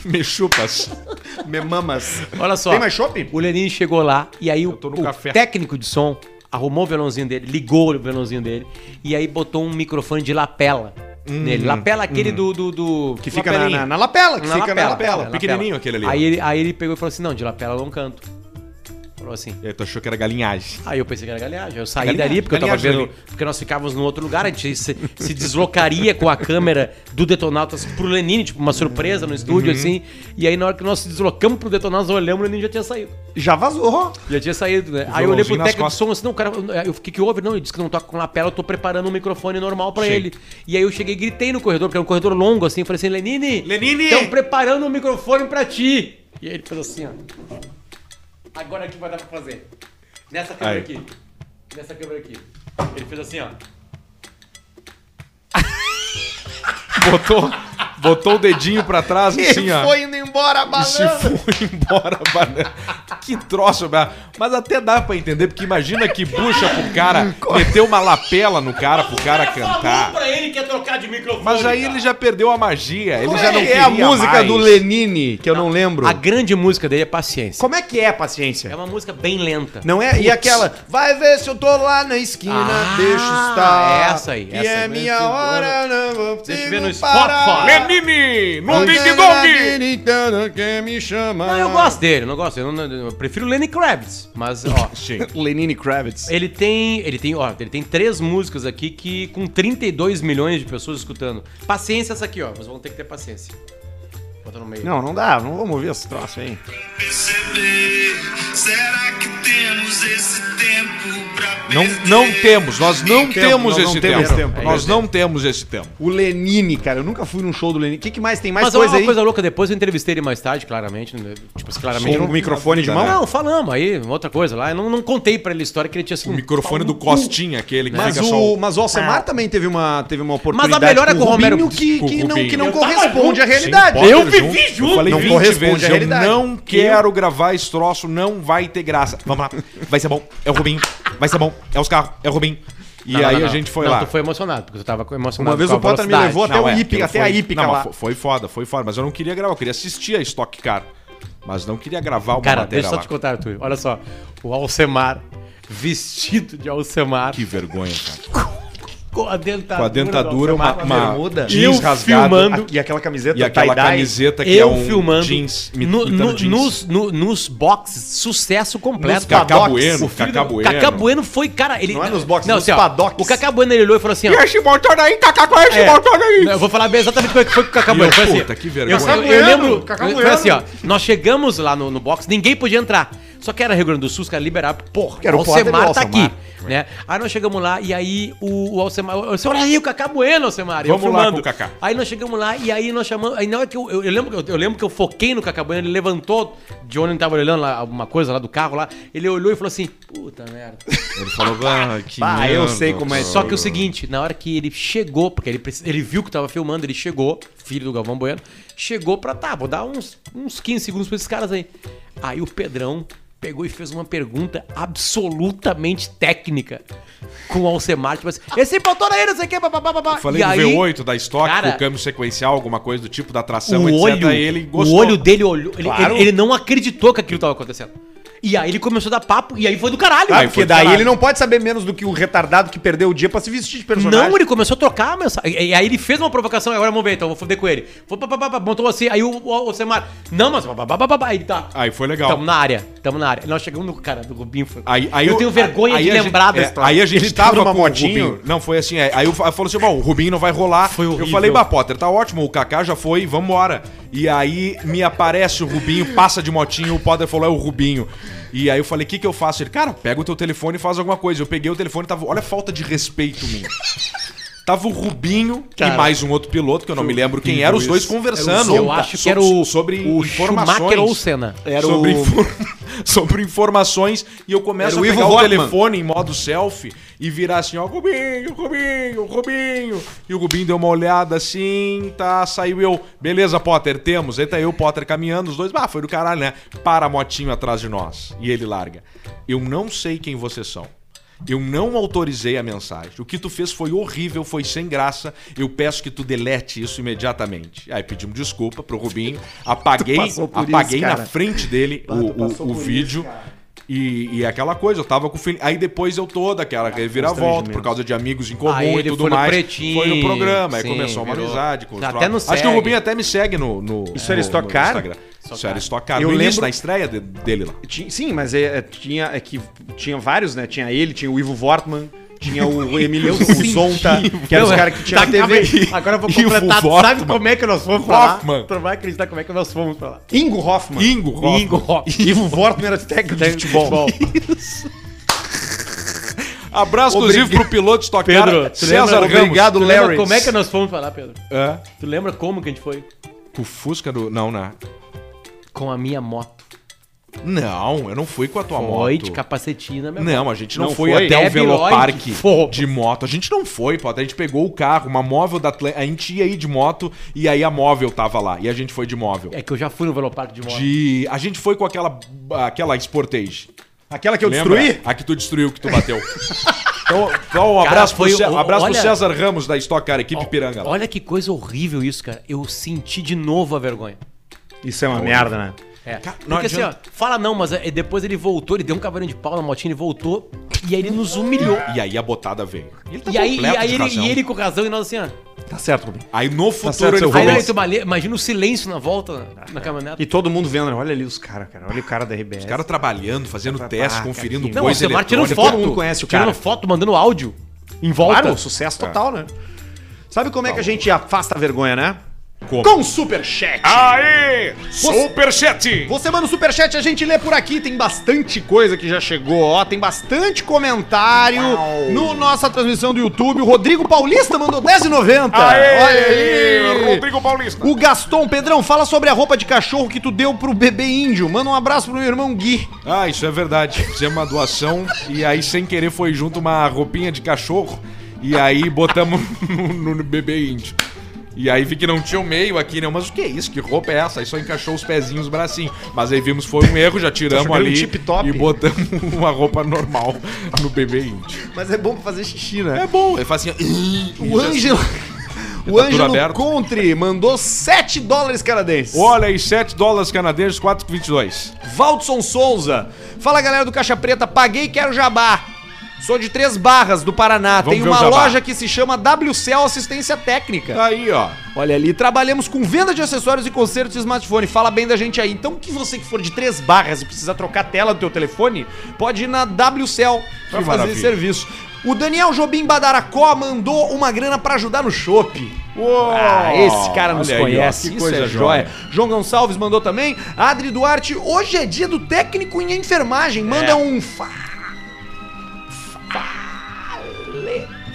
Speaker 1: Me chupas.
Speaker 2: Me mamas.
Speaker 3: Olha só.
Speaker 2: Tem mais shopping?
Speaker 3: O Lenine chegou lá e aí o,
Speaker 1: tô no
Speaker 3: o
Speaker 1: café.
Speaker 3: técnico de som arrumou o violãozinho dele, ligou o violãozinho dele e aí botou um microfone de lapela nele. Lapela aquele do, do, do-
Speaker 2: Que fica na,
Speaker 3: lapelinha.
Speaker 2: na- na lapela. Que fica na lapela.
Speaker 1: pequenininho aquele ali,
Speaker 3: Aí
Speaker 1: ó.
Speaker 3: ele, aí ele pegou e falou assim: não, de lapela eu não canto. Falou assim.
Speaker 1: E aí tu achou que era galinhagem.
Speaker 3: Aí eu pensei que era galinhagem. Eu saí
Speaker 1: Galinhagem,
Speaker 3: dali porque eu tava
Speaker 1: galinhagem
Speaker 3: vendo. Porque nós ficávamos num outro lugar, a gente se, se deslocaria com a câmera do Detonautas pro Lenine, tipo, uma surpresa no estúdio, assim. E aí na hora que nós se deslocamos pro Detonautas, nós olhamos, o Lenine já tinha saído.
Speaker 2: Já vazou.
Speaker 3: Já tinha saído, né? Aí eu olhei pro
Speaker 1: violãozinho nas
Speaker 3: técnico de
Speaker 1: costas.
Speaker 3: som, assim, não, o cara, eu- eu- o que que houve? Não, ele disse que não toca com lapela, eu tô preparando um microfone normal pra
Speaker 1: Sim.
Speaker 3: ele. E aí eu cheguei e gritei no corredor, porque era um corredor longo, assim, eu falei assim, Lenine,
Speaker 1: Lenine!
Speaker 3: estão preparando um microfone pra ti. E aí ele fez assim, ó. Agora que vai dar pra fazer. Nessa câmera
Speaker 1: Aí.
Speaker 3: aqui. Nessa câmera aqui. Ele fez assim, ó.
Speaker 1: Botou, botou o dedinho pra trás, assim, ó.
Speaker 2: indo embora,
Speaker 1: E se foi embora, banana. Que troço, ba- mas até dá pra entender, porque imagina que bucha pro cara, meter uma lapela no cara pro cara
Speaker 2: é
Speaker 3: Falou
Speaker 1: cantar.
Speaker 3: é pra ele que ia trocar de microfone.
Speaker 1: Mas aí
Speaker 3: cara.
Speaker 1: ele já perdeu a magia, ele
Speaker 2: Como
Speaker 1: já não
Speaker 2: é que é
Speaker 1: queria
Speaker 2: a música
Speaker 1: mais.
Speaker 2: do Lenine, que eu não lembro?
Speaker 3: A grande música dele é Paciência.
Speaker 2: Como é que é,
Speaker 3: É
Speaker 2: paciência?
Speaker 3: uma música bem lenta.
Speaker 2: Não é? E aquela, vai ver se eu tô lá na esquina,
Speaker 3: Ah,
Speaker 2: deixa eu estar.
Speaker 3: essa aí,
Speaker 2: Que
Speaker 3: essa
Speaker 2: é
Speaker 3: aí.
Speaker 2: minha hora, não vou
Speaker 3: Deixa eu ver no
Speaker 2: consigo parar.
Speaker 3: Spotify.
Speaker 1: Lenine, no Ding Dong!
Speaker 2: Dong! então, Quem me chama?
Speaker 3: Não, eu gosto dele, não gosto. Eu, não- eu prefiro Lenny Kravitz, mas ó.
Speaker 1: Sim.
Speaker 2: Lenine Kravitz.
Speaker 3: Ele tem, ele tem, ó, ele tem três músicas aqui que com 32 milhões de pessoas escutando. Paciência essa aqui, ó, mas vão ter que ter paciência. Bota no meio.
Speaker 2: Não, não dá, não vamos ouvir esse troço aí.
Speaker 5: perceber. Será que temos esse tempo pra
Speaker 1: Não,
Speaker 5: perder?
Speaker 1: não temos, nós não
Speaker 2: Tempo,
Speaker 1: temos
Speaker 2: nós não
Speaker 1: esse
Speaker 2: temos
Speaker 1: tempo.
Speaker 2: tempo.
Speaker 1: Nós não temos esse tempo.
Speaker 2: O Lenine, cara, eu nunca fui num show do Lenine. O que, que mais tem? Mais
Speaker 3: Mas olha
Speaker 2: coisa
Speaker 3: uma
Speaker 2: aí?
Speaker 3: coisa louca, depois eu entrevistei ele mais tarde, claramente. né? Tipo, assim, claramente.
Speaker 2: Com
Speaker 3: eu
Speaker 2: o
Speaker 3: Não,
Speaker 2: microfone de mão?
Speaker 3: não, falamos aí, outra coisa lá. Eu não, não contei pra ele a história que ele tinha sido. um
Speaker 1: O microfone do Costinha, aquele que
Speaker 2: Mas
Speaker 1: fica só.
Speaker 2: o, mas o Alcemar também teve uma, teve uma oportunidade
Speaker 3: melhor é
Speaker 2: com
Speaker 3: com o Romero-
Speaker 2: Rubinho que,
Speaker 1: com o
Speaker 2: que, não, que
Speaker 1: Rubinho.
Speaker 2: não
Speaker 1: Eu
Speaker 2: corresponde à
Speaker 1: Sim,
Speaker 2: realidade.
Speaker 1: Potter
Speaker 3: Eu vivi junto.
Speaker 1: Eu falei
Speaker 2: Não
Speaker 1: 20
Speaker 2: corresponde
Speaker 1: vezes, é
Speaker 2: à realidade.
Speaker 1: Eu não quero gravar esse troço, não vai ter graça. Vamos lá, vai ser bom, é o Rubinho, vai ser bom, é os carros, é o Rubinho. E
Speaker 3: Não, não,
Speaker 1: aí
Speaker 3: não,
Speaker 1: a
Speaker 3: não.
Speaker 1: gente foi
Speaker 3: não,
Speaker 1: lá.
Speaker 3: Tu foi emocionado, porque tu tava emocionado.
Speaker 2: Uma vez
Speaker 3: com a
Speaker 2: o Potter me
Speaker 3: velocidade.
Speaker 2: levou até o
Speaker 1: aquilo
Speaker 2: Ípica, até a
Speaker 1: foi...
Speaker 2: Ípica
Speaker 1: é, não,
Speaker 2: lá.
Speaker 1: mas fo- foi foda, foi foda. Mas eu não queria gravar, eu queria assistir a Stock Car. Mas não queria gravar uma
Speaker 3: Cara,
Speaker 1: matéria
Speaker 3: deixa eu só
Speaker 1: lá.
Speaker 3: te contar, Arthur. Olha só. O Alcemar, vestido de Alcemar,
Speaker 1: Que vergonha, cara.
Speaker 3: com a dentadura.
Speaker 1: Com a dentadura,
Speaker 3: do
Speaker 1: uma,
Speaker 3: Alcemar,
Speaker 1: uma
Speaker 2: bermuda.
Speaker 1: jeans
Speaker 3: Eu
Speaker 1: rasgada.
Speaker 3: filmando.
Speaker 2: E aquela camiseta
Speaker 1: E aquela
Speaker 2: tie-dye.
Speaker 1: camiseta que é
Speaker 3: eu
Speaker 1: um
Speaker 3: filmando
Speaker 1: jeans, mi-
Speaker 3: no-
Speaker 1: imitando
Speaker 3: no-
Speaker 1: jeans.
Speaker 3: Nos, no- nos boxes, sucesso completo.
Speaker 1: Nos Cacá
Speaker 3: Padox.
Speaker 1: Bueno,
Speaker 3: O filho
Speaker 1: Cacá
Speaker 3: do-
Speaker 1: Bueno.
Speaker 3: Cacá Bueno foi, cara... Ele,
Speaker 2: Não é nos boxes, nos
Speaker 3: assim, ó,
Speaker 2: paddocks.
Speaker 3: O Cacá Bueno, ele olhou e falou assim, ó...
Speaker 1: E esse motor aí, Cacá, qual é esse
Speaker 3: é,
Speaker 1: motor aí?
Speaker 3: não, eu vou falar bem exatamente como é que foi com o Cacá
Speaker 1: E
Speaker 3: Bueno.
Speaker 1: eu,
Speaker 3: Foi assim,
Speaker 1: puta, que
Speaker 3: eu-
Speaker 1: vergonha.
Speaker 3: Eu, eu
Speaker 2: Bueno,
Speaker 3: lembro,
Speaker 2: Cacá
Speaker 3: foi
Speaker 2: Bueno.
Speaker 3: assim, ó. Nós chegamos lá no, no box, ninguém podia entrar. Só que era Rio Grande do Sul, os caras liberaram. Porra,
Speaker 2: Que era o Potter e o
Speaker 3: tá
Speaker 2: Alcemar.
Speaker 3: aqui. Né? Aí nós chegamos lá e aí o, o Alcemar... Eu disse, olha aí o Cacá Bueno, Alcemar. e eu
Speaker 1: Vamos lá
Speaker 3: filmando.
Speaker 1: com o Cacá.
Speaker 3: Aí nós chegamos lá e aí nós chamamos. Aí na hora que eu, eu, eu lembro, que eu, eu lembro que eu foquei no Cacabanha, ele levantou de onde ele tava olhando lá, alguma coisa lá do carro lá. Ele olhou e falou assim: Puta merda.
Speaker 1: Ele falou, ah, que
Speaker 2: Ah, eu sei como é
Speaker 3: Só
Speaker 1: Ah.
Speaker 3: que o seguinte, na hora que ele chegou, porque ele, precis- ele viu que tava filmando, ele chegou, filho do Galvão Bueno, chegou pra tá, vou dar uns, uns 15 segundos pra esses caras aí. Aí o Pedrão pegou e fez uma pergunta absolutamente técnica com o Alcemar, tipo assim, esse motor aí, não sei o que, papapá, papapá.
Speaker 1: Falei
Speaker 3: E
Speaker 1: do
Speaker 3: aí-
Speaker 1: V8 da Stock,
Speaker 3: Cara,
Speaker 1: com câmbio sequencial, alguma coisa do tipo, da tração,
Speaker 3: o olho,
Speaker 1: aí ele
Speaker 3: o
Speaker 1: gostou.
Speaker 3: olho dele olhou, ele,
Speaker 2: Claro.
Speaker 3: ele- ele não acreditou que aquilo tava acontecendo. E aí ele começou a dar papo, e aí foi do caralho.
Speaker 2: Ah,
Speaker 3: Aí
Speaker 2: porque
Speaker 3: foi do
Speaker 2: daí
Speaker 3: caralho.
Speaker 2: ele não pode saber menos do que o retardado que perdeu o dia pra se vestir de personagem.
Speaker 3: Não, ele começou a trocar a mensagem. E e aí ele fez uma provocação, agora vamos ver, então vou foder com ele. Foi, pá, pá, pá, pá, montou assim, aí o, o, o Semar, não, mas pá, pá, pá, pá, pá, aí ele tá.
Speaker 1: Aí foi legal.
Speaker 3: Tamo na área, tamo na área. Nós chegamos no cara do Rubinho. Foi...
Speaker 1: Aí, aí
Speaker 3: eu
Speaker 1: o-
Speaker 3: tenho vergonha
Speaker 1: aí
Speaker 3: de
Speaker 1: a gente-
Speaker 3: lembrar
Speaker 1: é,
Speaker 3: dessa história.
Speaker 1: Aí a gente
Speaker 2: Ele
Speaker 1: tava
Speaker 2: tava numa
Speaker 1: com o
Speaker 2: motinho.
Speaker 1: Rubinho. Não, foi assim. é, Aí eu fa- falou assim: bom, o Rubinho não vai rolar.
Speaker 3: Foi
Speaker 1: eu
Speaker 3: horrível.
Speaker 1: falei, bah, Potter, tá ótimo, o Kaká já foi, vambora. E aí me aparece o Rubinho, passa de motinho, o Potter falou, é o Rubinho. E aí eu falei, o que, que eu faço? Ele, cara, pega o teu telefone e faz alguma coisa. Eu peguei o telefone e tava. Olha a falta de respeito minha. Tava o Rubinho
Speaker 3: Cara.
Speaker 1: e mais um outro piloto, que eu não me lembro quem era, os dois conversando.
Speaker 3: Eu acho que era o,
Speaker 1: sobre
Speaker 3: o Schumacher ou o
Speaker 1: informações
Speaker 3: Senna.
Speaker 2: Era
Speaker 1: sobre,
Speaker 2: o-
Speaker 1: infor- sobre informações e eu começo
Speaker 2: Era
Speaker 1: a
Speaker 2: o Ivo
Speaker 1: pegar o
Speaker 2: Wortmann.
Speaker 1: telefone em modo selfie e virar assim, ó, Rubinho, Rubinho, Rubinho. E o Rubinho deu uma olhada assim, tá, saiu eu. Beleza, Potter, temos. Aí tá eu, Potter caminhando, os dois, ah, foi do caralho, né? Para a motinho atrás de nós. E ele larga. Eu não sei quem vocês são. Eu não autorizei a mensagem. O que tu fez foi horrível, foi sem graça. Eu peço que tu delete isso imediatamente. Aí pedimos desculpa pro Rubinho. Apaguei,
Speaker 2: passou por isso,
Speaker 1: apaguei na
Speaker 2: cara.
Speaker 1: frente dele o,
Speaker 2: Ah, tu passou
Speaker 1: o- o
Speaker 2: por
Speaker 1: vídeo.
Speaker 2: isso, cara.
Speaker 1: e, e aquela coisa, eu tava com o filho. Aí depois eu toda aquela reviravolta por causa de amigos em
Speaker 3: Aí
Speaker 1: comum e
Speaker 3: ele
Speaker 1: tudo
Speaker 3: foi no
Speaker 1: mais.
Speaker 3: Pretinho,
Speaker 1: foi o programa, aí
Speaker 3: sim,
Speaker 1: começou uma
Speaker 3: virou. Tá
Speaker 1: amizade.
Speaker 3: Até
Speaker 1: troca.
Speaker 3: no
Speaker 1: Acho que
Speaker 3: segue.
Speaker 1: o Rubinho até me segue no. no
Speaker 2: Isso
Speaker 1: no-
Speaker 2: era Stock
Speaker 1: no
Speaker 2: Car?
Speaker 1: Instagram. Isso era estocado
Speaker 2: Eu
Speaker 1: no início,
Speaker 2: lembro-
Speaker 1: na estreia de- dele lá.
Speaker 2: Ti- Sim, mas é, é, tinha, é que tinha vários, né? Tinha ele, tinha o Ivo Vortman, tinha o Emílio Zonta, que era os caras que tinham
Speaker 3: Tá,
Speaker 2: na TV.
Speaker 3: calma aí. Agora eu vou
Speaker 1: E o
Speaker 3: completar. Tu
Speaker 1: Hoffman.
Speaker 3: sabe como é que nós fomos falar?
Speaker 1: Hoffman.
Speaker 3: Tu não vai acreditar como é que nós fomos falar.
Speaker 2: Ingo Hoffman.
Speaker 1: Ingo Hoffman.
Speaker 3: Ingo Hoffman.
Speaker 2: Ivo Vortman era técnico de futebol.
Speaker 1: Abraço, inclusive, pro piloto estocar César Ramos.
Speaker 2: Obrigado,
Speaker 3: Tu lembra
Speaker 2: Larry.
Speaker 3: como é que nós fomos falar, Pedro?
Speaker 1: É.
Speaker 3: Tu lembra como que a gente foi?
Speaker 1: Com o Fusca do... Não, né?
Speaker 3: Com a minha moto.
Speaker 1: Não, eu não fui com a tua
Speaker 3: Foi
Speaker 1: moto.
Speaker 3: de capacetinho na minha moto.
Speaker 1: Não, a gente não,
Speaker 2: Não
Speaker 1: foi,
Speaker 2: foi?
Speaker 1: até o
Speaker 3: Debi
Speaker 1: Velopark
Speaker 3: Lloyd, forro.
Speaker 1: de moto. A gente não foi, pô. A gente pegou o carro, uma móvel da Atlântica. A gente ia ir de moto e aí a móvel tava lá. E a gente foi de móvel.
Speaker 3: É que eu já fui no Velopark de moto.
Speaker 1: De... A gente foi com aquela, aquela Sportage.
Speaker 2: Aquela que eu
Speaker 1: Lembra?
Speaker 2: destruí?
Speaker 1: A que tu destruiu, que tu bateu. então, então, um
Speaker 3: Cara,
Speaker 1: abraço,
Speaker 3: foi
Speaker 1: pro, Cé-
Speaker 3: o-
Speaker 1: abraço pro
Speaker 3: olha-
Speaker 1: César Ramos da Stock Car, equipe
Speaker 3: Ó,
Speaker 1: Piranga. lá.
Speaker 3: Olha que coisa horrível isso, cara. Eu senti de novo a vergonha.
Speaker 2: Isso é uma merda, né?
Speaker 3: É.
Speaker 1: Cara, não
Speaker 3: Porque assim, ó, fala não, mas é, depois ele voltou, ele deu um cavalinho de pau na motinha, ele voltou e aí ele nos humilhou.
Speaker 1: E aí a botada veio. Ele tá
Speaker 3: e aí, e
Speaker 1: completo
Speaker 3: aí
Speaker 1: de
Speaker 3: ele,
Speaker 1: razão.
Speaker 3: e ele com razão e nós assim, ó.
Speaker 2: Tá certo, Rubinho.
Speaker 1: Aí no futuro
Speaker 2: certo, seu
Speaker 1: ele
Speaker 3: Aí,
Speaker 1: falou...
Speaker 2: Rubens.
Speaker 3: aí, tu male- imagina o silêncio na volta na- na caminhonete.
Speaker 2: E todo mundo vendo, né? Olha ali os caras, cara. Olha o cara da RBS.
Speaker 1: Os caras trabalhando, fazendo teste,
Speaker 2: cara,
Speaker 1: conferindo
Speaker 2: que-
Speaker 3: Não, o
Speaker 1: coisa
Speaker 3: Semar tirando
Speaker 1: eletrônica.
Speaker 3: foto.
Speaker 2: todo mundo conhece o cara.
Speaker 3: Tirando foto, mandando áudio. Em volta.
Speaker 2: Claro, sucesso total, né? Sabe como é que a gente afasta a vergonha, né?
Speaker 1: Como?
Speaker 2: Com superchat.
Speaker 1: Aê! Superchat!
Speaker 2: Você manda o superchat, a gente lê por aqui. Tem bastante coisa que já chegou, ó. Tem bastante comentário no nossa transmissão do YouTube. O Rodrigo Paulista mandou 10,90. Olha aí.
Speaker 1: Paulista.
Speaker 2: O Gaston, Pedrão, fala sobre a roupa de cachorro que tu deu pro bebê índio. Manda um abraço pro meu irmão Gui.
Speaker 1: Ah, isso é verdade. Fizemos uma doação e aí, sem querer, foi junto uma roupinha de cachorro. E aí botamos no, no bebê índio. E aí vi que não tinha o meio aqui, né? Mas o que é isso? Que roupa é essa? Aí só encaixou os pezinhos, os bracinhos. Mas aí vimos foi um erro, já
Speaker 2: Achou
Speaker 1: tiramos
Speaker 2: que era um
Speaker 1: ali
Speaker 2: tip-top.
Speaker 1: e botamos uma roupa normal no bebê índio.
Speaker 2: Mas é bom pra fazer xixi, né?
Speaker 1: É bom, ele faz assim... ó,
Speaker 2: O
Speaker 1: já-
Speaker 2: Ângelo. O Ângelo
Speaker 1: aberta.
Speaker 2: Contre mandou 7 dólares canadenses.
Speaker 1: Olha aí, 7 dólares canadenses, 4,22.
Speaker 2: Valdson Souza. Fala galera do Caixa Preta, paguei e quero jabá. Sou de Três Barras, do Paraná.
Speaker 1: Vamos
Speaker 2: Tem
Speaker 1: ver o
Speaker 2: uma
Speaker 1: jabá.
Speaker 2: loja que se chama WCL Assistência Técnica.
Speaker 1: Aí, ó.
Speaker 2: Olha ali, trabalhamos com venda de acessórios e consertos de smartphone. Fala bem da gente aí. Então, que você que for de três barras e precisar trocar a tela do teu telefone, pode ir na WCell pra fazer
Speaker 1: maravilha.
Speaker 2: esse serviço. O Daniel Jobim Badaracó mandou uma grana pra ajudar no chopp.
Speaker 1: Uou,
Speaker 2: Ah, esse cara nos
Speaker 1: olha aí, ó,
Speaker 2: conhece,
Speaker 1: que
Speaker 2: isso
Speaker 1: coisa
Speaker 2: é joia. João Gonçalves mandou também. Adri Duarte, hoje é dia do técnico em enfermagem. Manda
Speaker 1: É.
Speaker 2: um fa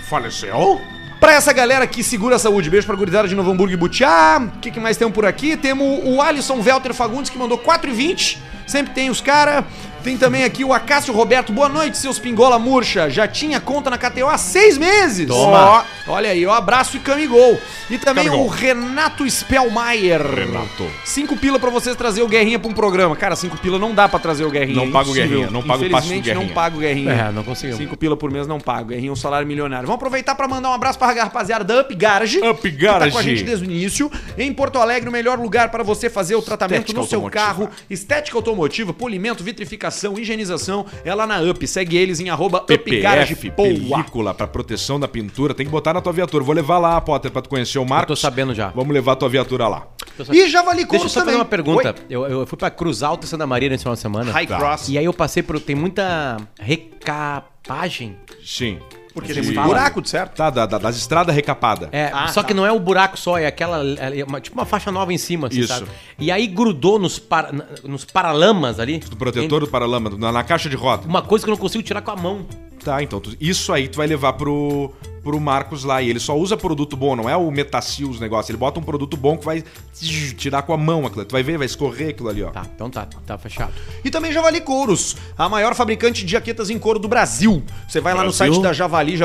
Speaker 1: Faleceu?
Speaker 2: pra essa galera que segura a saúde. Beijo pra gurizada de Novo Hamburgo e Butiá. O que, que mais temos por aqui? Temos o Alisson Welter Fagundes, que mandou 4,20. Sempre tem os cara. Tem também aqui o Acácio Roberto. Boa noite, seus pingola murcha. Já tinha conta na KTO há seis meses.
Speaker 3: Toma.
Speaker 2: Ó, olha aí, ó. Abraço e camigol. E também
Speaker 1: Camigol.
Speaker 2: o Renato Spellmaier.
Speaker 1: Renato.
Speaker 2: Cinco pila pra vocês trazer o Guerrinha pra um programa. Cara, cinco pila não dá pra trazer o Guerrinha.
Speaker 1: Não
Speaker 2: é
Speaker 1: paga o
Speaker 2: impossível.
Speaker 1: Guerrinha, não paga o passe do
Speaker 2: Infelizmente, não
Speaker 1: Guerrinha.
Speaker 2: paga o Guerrinha.
Speaker 3: É, não conseguiu.
Speaker 2: 5 pila por mês não pago. É um salário milionário. Vamos aproveitar pra mandar um abraço pra rapaziada da Up Garage.
Speaker 1: Up
Speaker 2: que Tá
Speaker 1: Garage.
Speaker 2: com a gente desde o início. Em Porto Alegre, o melhor lugar para você fazer o tratamento
Speaker 1: Estética
Speaker 2: no seu
Speaker 1: automotiva.
Speaker 2: carro. Estética automotiva, polimento, vitrificação, higienização. É lá na Up. Segue eles em arroba Up Garage
Speaker 1: PPF,
Speaker 2: Poa.
Speaker 1: película pra proteção da pintura, tem que botar na tua viatura. Vou levar lá, Potter, pra tu conhecer o
Speaker 3: Eu
Speaker 1: Marcos.
Speaker 3: tô sabendo já.
Speaker 1: Vamos levar tua viatura lá.
Speaker 2: E Javali
Speaker 3: Deixa eu
Speaker 2: Couros
Speaker 3: só fazer
Speaker 2: também.
Speaker 3: uma pergunta.
Speaker 2: Oi?
Speaker 3: Eu, eu fui pra Cruz Alta Santa Maria nesse final de semana. Tá.
Speaker 2: High Cross.
Speaker 3: E aí eu passei por. Tem muita recapagem.
Speaker 1: Sim.
Speaker 2: Porque
Speaker 1: E-
Speaker 2: tem muito buraco, de certo?
Speaker 1: Tá, da- da- das estradas recapadas.
Speaker 3: É,
Speaker 2: Ah,
Speaker 3: só
Speaker 2: tá.
Speaker 3: que não é o buraco só, é aquela. é uma- tipo uma faixa nova em cima, assim,
Speaker 1: Isso.
Speaker 3: sabe? E aí grudou nos, para- na- nos paralamas ali.
Speaker 1: Do protetor do paralama, na, na caixa de roda.
Speaker 3: Uma coisa que eu não consigo tirar com a mão.
Speaker 1: Tá, então tu- isso aí tu vai levar pro, pro Marcos lá. E ele só usa produto bom, não é o Metasil os negócios. Ele bota um produto bom que vai tsh, tirar com a mão aquilo. Tu vai ver, vai escorrer aquilo ali, ó.
Speaker 3: Tá, então tá, tá fechado.
Speaker 2: E também Javali Couros, a maior fabricante de jaquetas em couro do Brasil. Você vai lá no site da Javali,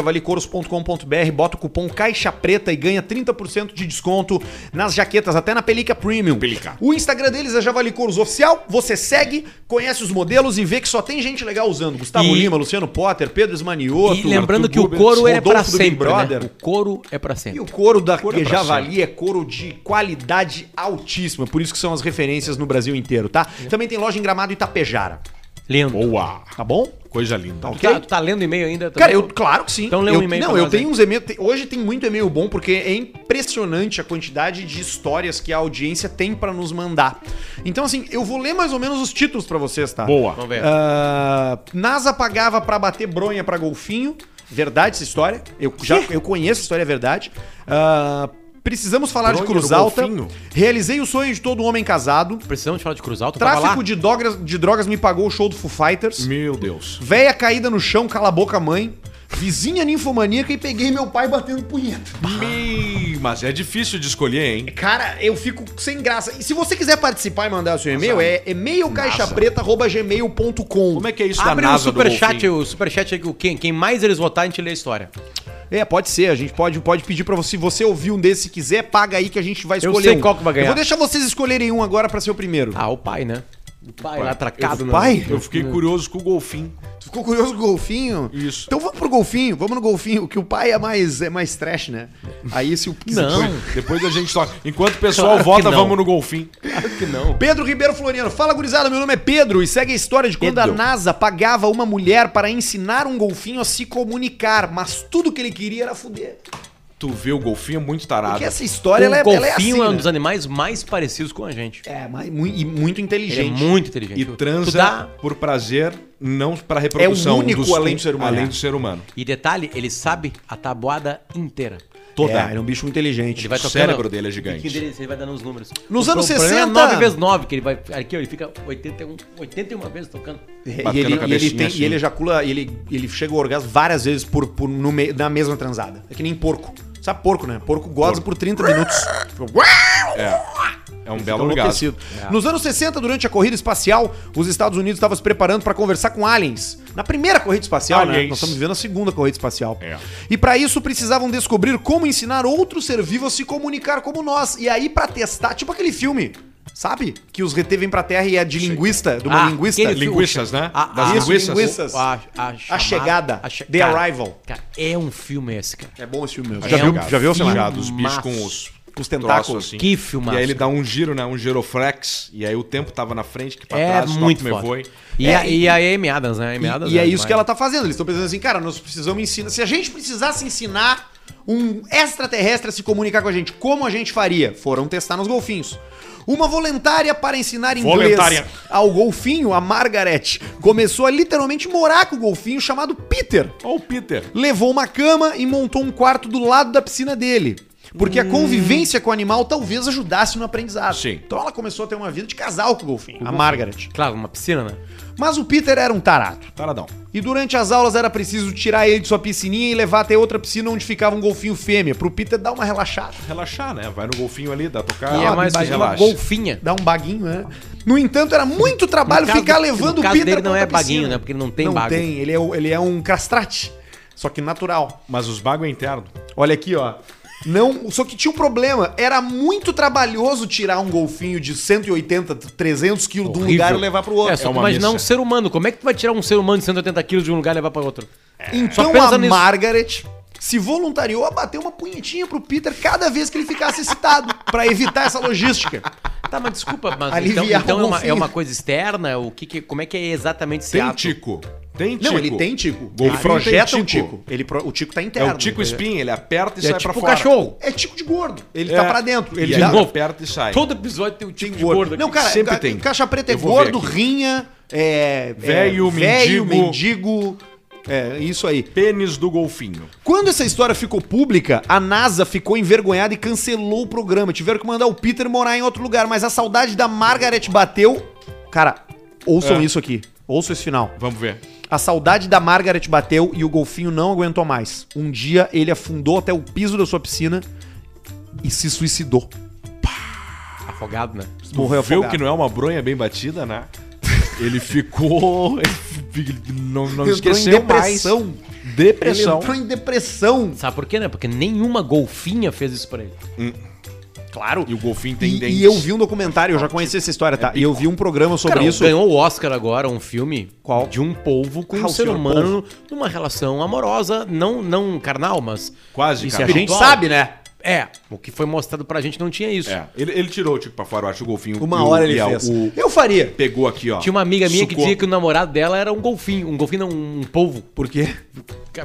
Speaker 2: javalicouros.com.br, bota o cupom Caixa Preta e ganha 30% de desconto nas jaquetas, até na Pelica Premium.
Speaker 1: Pelica.
Speaker 2: O Instagram deles é Javali Couros Oficial, você segue, conhece os modelos e vê que só tem gente legal usando. Gustavo
Speaker 3: E-
Speaker 2: Lima, Luciano Potter, Pedro Esmanioto.
Speaker 3: e lembrando
Speaker 2: Arthur
Speaker 3: que o
Speaker 2: Gubert,
Speaker 3: couro é pra
Speaker 2: Rodolfo do Big
Speaker 3: sempre.
Speaker 2: Brother.
Speaker 3: Né? O couro é pra sempre.
Speaker 2: E o couro da
Speaker 1: Couro é pra
Speaker 2: Javali é couro de qualidade altíssima, por isso que são
Speaker 3: É.
Speaker 2: as referências no Brasil inteiro, tá? Também tem loja em Gramado e Itapejara,
Speaker 3: Lindo.
Speaker 1: Boa!
Speaker 2: tá bom?
Speaker 1: Coisa linda.
Speaker 2: Ok?
Speaker 3: Tá, tá lendo e-mail ainda? também?
Speaker 2: Cara, É, eu, claro que sim.
Speaker 3: Então lê um
Speaker 2: eu,
Speaker 3: e-mail
Speaker 2: Não,
Speaker 3: pra
Speaker 2: eu
Speaker 3: nós
Speaker 2: tenho
Speaker 3: aí.
Speaker 2: uns e-mails. te- Hoje tem muito e-mail bom, porque é impressionante a quantidade de histórias que a audiência tem pra nos mandar. Então, assim, eu vou ler mais ou menos os títulos pra vocês, tá?
Speaker 1: Boa.
Speaker 3: Vamos ver.
Speaker 2: Ah, NASA pagava pra bater bronha pra golfinho. Verdade essa história. Eu já eu conheço a história, é verdade. Ah, precisamos falar de
Speaker 1: Bronha
Speaker 2: Cruz
Speaker 1: no
Speaker 2: Alta.
Speaker 1: golfinho?
Speaker 2: Realizei o sonho de todo homem casado.
Speaker 3: Precisamos de falar de Cruz Alto? Tava lá?
Speaker 2: Tráfico de drogas, de drogas me pagou o show do Foo Fighters.
Speaker 1: Meu Deus.
Speaker 2: Véia caída no chão, cala a boca, mãe. Vizinha ninfomaníaca e peguei meu pai batendo punheta.
Speaker 1: Me- Mas é difícil de escolher, hein?
Speaker 2: Cara, eu fico sem graça. E se você quiser participar e mandar o seu e-mail, é e-mailcaixapreta.gmail.com.
Speaker 1: Como é que é isso
Speaker 3: Abre
Speaker 1: da
Speaker 3: o
Speaker 1: NASA do
Speaker 3: superchat,
Speaker 1: golfinho?
Speaker 3: o superchat é que o quem, quem mais eles votarem, a gente lê a história.
Speaker 2: É, pode ser. A gente pode, pode pedir pra você. Se você ouvir um desses e quiser, paga aí que a gente vai
Speaker 3: Eu
Speaker 2: escolher.
Speaker 3: sei
Speaker 2: um.
Speaker 3: qual que vai ganhar.
Speaker 2: Eu vou deixar vocês escolherem um agora pra ser o primeiro.
Speaker 3: Ah, o pai, né? O pai lá atracado.
Speaker 2: Eu-
Speaker 3: né?
Speaker 2: pai?
Speaker 1: Eu fiquei curioso com o golfinho.
Speaker 3: Ah.
Speaker 2: Tu ficou curioso com o golfinho?
Speaker 1: Isso.
Speaker 2: Então vamos pro golfinho, vamos no golfinho, que o pai é mais, é mais trash, né? Aí se o.
Speaker 3: Não.
Speaker 1: Depois a gente toca. Enquanto o pessoal
Speaker 3: Claro que
Speaker 1: vota,
Speaker 3: não.
Speaker 1: vamos no golfinho.
Speaker 3: Claro que não.
Speaker 2: Pedro Ribeiro Floriano. Fala, gurizada, meu nome é Pedro e segue a história de quando a
Speaker 3: Pedro.
Speaker 2: NASA pagava uma mulher para ensinar um golfinho a se comunicar, mas tudo que ele queria era fuder.
Speaker 1: Tu vê o golfinho é muito tarado.
Speaker 2: Porque essa história, ela é,
Speaker 3: o
Speaker 2: ela
Speaker 3: Ah, golfinho
Speaker 2: é assim,
Speaker 3: é um
Speaker 2: né?
Speaker 3: dos animais mais parecidos com a gente.
Speaker 2: É, mas mu- e muito
Speaker 3: Ele é
Speaker 2: inteligente.
Speaker 3: muito inteligente.
Speaker 1: E
Speaker 3: Tu
Speaker 1: transa
Speaker 3: dá-
Speaker 1: por prazer, não pra reprodução.
Speaker 2: É o único além do ser humano.
Speaker 1: Além
Speaker 2: É.
Speaker 1: do ser humano.
Speaker 3: E detalhe, ele sabe a tabuada inteira.
Speaker 1: Toda.
Speaker 2: É, ele é um bicho muito inteligente.
Speaker 3: Ele vai
Speaker 1: O
Speaker 3: tocando...
Speaker 1: cérebro dele é
Speaker 3: O
Speaker 1: gigante.
Speaker 3: biquinho dele, ele vai dando os números.
Speaker 2: Nos
Speaker 3: O
Speaker 2: anos
Speaker 3: pro- o problema
Speaker 2: 60.
Speaker 3: É 9 vezes 9, que ele vai... Aqui, ó, ele fica 81, 81 vezes tocando.
Speaker 2: E
Speaker 1: Batendo
Speaker 2: ele,
Speaker 1: a
Speaker 2: e ele,
Speaker 1: cabecinha
Speaker 2: tem,
Speaker 1: assim.
Speaker 2: e ele ejacula, e ele, ele chega ao orgasmo várias vezes por, por, no me- na mesma transada. É que nem porco. Sabe porco, né? Porco goza por 30 minutos.
Speaker 1: É um
Speaker 2: Fica
Speaker 1: belo lugar.
Speaker 2: enlouquecido. Nos anos 60, durante a corrida espacial, os Estados Unidos estavam se preparando para conversar com aliens. Na primeira corrida espacial, né?
Speaker 1: Aliens.
Speaker 2: Nós estamos vivendo a segunda corrida espacial.
Speaker 1: É.
Speaker 2: E para isso precisavam descobrir como ensinar outro ser vivo a se comunicar como nós. E aí para testar, tipo aquele filme, sabe? Que os RT vêm para Terra e é de linguista, de uma
Speaker 3: Ah,
Speaker 2: linguista.
Speaker 3: aquele filme,
Speaker 1: Linguiças,
Speaker 3: o-
Speaker 1: né?
Speaker 3: A,
Speaker 1: Das
Speaker 3: a-
Speaker 2: Isso,
Speaker 1: linguiças.
Speaker 2: linguiças.
Speaker 3: o- a, a chamada-
Speaker 2: Chegada,
Speaker 3: che-
Speaker 2: The
Speaker 3: cara,
Speaker 2: Arrival.
Speaker 3: Cara, é um filme esse, cara.
Speaker 2: É bom esse filme mesmo.
Speaker 1: É
Speaker 2: Já viu,
Speaker 1: um
Speaker 2: já viu o
Speaker 1: filme?
Speaker 2: filme?
Speaker 1: Já, dos bichos com os,
Speaker 2: Com os tentáculos.
Speaker 1: troços, assim.
Speaker 3: Que filmaço.
Speaker 1: E aí ele dá um giro, né? Um giroflex. E aí o tempo tava na frente, que pra
Speaker 3: É
Speaker 1: trás,
Speaker 3: muito
Speaker 1: me
Speaker 3: foda.
Speaker 1: voe.
Speaker 3: E,
Speaker 2: É,
Speaker 3: a, e a Amy Adams, né? A Amy Adams
Speaker 2: E, e é
Speaker 3: demais.
Speaker 2: isso que ela tá fazendo. Eles estão pensando assim, cara, nós precisamos ensinar. Se a gente precisasse ensinar um extraterrestre a se comunicar com a gente, como a gente faria? Foram testar nos golfinhos. Uma voluntária para ensinar inglês
Speaker 1: Voluntária.
Speaker 2: ao golfinho, a Margaret, começou a literalmente morar com o golfinho chamado Peter.
Speaker 1: Ó o Peter.
Speaker 2: Levou uma cama e montou um quarto do lado da piscina dele. Porque a convivência com o animal talvez ajudasse no aprendizado.
Speaker 1: Hum. Sim. Uhum.
Speaker 2: Então ela começou a ter uma vida de casal com o golfinho, a Margaret.
Speaker 3: Claro, uma piscina, né?
Speaker 2: Mas o Peter era um tarado.
Speaker 1: Taradão.
Speaker 2: E durante as aulas era preciso tirar ele de sua piscininha e levar até outra piscina onde ficava um golfinho fêmea, pro Peter dar uma relaxada.
Speaker 1: Relaxar, né? Vai no golfinho ali, dá tocar.
Speaker 3: E é
Speaker 1: mas
Speaker 3: mais que uma
Speaker 1: relaxa.
Speaker 3: golfinha.
Speaker 2: Dar um baguinho, né? No entanto, era muito trabalho
Speaker 3: No caso
Speaker 2: ficar
Speaker 3: do-
Speaker 2: levando
Speaker 3: no
Speaker 2: o
Speaker 3: caso
Speaker 2: Peter
Speaker 3: dele
Speaker 2: pra
Speaker 3: não é
Speaker 2: outra
Speaker 3: baguinho,
Speaker 2: piscina.
Speaker 3: né? Porque ele não tem
Speaker 2: Não
Speaker 3: bago.
Speaker 2: tem, ele é, o- ele é um castrate, só que natural.
Speaker 1: Mas os bagos é interno.
Speaker 2: Olha aqui, ó. Não, só que tinha um problema, era muito trabalhoso tirar um golfinho de 180, 300 quilos de um
Speaker 3: Horrível.
Speaker 2: lugar e levar pro outro.
Speaker 3: É, só
Speaker 1: É
Speaker 3: tu
Speaker 1: uma
Speaker 3: imaginar
Speaker 1: missa.
Speaker 3: um ser humano. Como é que tu vai tirar um ser humano de 180 quilos de um lugar e levar pra outro?
Speaker 2: Então
Speaker 3: Só pensa
Speaker 2: a
Speaker 3: nisso.
Speaker 2: Margaret se voluntariou a bater uma punhetinha pro Peter cada vez que ele ficasse excitado, pra evitar essa logística.
Speaker 3: Tá, mas desculpa, mas
Speaker 2: Aliviar um
Speaker 3: então, então
Speaker 2: o
Speaker 3: é, uma,
Speaker 2: golfinho.
Speaker 3: é uma coisa externa? O que que- como é que é exatamente esse
Speaker 1: Tem um
Speaker 3: ato?
Speaker 1: tico. Tem tico.
Speaker 2: Não, ele tem tico.
Speaker 1: Golfinho
Speaker 2: ele projeta
Speaker 1: tem
Speaker 2: um
Speaker 1: tico.
Speaker 2: tico. Ele pro- O tico tá
Speaker 1: É
Speaker 2: interno.
Speaker 1: o tico
Speaker 2: entendeu?
Speaker 1: espinho, ele aperta e
Speaker 3: É
Speaker 1: sai pra
Speaker 3: tipo
Speaker 1: fora.
Speaker 3: cachorro.
Speaker 2: É tico de gordo. Ele
Speaker 1: É.
Speaker 2: tá pra dentro. Ele
Speaker 1: E
Speaker 2: dá...
Speaker 1: aí
Speaker 3: novo.
Speaker 1: aperta e sai.
Speaker 3: Todo episódio tem um tipo de
Speaker 2: gordo.
Speaker 3: gordo.
Speaker 2: Não, cara,
Speaker 1: Sempre
Speaker 2: ca-
Speaker 1: tem.
Speaker 2: caixa preta é
Speaker 1: Eu vou ver
Speaker 2: gordo,
Speaker 1: aqui.
Speaker 2: rinha, é... é
Speaker 1: Velho,
Speaker 2: velho,
Speaker 1: mendigo.
Speaker 2: mendigo. É, isso aí.
Speaker 1: Pênis do golfinho.
Speaker 2: Quando essa história ficou pública, a NASA ficou envergonhada e cancelou o programa. Tiveram que mandar o Peter morar em outro lugar, mas a saudade da Margaret bateu. Cara, ouçam
Speaker 1: É.
Speaker 2: isso aqui. Ouçam esse final.
Speaker 1: Vamos ver.
Speaker 2: A saudade da Margaret bateu e o golfinho não aguentou mais. Um dia ele afundou até o piso da sua piscina e se suicidou.
Speaker 3: Afogado, né?
Speaker 2: Morreu
Speaker 1: Vê o
Speaker 2: afogado.
Speaker 1: que não é uma bronha bem batida, né? Ele ficou. ele não não esqueceu mais.
Speaker 2: Ele
Speaker 1: Depressão.
Speaker 2: entrou em depressão.
Speaker 3: Sabe por quê, né? Porque nenhuma golfinha fez isso pra ele.
Speaker 2: Claro.
Speaker 1: Hum. E o golfinho tem
Speaker 2: E,
Speaker 1: dentes.
Speaker 2: e eu vi um documentário, eu já conheci essa história, tá? E eu vi um programa sobre
Speaker 3: Cara,
Speaker 2: isso.
Speaker 3: ganhou o Oscar agora, um filme
Speaker 2: Qual?
Speaker 3: de um polvo com
Speaker 2: Ah,
Speaker 3: um
Speaker 2: o
Speaker 3: ser
Speaker 2: senhor
Speaker 3: humano numa relação amorosa, não, não carnal, mas...
Speaker 1: Quase,
Speaker 3: Isso
Speaker 1: cara.
Speaker 3: é a gente
Speaker 2: né?
Speaker 3: É, o que foi mostrado pra gente não tinha isso.
Speaker 1: É, ele, ele tirou o Tico pra fora, eu acho, o golfinho. E
Speaker 2: Uma
Speaker 1: o-
Speaker 2: hora
Speaker 1: e
Speaker 2: ele
Speaker 1: a-
Speaker 2: fez.
Speaker 1: o-
Speaker 2: Eu faria.
Speaker 1: pegou aqui, ó.
Speaker 3: Tinha uma amiga minha que
Speaker 1: Sucou.
Speaker 3: dizia que o namorado dela era um golfinho. Um golfinho não, um polvo.
Speaker 2: Por quê?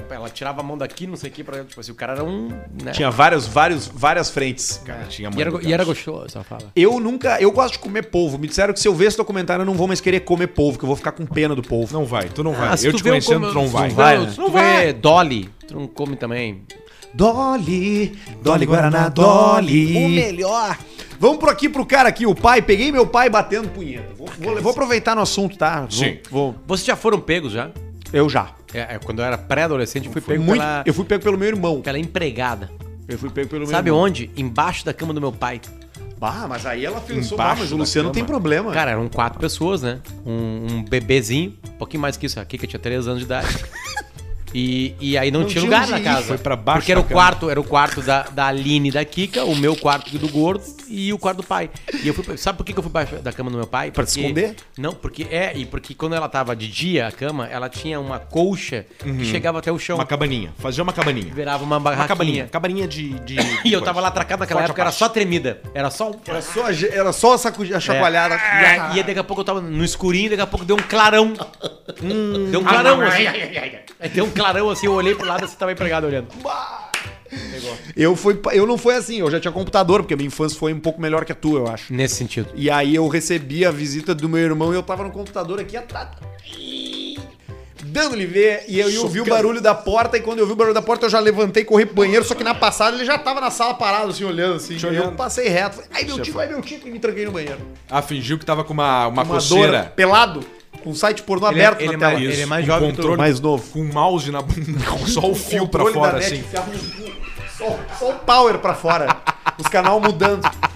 Speaker 3: Ela tirava a mão daqui, não sei o que, pra... tipo assim, o cara era um... né?
Speaker 2: Tinha vários, vários, várias frentes.
Speaker 1: Cara, tinha
Speaker 3: É. E era,
Speaker 1: muito
Speaker 3: e era
Speaker 1: gato.
Speaker 3: gostoso, ela fala.
Speaker 2: Eu nunca. Eu gosto de comer polvo. Me disseram que se eu ver esse documentário, eu não vou mais querer comer polvo, que eu vou ficar com pena do polvo.
Speaker 1: Não vai, tu não vai.
Speaker 3: Ah, se
Speaker 1: eu
Speaker 3: tu
Speaker 1: te
Speaker 3: vê o
Speaker 1: conhecendo,
Speaker 3: como-
Speaker 1: tu não vai.
Speaker 3: Se tu,
Speaker 2: Vai,
Speaker 3: vê-
Speaker 2: né?
Speaker 3: se tu vê Dolly, tu não come também.
Speaker 2: Dolly, Dolly Guaraná,
Speaker 1: Dolly.
Speaker 2: O melhor. Vamos por aqui pro cara aqui, o pai. Peguei meu pai batendo punheta. Vou, vou- vou aproveitar no assunto, tá? Vou-
Speaker 1: Sim.
Speaker 2: Vou,
Speaker 3: Vocês já foram pegos já?
Speaker 2: eu já.
Speaker 3: É, é, quando eu era pré-adolescente, eu fui
Speaker 2: Fui
Speaker 3: pego
Speaker 2: muito-
Speaker 3: pela,
Speaker 2: Eu fui pego pelo meu irmão.
Speaker 3: pela empregada.
Speaker 2: Eu fui pego pelo meu
Speaker 3: Sabe
Speaker 2: irmão.
Speaker 3: onde? Embaixo da cama do meu pai.
Speaker 2: Bah, Ah, mas aí ela pensou,
Speaker 1: Embaixo
Speaker 2: bah, mas o
Speaker 1: da
Speaker 2: Luciano
Speaker 1: cama.
Speaker 2: tem problema.
Speaker 3: Cara, eram quatro pessoas, né? Um, um bebezinho, um pouquinho mais que isso. A Kika tinha três anos de idade. E, e aí não,
Speaker 2: Não
Speaker 3: tinha
Speaker 2: tinha
Speaker 3: lugar
Speaker 2: onde
Speaker 3: na
Speaker 2: ir.
Speaker 3: casa.
Speaker 1: Foi pra baixo
Speaker 3: Porque era
Speaker 1: da
Speaker 3: o
Speaker 1: cama.
Speaker 3: quarto, era o quarto da, da Aline e da Kika, o meu quarto do gordo e o quarto do pai. E eu fui. pra- Sabe por que que eu fui baixo da cama do meu pai?
Speaker 2: Pra se
Speaker 3: Porque-
Speaker 2: esconder?
Speaker 3: Não, porque é, e porque quando ela tava de dia, a cama, ela tinha uma colcha que chegava até o chão.
Speaker 1: Uhum. Uma cabaninha. Fazia uma cabaninha.
Speaker 3: Virava uma
Speaker 1: Uma
Speaker 3: barraquinha.
Speaker 1: cabaninha. Cabaninha de. de-
Speaker 3: E
Speaker 1: de
Speaker 3: eu tava
Speaker 1: coisa.
Speaker 3: lá atracado naquela
Speaker 1: Forte
Speaker 3: época, era
Speaker 1: abaixo.
Speaker 3: só tremida. Era só um.
Speaker 2: Era só, a ge- era só a, sacu- a chacoalhada.
Speaker 3: Ah, E aí daqui a pouco eu tava no escurinho, daqui a pouco deu um clarão. deu um
Speaker 2: Ah,
Speaker 3: clarão assim. Aí Deu um clarão assim, eu olhei pro lado assim, tava empregado olhando.
Speaker 2: Eu, fui, eu não fui assim, eu já tinha computador, porque a minha infância foi um pouco melhor que a tua, eu acho.
Speaker 3: Nesse sentido.
Speaker 2: E aí eu recebi a visita do meu irmão e eu tava no computador aqui atrás. Dando-lhe ver, e eu, eu ouvi o barulho da porta, e quando eu vi o barulho da porta, eu já levantei, corri pro banheiro, só que na passada ele já tava na sala parado, assim, olhando assim.
Speaker 1: Te
Speaker 2: eu
Speaker 1: olhando.
Speaker 2: passei reto, falei, ai meu tico, ai meu tico, e me tranquei no banheiro.
Speaker 1: Ah, fingiu que tava com uma, uma
Speaker 2: Uma dor,
Speaker 1: coceira.
Speaker 2: pelado, com o site pornô
Speaker 3: Ele é-
Speaker 2: aberto na
Speaker 3: ele é
Speaker 2: tela.
Speaker 3: mais- ele é mais
Speaker 1: Com
Speaker 3: jovem que tu.
Speaker 1: Um controle,
Speaker 2: mais novo.
Speaker 1: Com o mouse na bunda, com só o fio pra
Speaker 2: Controle
Speaker 1: fora,
Speaker 2: da net,
Speaker 1: assim.
Speaker 2: enfiava o- Só, só o power pra fora. Os canal mudando.
Speaker 3: Não,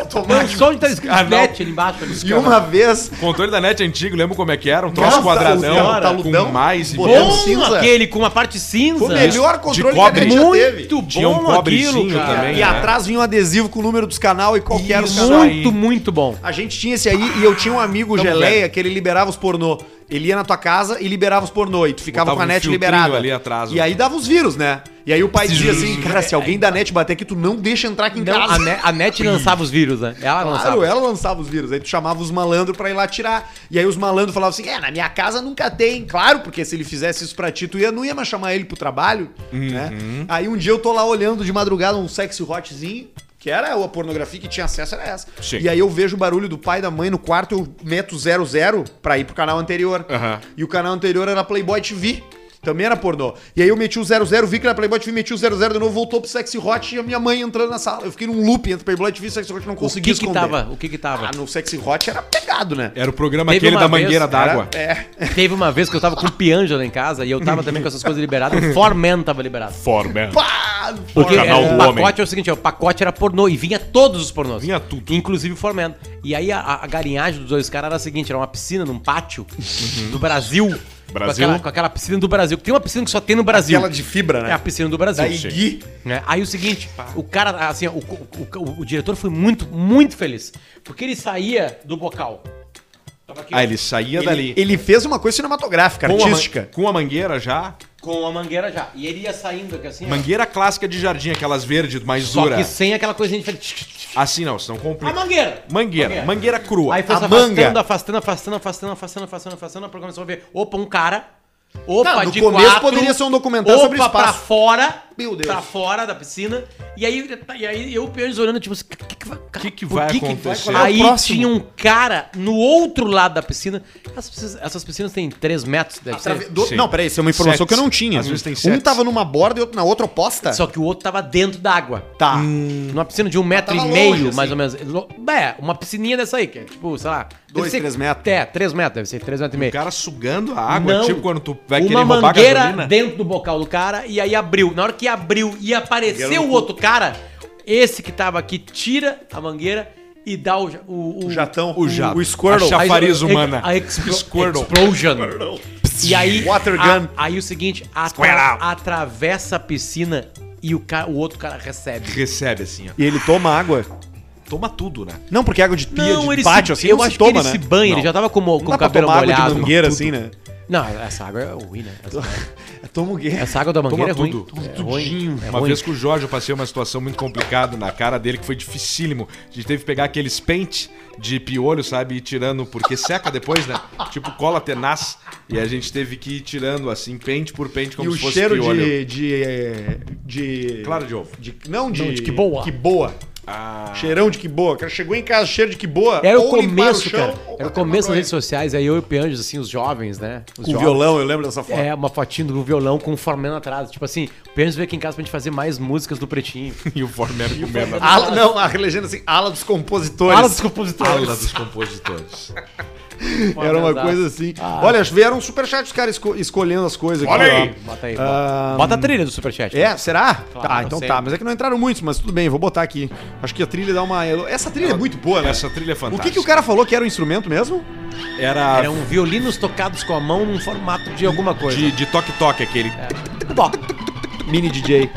Speaker 2: Automático.
Speaker 3: só onde tá escrito
Speaker 1: Ah, não.
Speaker 3: net ali embaixo. ali.
Speaker 2: E uma vez
Speaker 1: Controle da net antigo, lembra como é que era? Um
Speaker 2: Nossa,
Speaker 1: troço quadradão,
Speaker 2: o tá taludão.
Speaker 1: com mais e
Speaker 2: Botão.
Speaker 1: menos.
Speaker 3: Bom
Speaker 2: cinza.
Speaker 3: aquele com uma parte cinza.
Speaker 2: Foi o melhor
Speaker 1: De
Speaker 2: controle
Speaker 1: cobre.
Speaker 2: que a gente já
Speaker 1: Muito
Speaker 2: teve.
Speaker 3: Muito bom
Speaker 1: Tinha um
Speaker 3: aquilo,
Speaker 1: pobrezinho
Speaker 3: cara.
Speaker 1: também,
Speaker 2: E
Speaker 1: né?
Speaker 2: atrás vinha um adesivo com o número dos canal e qualquer
Speaker 1: Isso.
Speaker 2: canal.
Speaker 3: Muito, muito bom.
Speaker 2: A gente tinha esse aí e eu tinha um amigo
Speaker 1: Tamo
Speaker 2: geleia
Speaker 1: velho.
Speaker 2: que ele liberava os pornô. Ele ia na tua casa e liberava os pornô. E tu ficava
Speaker 1: Botava
Speaker 2: com a
Speaker 1: um
Speaker 2: net
Speaker 1: filtrinho
Speaker 2: liberada.
Speaker 1: ali atrás,
Speaker 2: e
Speaker 1: ó.
Speaker 2: aí dava os vírus, né? E aí o pai dizia assim, cara, se alguém
Speaker 1: É.
Speaker 2: da net bater aqui, tu não deixa entrar aqui em
Speaker 3: Não,
Speaker 2: casa.
Speaker 3: a, ne- a net lançava os vírus, né? Ela lançava.
Speaker 2: Claro, ela lançava os vírus. Aí tu chamava os malandros pra ir lá tirar. E aí os malandros falavam assim: é, na minha casa nunca tem. Claro, porque se ele fizesse isso pra ti, tu ia, não ia mais chamar ele pro trabalho. Né?
Speaker 1: Uhum.
Speaker 2: Aí um dia eu tô lá olhando de madrugada um sexy hotzinho. Que era a pornografia que tinha acesso, era essa.
Speaker 1: Sim.
Speaker 2: E aí eu vejo o barulho do pai e da mãe no quarto, eu meto 00 pra ir pro canal anterior.
Speaker 1: Aham.
Speaker 2: E o canal anterior era Playboy TV. Também era pornô. E aí eu meti o 00, vi que era Playboy TV, meti o 00 de novo, voltou pro Sexy Hot e a minha mãe entrando na sala. Eu fiquei num loop entre Playboy TV e Sexy Hot, não
Speaker 3: O
Speaker 2: consegui
Speaker 3: que que
Speaker 2: esconder.
Speaker 3: tava? O que que tava?
Speaker 2: Ah, no Sexy Hot era pegado, né?
Speaker 1: Era o programa
Speaker 3: Teve
Speaker 1: aquele
Speaker 3: uma
Speaker 1: da
Speaker 3: vez,
Speaker 1: mangueira
Speaker 3: cara,
Speaker 1: d'água.
Speaker 2: É.
Speaker 3: Teve uma vez que eu tava com o Pianja lá em casa e eu tava também com essas coisas liberadas. O Foreman tava liberado.
Speaker 1: Forma.
Speaker 2: Pá!
Speaker 3: Porque
Speaker 1: canal
Speaker 3: era-
Speaker 1: do
Speaker 3: o pacote
Speaker 1: homem.
Speaker 3: é o seguinte, ó, o pacote era pornô e vinha todos os pornôs.
Speaker 1: Vinha tudo.
Speaker 3: Inclusive o Foreman. E aí a, a galinhagem dos dois caras era a seguinte, era uma piscina num pátio do Brasil.
Speaker 1: Uhum. Brasil.
Speaker 3: Com aquela, com aquela piscina do Brasil. Que tem uma piscina que só tem no Brasil.
Speaker 2: Aquela de fibra, né?
Speaker 3: É a piscina do Brasil.
Speaker 2: Da Igui.
Speaker 3: Né? Aí o seguinte, o cara, assim, ó, o, o- o- o diretor foi muito, muito feliz. Porque ele saía do bocal. Tava aqui, ó,
Speaker 1: Ah, ele saía dali.
Speaker 2: Ele, ele fez uma coisa cinematográfica,
Speaker 1: com, a, man-
Speaker 2: artística.
Speaker 1: com a mangueira já.
Speaker 3: Com a mangueira já. E ele ia saindo aqui assim, ó.
Speaker 1: Mangueira clássica de jardim, aquelas verdes, mais
Speaker 3: Só
Speaker 1: dura.
Speaker 3: que sem aquela coisinha diferente.
Speaker 1: Assim não, senão
Speaker 3: A
Speaker 1: complica.
Speaker 3: mangueira!
Speaker 1: Mangueira, mangueira crua.
Speaker 3: Aí foi
Speaker 2: A
Speaker 3: se
Speaker 2: manga.
Speaker 3: afastando, afastando, afastando, afastando, afastando, afastando, afastando. A programação vai ver. Opa, um cara. Opa,
Speaker 2: Tá, no
Speaker 3: de
Speaker 2: começo
Speaker 3: quatro.
Speaker 2: poderia ser um documentário sobre
Speaker 3: Opa, pra
Speaker 2: espaço.
Speaker 3: fora.
Speaker 2: Meu Deus.
Speaker 3: Pra fora da piscina. E aí, e aí eu, Pianjo, olhando, tipo assim, o que, que vai,
Speaker 1: Que que
Speaker 3: por
Speaker 1: vai acontecer?
Speaker 3: vai- aí
Speaker 2: Qual é o próximo?
Speaker 3: tinha um cara no outro lado da piscina. Essas piscinas, essas piscinas têm 3 metros, deve
Speaker 2: Atrave-
Speaker 3: ser.
Speaker 2: do-
Speaker 1: Sim.
Speaker 2: Não, peraí, isso é uma informação
Speaker 1: Sets.
Speaker 2: que eu não tinha.
Speaker 1: Às vezes tem
Speaker 2: um
Speaker 1: sets.
Speaker 2: tava numa borda e outro na outra oposta.
Speaker 3: Só que o outro tava dentro da água.
Speaker 2: Tá.
Speaker 3: Numa piscina de um metro e
Speaker 2: tava
Speaker 3: meio,
Speaker 2: longe, assim.
Speaker 3: mais ou menos. Lo- É, uma piscininha dessa aí, que é tipo, sei lá. deve
Speaker 2: Dois,
Speaker 3: ser-
Speaker 2: três metros.
Speaker 3: É, três metros, deve ser três metros e meio.
Speaker 1: O cara sugando a água,
Speaker 3: Não.
Speaker 1: tipo quando tu vai
Speaker 3: uma
Speaker 1: querer roubar a
Speaker 3: mangueira
Speaker 1: gasolina.
Speaker 3: dentro do bocal do cara e aí abriu. Na hora que abriu e apareceu o outro cara, esse que tava aqui tira a mangueira e dá o, ja- o,
Speaker 2: O jatão.
Speaker 1: O jato.
Speaker 2: O Squirtle.
Speaker 1: A chapa-
Speaker 3: a
Speaker 1: chafariz
Speaker 3: exo-
Speaker 1: humana.
Speaker 3: A explo-
Speaker 1: Squirtle.
Speaker 3: explosion. E aí,
Speaker 2: Water
Speaker 3: a-
Speaker 2: gun.
Speaker 3: aí o seguinte, atra-
Speaker 1: Squirtle.
Speaker 3: atravessa a piscina e o, ca- o outro cara recebe.
Speaker 1: Recebe assim, ó.
Speaker 2: E ele toma água.
Speaker 1: Toma tudo, né?
Speaker 2: Não, porque é água de pia, de
Speaker 3: ele
Speaker 2: pátio,
Speaker 3: se,
Speaker 2: assim,
Speaker 3: eu
Speaker 2: não se
Speaker 3: acho que
Speaker 2: toma,
Speaker 3: ele
Speaker 2: né?
Speaker 3: se banha, ele já tava com, mo-
Speaker 2: Não
Speaker 3: com
Speaker 2: dá
Speaker 3: o
Speaker 2: pra
Speaker 3: cabelo
Speaker 2: tomar água
Speaker 3: molhado.
Speaker 2: de mangueira, assim, né?
Speaker 3: Não, essa água é ruim, né? Essa,
Speaker 2: Toma o quê?
Speaker 3: essa água da
Speaker 1: Toma
Speaker 3: mangueira é ruim.
Speaker 1: tudo.
Speaker 3: É ruim. É
Speaker 1: Uma
Speaker 3: ruim.
Speaker 1: vez com o Jorge eu passei uma situação muito complicada na cara dele que foi dificílimo. A gente teve que pegar aqueles pente de piolho, sabe? E ir tirando, porque seca depois, né? Tipo cola tenaz. E a gente teve que ir tirando assim, pente por pente, como
Speaker 2: e o
Speaker 1: se fosse
Speaker 2: cheiro
Speaker 1: piolho.
Speaker 2: de, de, eh, de.
Speaker 1: Claro de ovo.
Speaker 2: de- não, de.
Speaker 6: de que boa.
Speaker 2: Que boa.
Speaker 1: Ah.
Speaker 2: Cheirão de que boa. O cara chegou em casa, cheiro de que boa.
Speaker 3: Era É o
Speaker 2: ou limpar
Speaker 3: começo,
Speaker 2: chão, é
Speaker 3: cara.
Speaker 2: ou
Speaker 3: Era o
Speaker 2: bater
Speaker 3: começo
Speaker 2: na
Speaker 3: das redes sociais, aí eu e o Pianges, assim, os jovens, né? Os
Speaker 2: Com
Speaker 3: jovens.
Speaker 2: violão, eu lembro dessa foto.
Speaker 3: É, uma fotinho do violão com o Formeno atrás. Tipo assim, o Pianges veio aqui em casa pra gente fazer mais músicas do Pretinho.
Speaker 1: E o Former comendo a
Speaker 2: Ala, não, a legenda assim, ala dos compositores.
Speaker 3: Fala dos compositores.
Speaker 1: ala dos compositores.
Speaker 2: Era uma coisa assim.
Speaker 3: Ah.
Speaker 2: Olha, vieram superchat os caras esco- escolhendo as coisas
Speaker 1: Olha
Speaker 2: ó.
Speaker 1: aí.
Speaker 3: Bota aí. Bota, bota a trilha do Superchat.
Speaker 2: É, será? tá, então
Speaker 3: sempre.
Speaker 2: tá. Mas é que não entraram muitos, mas tudo bem, vou botar aqui. Acho que a trilha dá uma. Essa trilha é muito boa, né?
Speaker 1: Essa trilha é
Speaker 2: O
Speaker 1: fantástica.
Speaker 2: que, que o cara falou que era um instrumento mesmo?
Speaker 1: Era,
Speaker 3: Eram um violinos tocados com a mão num formato de alguma coisa.
Speaker 1: de de toque-toque aquele.
Speaker 2: Mini DJ.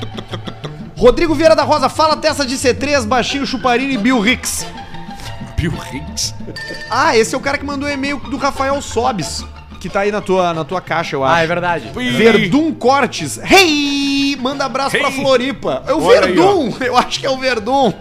Speaker 2: Rodrigo Vieira da Rosa, fala dessa de C3, Baixinho Chuparino e Bill Hicks.
Speaker 1: Bill Hicks.
Speaker 2: Ah, esse é o cara que mandou o e-mail do Rafael Sobes, que tá aí na tua, na tua caixa, eu acho.
Speaker 3: Ah, é verdade.
Speaker 2: Verdun Cortes. Hey! Manda abraço pra
Speaker 1: Hey!
Speaker 2: Floripa. É o
Speaker 1: Olha aí,
Speaker 2: Verdun. eu acho que é o Verdun.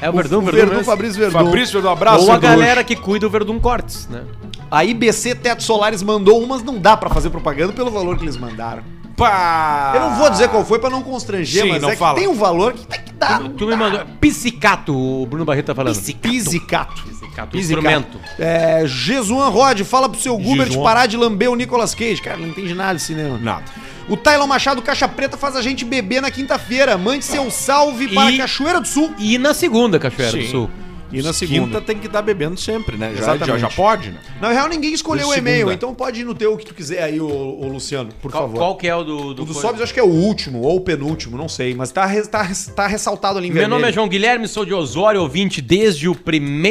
Speaker 3: É o Verdun,
Speaker 2: o
Speaker 3: Verdun. mesmo.
Speaker 2: Fabrício Verdun.
Speaker 1: Fabrício, um abraço.
Speaker 3: Ou a
Speaker 1: Edu.
Speaker 3: galera que cuida do Verdun Cortes, né?
Speaker 2: A IBC Teto Solares mandou umas, não dá pra fazer propaganda pelo valor que eles mandaram.
Speaker 1: Pá!
Speaker 2: Eu não vou dizer qual foi pra não constranger,
Speaker 1: Sim,
Speaker 2: mas
Speaker 1: não
Speaker 2: é
Speaker 1: fala.
Speaker 2: que tem um valor que tem que dar.
Speaker 3: Tu me mandou. Pisicato, o Bruno Barreto tá falando.
Speaker 2: Pisicato.
Speaker 3: Pisicato.
Speaker 2: Pisicato.
Speaker 3: Instrumento.
Speaker 2: É, Jesuan Rod, fala pro seu Gubert
Speaker 1: Jesuan.
Speaker 2: parar de lamber o Nicolas Cage. Cara, não entende nada de cinema.
Speaker 1: Nada.
Speaker 2: O Tylon Machado Caixa Preta faz a gente beber na quinta-feira. Mande seu salve
Speaker 3: E-
Speaker 2: para Cachoeira do Sul.
Speaker 3: E na segunda, Cachoeira do
Speaker 1: Sim.
Speaker 3: Sul.
Speaker 2: E na
Speaker 1: Quinta tem que estar bebendo sempre, né? Já,
Speaker 2: Exatamente.
Speaker 1: já, já pode, né?
Speaker 2: Na real, ninguém escolheu
Speaker 1: De
Speaker 2: o e-mail,
Speaker 1: segunda.
Speaker 2: então pode ir no teu o que tu quiser aí, ô, ô Luciano, por
Speaker 3: Qual,
Speaker 2: favor.
Speaker 3: qual que é o do.
Speaker 2: o do
Speaker 3: coisa?
Speaker 2: Sobs eu acho que é o último ou o penúltimo, não sei, mas tá, res- tá, res- tá ressaltado ali em
Speaker 3: Meu
Speaker 2: vermelho.
Speaker 3: nome é João Guilherme, sou de Osório, ouvinte desde o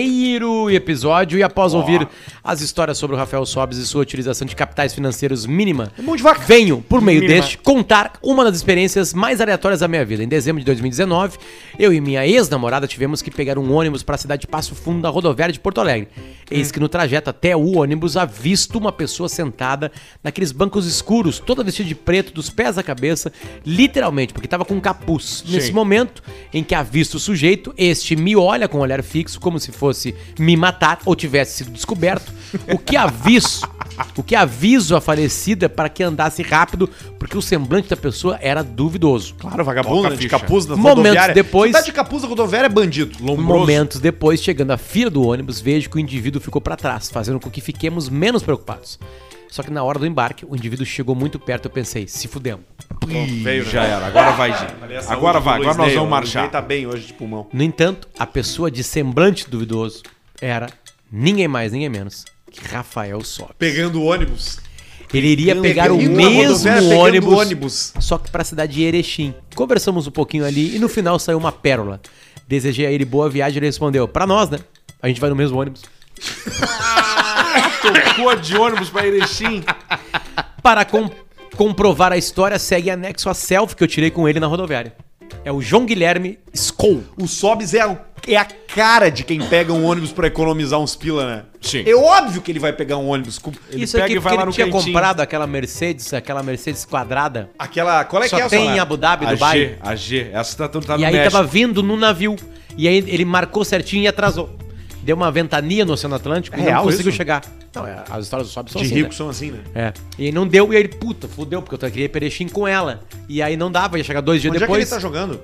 Speaker 3: primeiro episódio e após ouvir as histórias sobre o Rafael Sobes e sua utilização de capitais financeiros mínima,
Speaker 2: mão de É vaca.
Speaker 3: venho, por meio deste, contar uma das experiências mais aleatórias da minha vida. Em dezembro de 2019, eu e minha ex-namorada tivemos que pegar um ônibus para a cidade de Passo Fundo, da rodoviária de Porto Alegre. Eis que no trajeto até o ônibus, avisto uma pessoa sentada naqueles bancos escuros, toda vestida de preto, dos pés à cabeça, literalmente, porque estava com um capuz. Nesse momento em que avisto o sujeito, este me olha com um olhar fixo, como se fosse me matar ou tivesse sido descoberto. O que aviso, o que aviso a falecida é para que andasse rápido, porque o semblante da pessoa era duvidoso.
Speaker 2: Claro, vagabundo,
Speaker 1: Toca
Speaker 2: né, de
Speaker 1: ficha.
Speaker 2: capuz na
Speaker 3: é Momentos
Speaker 2: rodoviária.
Speaker 3: depois-
Speaker 2: Se tá de capuz na rodoviária é bandido.
Speaker 3: Momentos depois, chegando à fila do ônibus, vejo que o indivíduo ficou para trás, fazendo com que fiquemos menos preocupados. Só que na hora do embarque, o indivíduo chegou muito perto, eu pensei, se fudemos.
Speaker 1: Ih, já era. Agora vai,
Speaker 2: Aliás,
Speaker 1: gente.
Speaker 2: saúde
Speaker 1: Agora
Speaker 2: do
Speaker 1: vai,
Speaker 2: Luiz
Speaker 1: agora nós vamos
Speaker 2: Ney, o Luiz
Speaker 1: marchar.
Speaker 2: Ney tá bem hoje de pulmão.
Speaker 3: No entanto, a pessoa de semblante duvidoso era ninguém mais, ninguém menos que Rafael Sobe.
Speaker 2: Pegando o ônibus.
Speaker 3: Ele iria pegar o
Speaker 2: Pegando a
Speaker 3: mesmo
Speaker 2: rodoviária, pegando
Speaker 3: ônibus,
Speaker 2: ônibus.
Speaker 3: só que pra cidade de Erechim. Conversamos um pouquinho ali e no final saiu uma pérola. Desejei a ele boa viagem e ele respondeu, pra nós, né? A gente vai no mesmo ônibus.
Speaker 1: Tocou de ônibus pra Erechim.
Speaker 3: Para com- comprovar a história, segue anexo a selfie que eu tirei com ele na rodoviária. É o João Guilherme Skol.
Speaker 2: O Sobs é, o- é a cara de quem pega um ônibus pra economizar uns pila, né?
Speaker 1: Sim.
Speaker 2: É óbvio que ele vai pegar um ônibus com
Speaker 3: Isso aqui
Speaker 1: pega e
Speaker 3: porque
Speaker 1: vai lá
Speaker 3: ele
Speaker 1: no
Speaker 3: tinha
Speaker 1: cantinho.
Speaker 3: comprado aquela Mercedes, aquela Mercedes quadrada.
Speaker 2: aquela... Qual é
Speaker 3: Só
Speaker 2: que é
Speaker 3: tem
Speaker 4: né?
Speaker 2: Sonara?
Speaker 3: em Abu Dhabi,
Speaker 1: A
Speaker 3: Dubai.
Speaker 1: G, a G. Essa tá, tá no
Speaker 3: E aí
Speaker 1: México.
Speaker 3: tava vindo no navio. E aí ele marcou certinho e atrasou. Deu uma ventania no Oceano Atlântico
Speaker 2: É
Speaker 3: e não
Speaker 2: real
Speaker 3: conseguiu
Speaker 2: isso?
Speaker 3: chegar. Não, é, as histórias do Sobe são
Speaker 2: De
Speaker 3: assim,
Speaker 2: ricos
Speaker 3: né?
Speaker 2: são assim, né?
Speaker 3: É. E aí não deu, e aí ele, puta, fudeu, porque eu queria perechim com ela. E aí não dava, ia chegar dois dias
Speaker 2: Onde
Speaker 3: depois.
Speaker 2: é que ele tá jogando?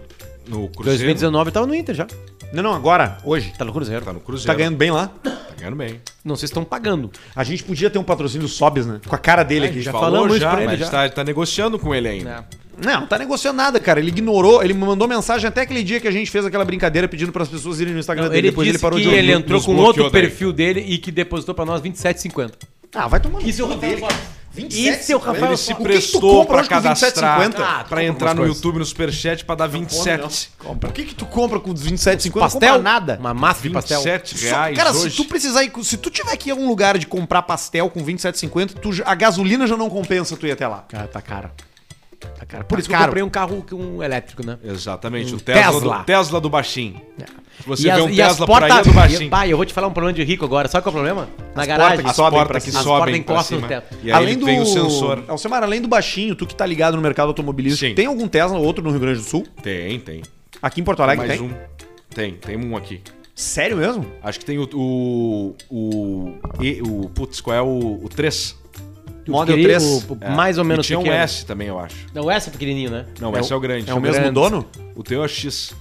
Speaker 1: No Cruzeiro.
Speaker 3: 2019 tava no Inter já.
Speaker 2: Não, não, agora, hoje.
Speaker 3: Tá no Cruzeiro.
Speaker 1: Tá no Cruzeiro.
Speaker 2: Tá ganhando bem lá.
Speaker 1: Tá ganhando bem.
Speaker 3: Não, vocês estão pagando.
Speaker 2: A gente podia ter um patrocínio Sobs, né? Com a cara dele
Speaker 3: É,
Speaker 2: aqui.
Speaker 3: já
Speaker 1: Falou
Speaker 3: falamos
Speaker 1: já,
Speaker 3: pra ele
Speaker 1: mas
Speaker 3: já.
Speaker 1: Tá, tá negociando com ele ainda.
Speaker 2: Não, não tá negociando nada, cara. Ele ignorou, ele me mandou mensagem até aquele dia que a gente fez aquela brincadeira pedindo pras pessoas irem no Instagram
Speaker 3: Não,
Speaker 2: dele.
Speaker 3: ele disse que
Speaker 2: ouvir.
Speaker 3: ele entrou
Speaker 1: nos
Speaker 3: com outro
Speaker 1: bloqueou daí.
Speaker 3: perfil dele e que depositou pra nós 27,50.
Speaker 2: Ah, vai tomar no
Speaker 3: Isso é o
Speaker 2: cu
Speaker 3: Rafael
Speaker 2: cara.
Speaker 3: Sobs.
Speaker 2: 27,
Speaker 3: Isso é o Rafael
Speaker 1: Ele
Speaker 2: ele
Speaker 1: se
Speaker 2: O que que tu
Speaker 1: prestou
Speaker 2: compra
Speaker 1: pra
Speaker 2: hoje com
Speaker 1: cadastrar,
Speaker 2: 27,50?
Speaker 3: Ah, tu
Speaker 1: pra
Speaker 3: compra
Speaker 1: entrar
Speaker 3: umas
Speaker 1: no
Speaker 3: coisas.
Speaker 1: YouTube, no Superchat, pra dar 27.
Speaker 2: Compra. O que que tu compra com 27,50? Não
Speaker 3: Pastel?
Speaker 2: compra nada.
Speaker 3: Uma massa de pastel.
Speaker 1: 27
Speaker 2: Só-
Speaker 1: reais
Speaker 2: é? cara,
Speaker 1: hoje.
Speaker 2: se tu precisar ir, se tu tiver aqui em algum lugar de comprar pastel com 27,50, tu já- a gasolina já não compensa tu ir até lá.
Speaker 3: Cara, tá caro. Tá caro. Por
Speaker 2: Tá
Speaker 3: isso que
Speaker 2: caro.
Speaker 3: eu comprei um carro, um elétrico, né?
Speaker 1: Exatamente, o
Speaker 3: Tesla.
Speaker 1: Tesla, do, Tesla do baixinho. Você vê um
Speaker 3: e as
Speaker 1: Tesla por aí, é do baixinho.
Speaker 3: Pai, eu vou te falar um problema de rico agora. Sabe qual é o problema? Na
Speaker 2: As
Speaker 3: garagem.
Speaker 2: portas que
Speaker 1: as
Speaker 2: sobem pra
Speaker 1: portas que
Speaker 2: cima.
Speaker 1: sobem
Speaker 3: As
Speaker 1: pra
Speaker 3: portas
Speaker 1: cima.
Speaker 3: encostam no teto.
Speaker 1: E aí ele tem o sensor.
Speaker 2: Alcemar, além do baixinho, tu que tá ligado no mercado automobilístico,
Speaker 1: Sim.
Speaker 2: tem algum Tesla ou outro no Rio Grande do Sul?
Speaker 1: Tem, tem.
Speaker 2: Aqui em Porto Alegre
Speaker 1: Mais
Speaker 2: tem?
Speaker 1: um. Tem, tem um aqui.
Speaker 2: Sério mesmo?
Speaker 1: Acho que tem o. O. O. e- o putz, qual é o. O 3?
Speaker 3: Tu
Speaker 2: Model
Speaker 3: queria
Speaker 2: 3.
Speaker 3: o- é. o Mais ou menos
Speaker 1: E tinha um
Speaker 3: pequeno.
Speaker 1: S também, eu acho.
Speaker 3: Não, o S é pequenininho, né?
Speaker 1: Não, esse é o grande.
Speaker 2: É o mesmo dono?
Speaker 1: O teu é o X.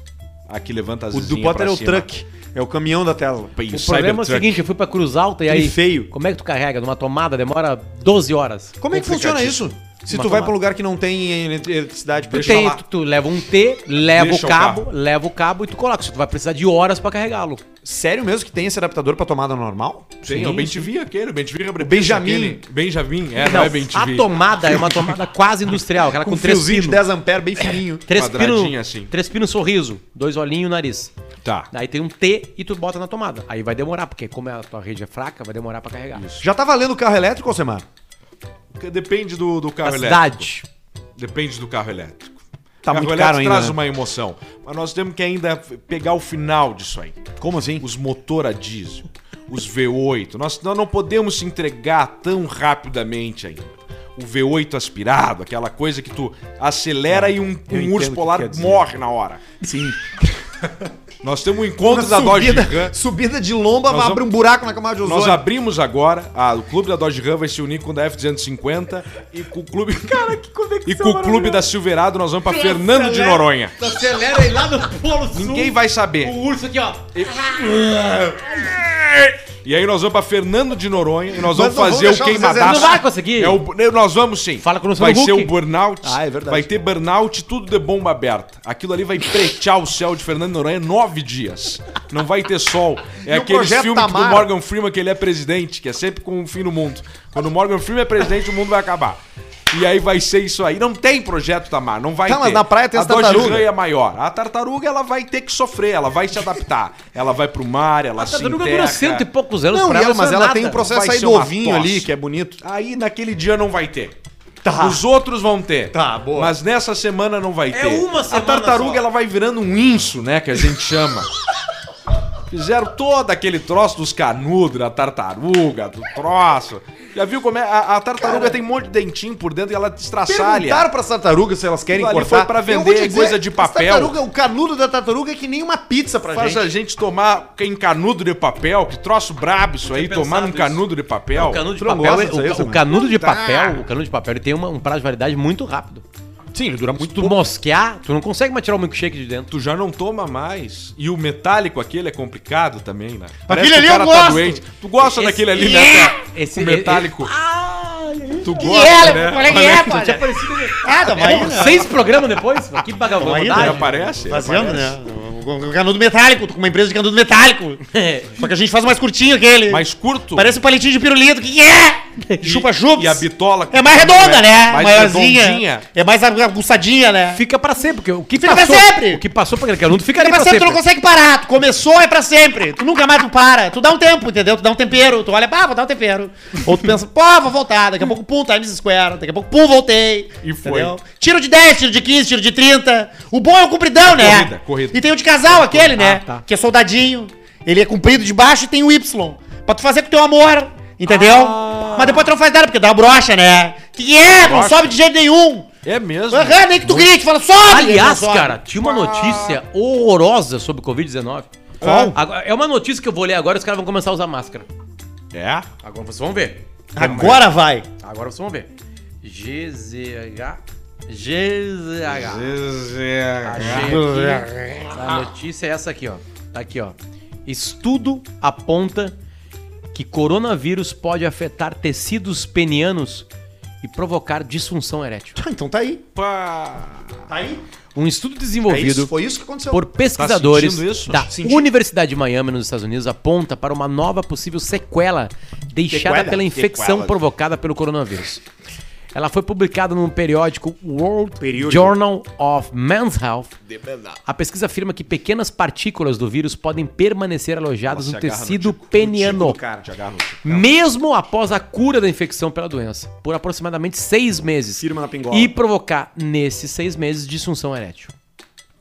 Speaker 1: Aqui levanta as
Speaker 2: O do Potter é o truck. É o caminhão da Tesla.
Speaker 3: O problema é o seguinte, eu fui pra Cruz Alta e
Speaker 2: Aquele
Speaker 3: aí...
Speaker 2: feio.
Speaker 3: Como é que tu carrega? Numa tomada demora 12 horas.
Speaker 2: Como é que funciona isso? Se tu vai
Speaker 3: Uma tomada.
Speaker 2: pra um lugar que não tem eletricidade pra
Speaker 3: Tu, tem,
Speaker 2: instalar.
Speaker 3: tu, tu leva um T, leva
Speaker 1: Deixa
Speaker 3: o
Speaker 1: o
Speaker 3: cabo,
Speaker 1: carro.
Speaker 3: leva o cabo e tu coloca. Só que Tu vai precisar de horas pra carregá-lo.
Speaker 2: Sério mesmo que tem esse adaptador pra tomada normal?
Speaker 1: Sim, é o Bentivir aquele, o Bentivir é
Speaker 2: Benjamin.
Speaker 1: aquele. Benjamin, é, não, é
Speaker 3: a
Speaker 1: Bentivir.
Speaker 3: tomada é uma tomada quase industrial, aquela com,
Speaker 2: Com um
Speaker 3: três
Speaker 2: fiozinho
Speaker 3: pinos.
Speaker 2: de 10 amperes bem fininho.
Speaker 3: Três pinos,
Speaker 1: quadradinha assim.
Speaker 3: três pinos sorriso, dois olhinhos e um nariz.
Speaker 1: Tá.
Speaker 3: Aí tem um T e tu bota na tomada. Aí vai demorar, porque como a tua rede é fraca, vai demorar pra carregar.
Speaker 2: Já tá valendo o carro elétrico, Alcemar?
Speaker 1: Depende do, do
Speaker 3: Na
Speaker 1: carro elétrico.
Speaker 3: cidade.
Speaker 1: Depende do carro elétrico.
Speaker 2: Tá
Speaker 1: carro
Speaker 2: muito
Speaker 1: elétrico
Speaker 2: caro ainda,
Speaker 1: traz
Speaker 2: né?
Speaker 1: uma emoção. Mas nós temos que ainda pegar o final disso aí.
Speaker 2: Como assim?
Speaker 1: Os motor a diesel, os V8. Nós, nós não podemos se entregar tão rapidamente ainda. O V8 aspirado, aquela coisa que tu acelera e um,
Speaker 2: Ah, eu
Speaker 1: um urso
Speaker 2: entendo o que
Speaker 1: polar
Speaker 2: quer dizer.
Speaker 1: morre na hora.
Speaker 2: Sim.
Speaker 1: Nós temos um encontro da Dodge Ram.
Speaker 2: subida, subida de lomba,
Speaker 1: Nós
Speaker 2: abre um
Speaker 1: vamos-
Speaker 2: buraco na camada de
Speaker 1: Nós
Speaker 2: ozônio.
Speaker 1: abrimos agora, ah, o clube da Dodge Ram vai se unir com o da F250 e com o clube. Cara, que conexão! E com o clube da Silverado nós vamos pra Fernando de Noronha.
Speaker 3: Acelera aí lá no Polo Sul.
Speaker 1: Ninguém vai saber.
Speaker 3: urso aqui, ó.
Speaker 1: Tá. E aí nós vamos pra Fernando de Noronha e nós vamos
Speaker 2: não vamos
Speaker 1: fazer o
Speaker 2: deixar vocês-
Speaker 1: queimadaço.
Speaker 3: não vai conseguir.
Speaker 1: É o- né, nós vamos sim.
Speaker 3: Fala com o Luciano
Speaker 1: Vai ser
Speaker 3: Huck.
Speaker 1: o burnout.
Speaker 2: Ah, é verdade.
Speaker 1: Vai ter burnout tudo de bomba aberta. Aquilo ali vai pretear o céu de Fernando de Noronha nove dias. Não vai ter sol. É
Speaker 2: E o
Speaker 1: aquele
Speaker 2: Projeto
Speaker 1: filme
Speaker 2: Tamar?
Speaker 1: do Morgan Freeman que ele é presidente, que é sempre com o fim do mundo. Quando o Morgan Freeman é presidente, o mundo vai acabar. E aí vai ser isso aí. Não tem projeto Tamar, não vai
Speaker 2: Tá,
Speaker 1: ter.
Speaker 2: mas na praia tem
Speaker 1: a
Speaker 2: as tartarugas.
Speaker 1: Ram é maior. A tartaruga ela vai ter que sofrer, ela vai se adaptar. Ela vai pro mar, ela
Speaker 3: A
Speaker 1: se
Speaker 3: tartaruga dura
Speaker 1: enterra.
Speaker 3: cento e poucos anos
Speaker 2: Não, e ela-
Speaker 3: isso
Speaker 2: mas
Speaker 3: é
Speaker 2: ela
Speaker 3: nada.
Speaker 2: tem um processo de
Speaker 1: Vai
Speaker 2: sair
Speaker 1: ser
Speaker 2: do
Speaker 1: uma
Speaker 2: ovinho
Speaker 1: tosse.
Speaker 2: ali, que é bonito.
Speaker 1: Aí naquele dia não vai ter.
Speaker 2: Tá.
Speaker 1: Os outros vão ter.
Speaker 2: Tá, boa.
Speaker 1: Mas nessa semana não vai ter.
Speaker 3: É uma
Speaker 1: A
Speaker 3: semana
Speaker 1: tartaruga
Speaker 3: só.
Speaker 1: ela vai virando um inso, né, que a gente chama. Fizeram todo aquele troço dos canudos, da tartaruga, do troço. Já viu como é? A, a tartaruga tem um monte de dentinho por dentro e ela destraçalha.
Speaker 2: Perguntaram pras tartarugas se elas querem
Speaker 1: Aquilo ali
Speaker 2: cortar.
Speaker 1: foi pra
Speaker 2: Eu vou
Speaker 1: vender
Speaker 2: te
Speaker 1: coisa de
Speaker 2: as
Speaker 1: papel.
Speaker 2: tartaruga- o canudo da tartaruga é que nem uma pizza pra
Speaker 1: Faz
Speaker 2: gente.
Speaker 1: a gente tomar em canudo de papel, que troço brabo isso aí,
Speaker 3: pensado
Speaker 1: tomar num
Speaker 3: isso.
Speaker 1: canudo de papel.
Speaker 3: O canudo de
Speaker 2: Tu não
Speaker 3: papel,
Speaker 2: gosta
Speaker 3: é-
Speaker 2: disso
Speaker 3: o,
Speaker 2: aí,
Speaker 3: ca-
Speaker 2: Samara?
Speaker 3: o canudo de
Speaker 1: Não dá.
Speaker 3: papel, o canudo de papel ele tem uma- um prazo de validade muito rápido.
Speaker 2: Sim, ele dura
Speaker 3: Se tu mosquear, tu não consegue mais tirar o milkshake de dentro.
Speaker 1: Tu já não toma mais. E o metálico aquele é complicado também, né?
Speaker 2: Aquele ali eu gosto.
Speaker 1: Tu gosta
Speaker 3: Esse-
Speaker 1: daquele
Speaker 2: é
Speaker 1: ali,
Speaker 3: Esse-
Speaker 1: né? Té?
Speaker 3: esse-
Speaker 1: o metálico. tu gosta, né?
Speaker 2: é
Speaker 6: é,
Speaker 3: Já tinha aparecido
Speaker 6: Nada,
Speaker 3: Pô, seis programas depois?
Speaker 2: tá?
Speaker 3: Que
Speaker 6: Aí,
Speaker 1: Ele
Speaker 6: né?
Speaker 3: vagabundagem.
Speaker 1: aparece? ele
Speaker 6: Fazendo,
Speaker 1: aparece.
Speaker 6: né? O canudo metálico, tô com uma empresa de canudo metálico.
Speaker 3: É.
Speaker 6: Só que a gente faz mais curtinho aquele.
Speaker 1: Mais curto.
Speaker 6: Parece um palitinho de pirulito, o que, que é? Chupa-chupa.
Speaker 1: E a bitola.
Speaker 6: É mais redonda, né?
Speaker 1: Mais
Speaker 6: Maiorzinha.
Speaker 1: redondinha.
Speaker 6: É mais aguçadinha, né?
Speaker 3: Fica pra sempre, porque o que
Speaker 6: Fica pra
Speaker 3: passou...
Speaker 6: sempre.
Speaker 3: O que passou pra aquele canudo fica
Speaker 6: Cara,
Speaker 3: ali
Speaker 6: pra
Speaker 3: pra
Speaker 6: sempre, tu não
Speaker 3: sempre.
Speaker 6: consegue parar. Tu começou, é pra sempre. Tu nunca mais tu para. Tu dá um tempo, entendeu? Tu dá um tempero. Tu olha, pá, vou dar um tempero. Ou tu pensa, pô, vou voltar. Daqui a pouco, pum, Times Square. Daqui a pouco, pum, voltei.
Speaker 1: E foi.
Speaker 6: Tiro de 10, tiro de 15, tiro de 30. O bom é o compridão, né?
Speaker 1: Corrida, corrida.
Speaker 6: E tem o de casal, aquele, né?
Speaker 3: Ah, tá.
Speaker 6: Que é soldadinho. Ele é comprido de baixo e tem o Y. Pra tu fazer com o teu amor, entendeu? Mas depois tu não faz nada, porque dá uma brocha, né? Que que é? Não
Speaker 1: Ah. Brocha.
Speaker 6: sobe de jeito nenhum.
Speaker 1: É mesmo.
Speaker 6: Aham, nem que tu grite, fala, sobe!
Speaker 3: Aliás,
Speaker 6: Sobe.
Speaker 3: cara, tinha uma notícia horrorosa sobre o Covid-19.
Speaker 1: Qual?
Speaker 3: Agora- É uma notícia que eu vou ler agora e os caras vão começar a usar máscara.
Speaker 1: É.
Speaker 3: Agora vocês vão ver.
Speaker 6: Agora vai.
Speaker 3: Agora vocês vão ver. GZH. GZH. A gente- A notícia é essa aqui, ó. Tá aqui, ó. Estudo aponta que coronavírus pode afetar tecidos penianos e provocar disfunção erétil.
Speaker 2: Tá, então tá aí.
Speaker 1: Pá.
Speaker 3: Um estudo
Speaker 2: Tá É isso,
Speaker 3: desenvolvido
Speaker 2: foi isso que aconteceu.
Speaker 3: por pesquisadores
Speaker 1: Tá sentindo isso?
Speaker 3: da
Speaker 2: Senti.
Speaker 3: Universidade de Miami, nos Estados Unidos, aponta para uma nova possível sequela deixada
Speaker 2: Sequela?
Speaker 3: pela infecção
Speaker 1: Sequela.
Speaker 3: provocada pelo coronavírus. Ela foi publicada no periódico World
Speaker 2: Periódico.
Speaker 3: Journal of Men's Health. A pesquisa afirma que pequenas partículas do vírus podem permanecer alojadas
Speaker 1: Ela
Speaker 3: no
Speaker 1: se agarra no
Speaker 3: tecido
Speaker 1: tico- no
Speaker 3: peniano,
Speaker 1: Cara, te agarro.
Speaker 3: mesmo após a cura da infecção pela doença, por aproximadamente seis meses,
Speaker 2: Firma na pingola.
Speaker 3: e provocar, nesses seis meses, disfunção erétil.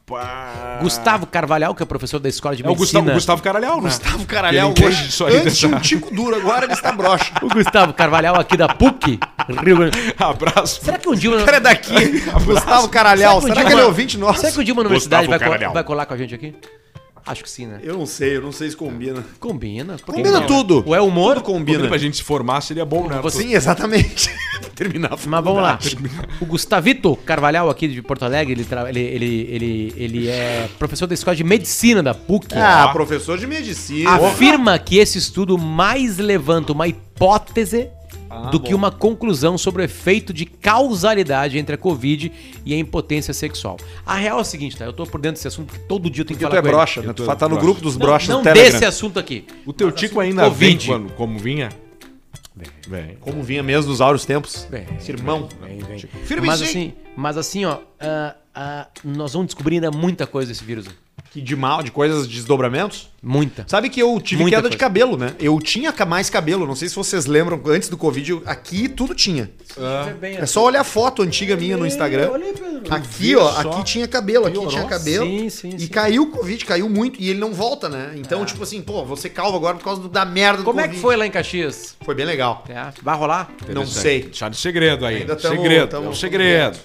Speaker 1: Rapaz.
Speaker 3: Gustavo Carvalhal, que é professor da escola de
Speaker 1: É o
Speaker 3: medicina.
Speaker 1: Gustavo, o Gustavo Caralhau, né?
Speaker 2: Gustavo Caralhau
Speaker 1: Ele entende
Speaker 2: Tá um hoje.
Speaker 1: isso aí
Speaker 2: antes de
Speaker 1: dessa-
Speaker 2: um tico duro, agora ele está broxa.
Speaker 3: O Gustavo Carvalhal aqui da PUC, Rio Grande.
Speaker 1: Abraço.
Speaker 3: Será que um dia.
Speaker 2: O cara é daqui, Gustavo Caralhau. Será,
Speaker 3: dia
Speaker 2: que ele é
Speaker 3: uma-
Speaker 2: ouvinte nosso?
Speaker 3: Será que um dia uma universidade vai, co-
Speaker 1: Carvalhal.
Speaker 3: vai colar com a gente aqui? Acho que sim, né?
Speaker 2: Eu não sei, eu não sei se combina.
Speaker 3: Combina. por que
Speaker 2: Combina
Speaker 3: não?
Speaker 2: tudo.
Speaker 3: Ou é humor?
Speaker 2: Tudo combina.
Speaker 1: Pra gente se formar seria bom, né?
Speaker 3: Você-
Speaker 2: Sim, exatamente. Terminar a
Speaker 3: Mas vamos lá.
Speaker 2: faculdade.
Speaker 3: O Gustavito Carvalhal aqui de Porto Alegre, ele, tra- ele, ele, ele, ele é professor da escola de medicina da PUC.
Speaker 2: Ah, professor de medicina.
Speaker 3: afirma que esse estudo mais levanta uma hipótese
Speaker 2: Ah,
Speaker 3: do que uma conclusão sobre o efeito de causalidade entre a Covid e a impotência sexual. A real é o seguinte, tá? Eu tô por dentro desse assunto porque todo dia eu
Speaker 2: Porque
Speaker 3: tenho que
Speaker 2: tu
Speaker 3: falar
Speaker 2: é
Speaker 3: com ele.
Speaker 2: broxa, né? Tu
Speaker 1: Eu tô
Speaker 2: tá no
Speaker 1: broxa.
Speaker 2: grupo tá dos broxas
Speaker 3: Não,
Speaker 2: do
Speaker 3: não
Speaker 2: Telegram.
Speaker 3: desse assunto aqui.
Speaker 1: O teu Tico ainda vem
Speaker 3: Covid.
Speaker 1: quando, como vinha? Vem.
Speaker 2: Como vinha mesmo dos áureos tempos.
Speaker 3: Bem,
Speaker 2: Esse irmão. Tipo,
Speaker 3: Vem, vem.
Speaker 2: Firme
Speaker 3: mas
Speaker 2: sim.
Speaker 3: assim, mas assim, ó, ah, ah, nós vamos descobrir ainda muita coisa desse vírus.
Speaker 2: Que de mal, de coisas, de desdobramentos.
Speaker 3: Muita.
Speaker 2: Sabe que eu tive
Speaker 3: Muita
Speaker 2: queda de
Speaker 3: coisa.
Speaker 2: cabelo, né? Eu tinha ca- mais cabelo, não sei se vocês lembram, antes do Covid, eu- aqui tudo tinha. É só olhar a foto antiga minha no Instagram. Aqui, ó, aqui tinha cabelo, aqui tinha cabelo.
Speaker 3: Sim, sim,
Speaker 2: E
Speaker 3: sim. É.
Speaker 2: caiu o Covid, caiu muito e ele não volta, né? Então, tipo assim, pô, você calvo agora por causa do- da merda
Speaker 3: Como
Speaker 2: do
Speaker 3: é
Speaker 2: Covid.
Speaker 3: que foi lá em Caxias?
Speaker 2: Foi bem legal.
Speaker 3: É, vai rolar?
Speaker 2: Não
Speaker 1: Interessante.
Speaker 2: sei.
Speaker 1: Deixar de segredo aí.
Speaker 2: Ainda tamo-
Speaker 1: segredo.
Speaker 2: tamo-
Speaker 1: é um
Speaker 2: tamo
Speaker 1: segredo.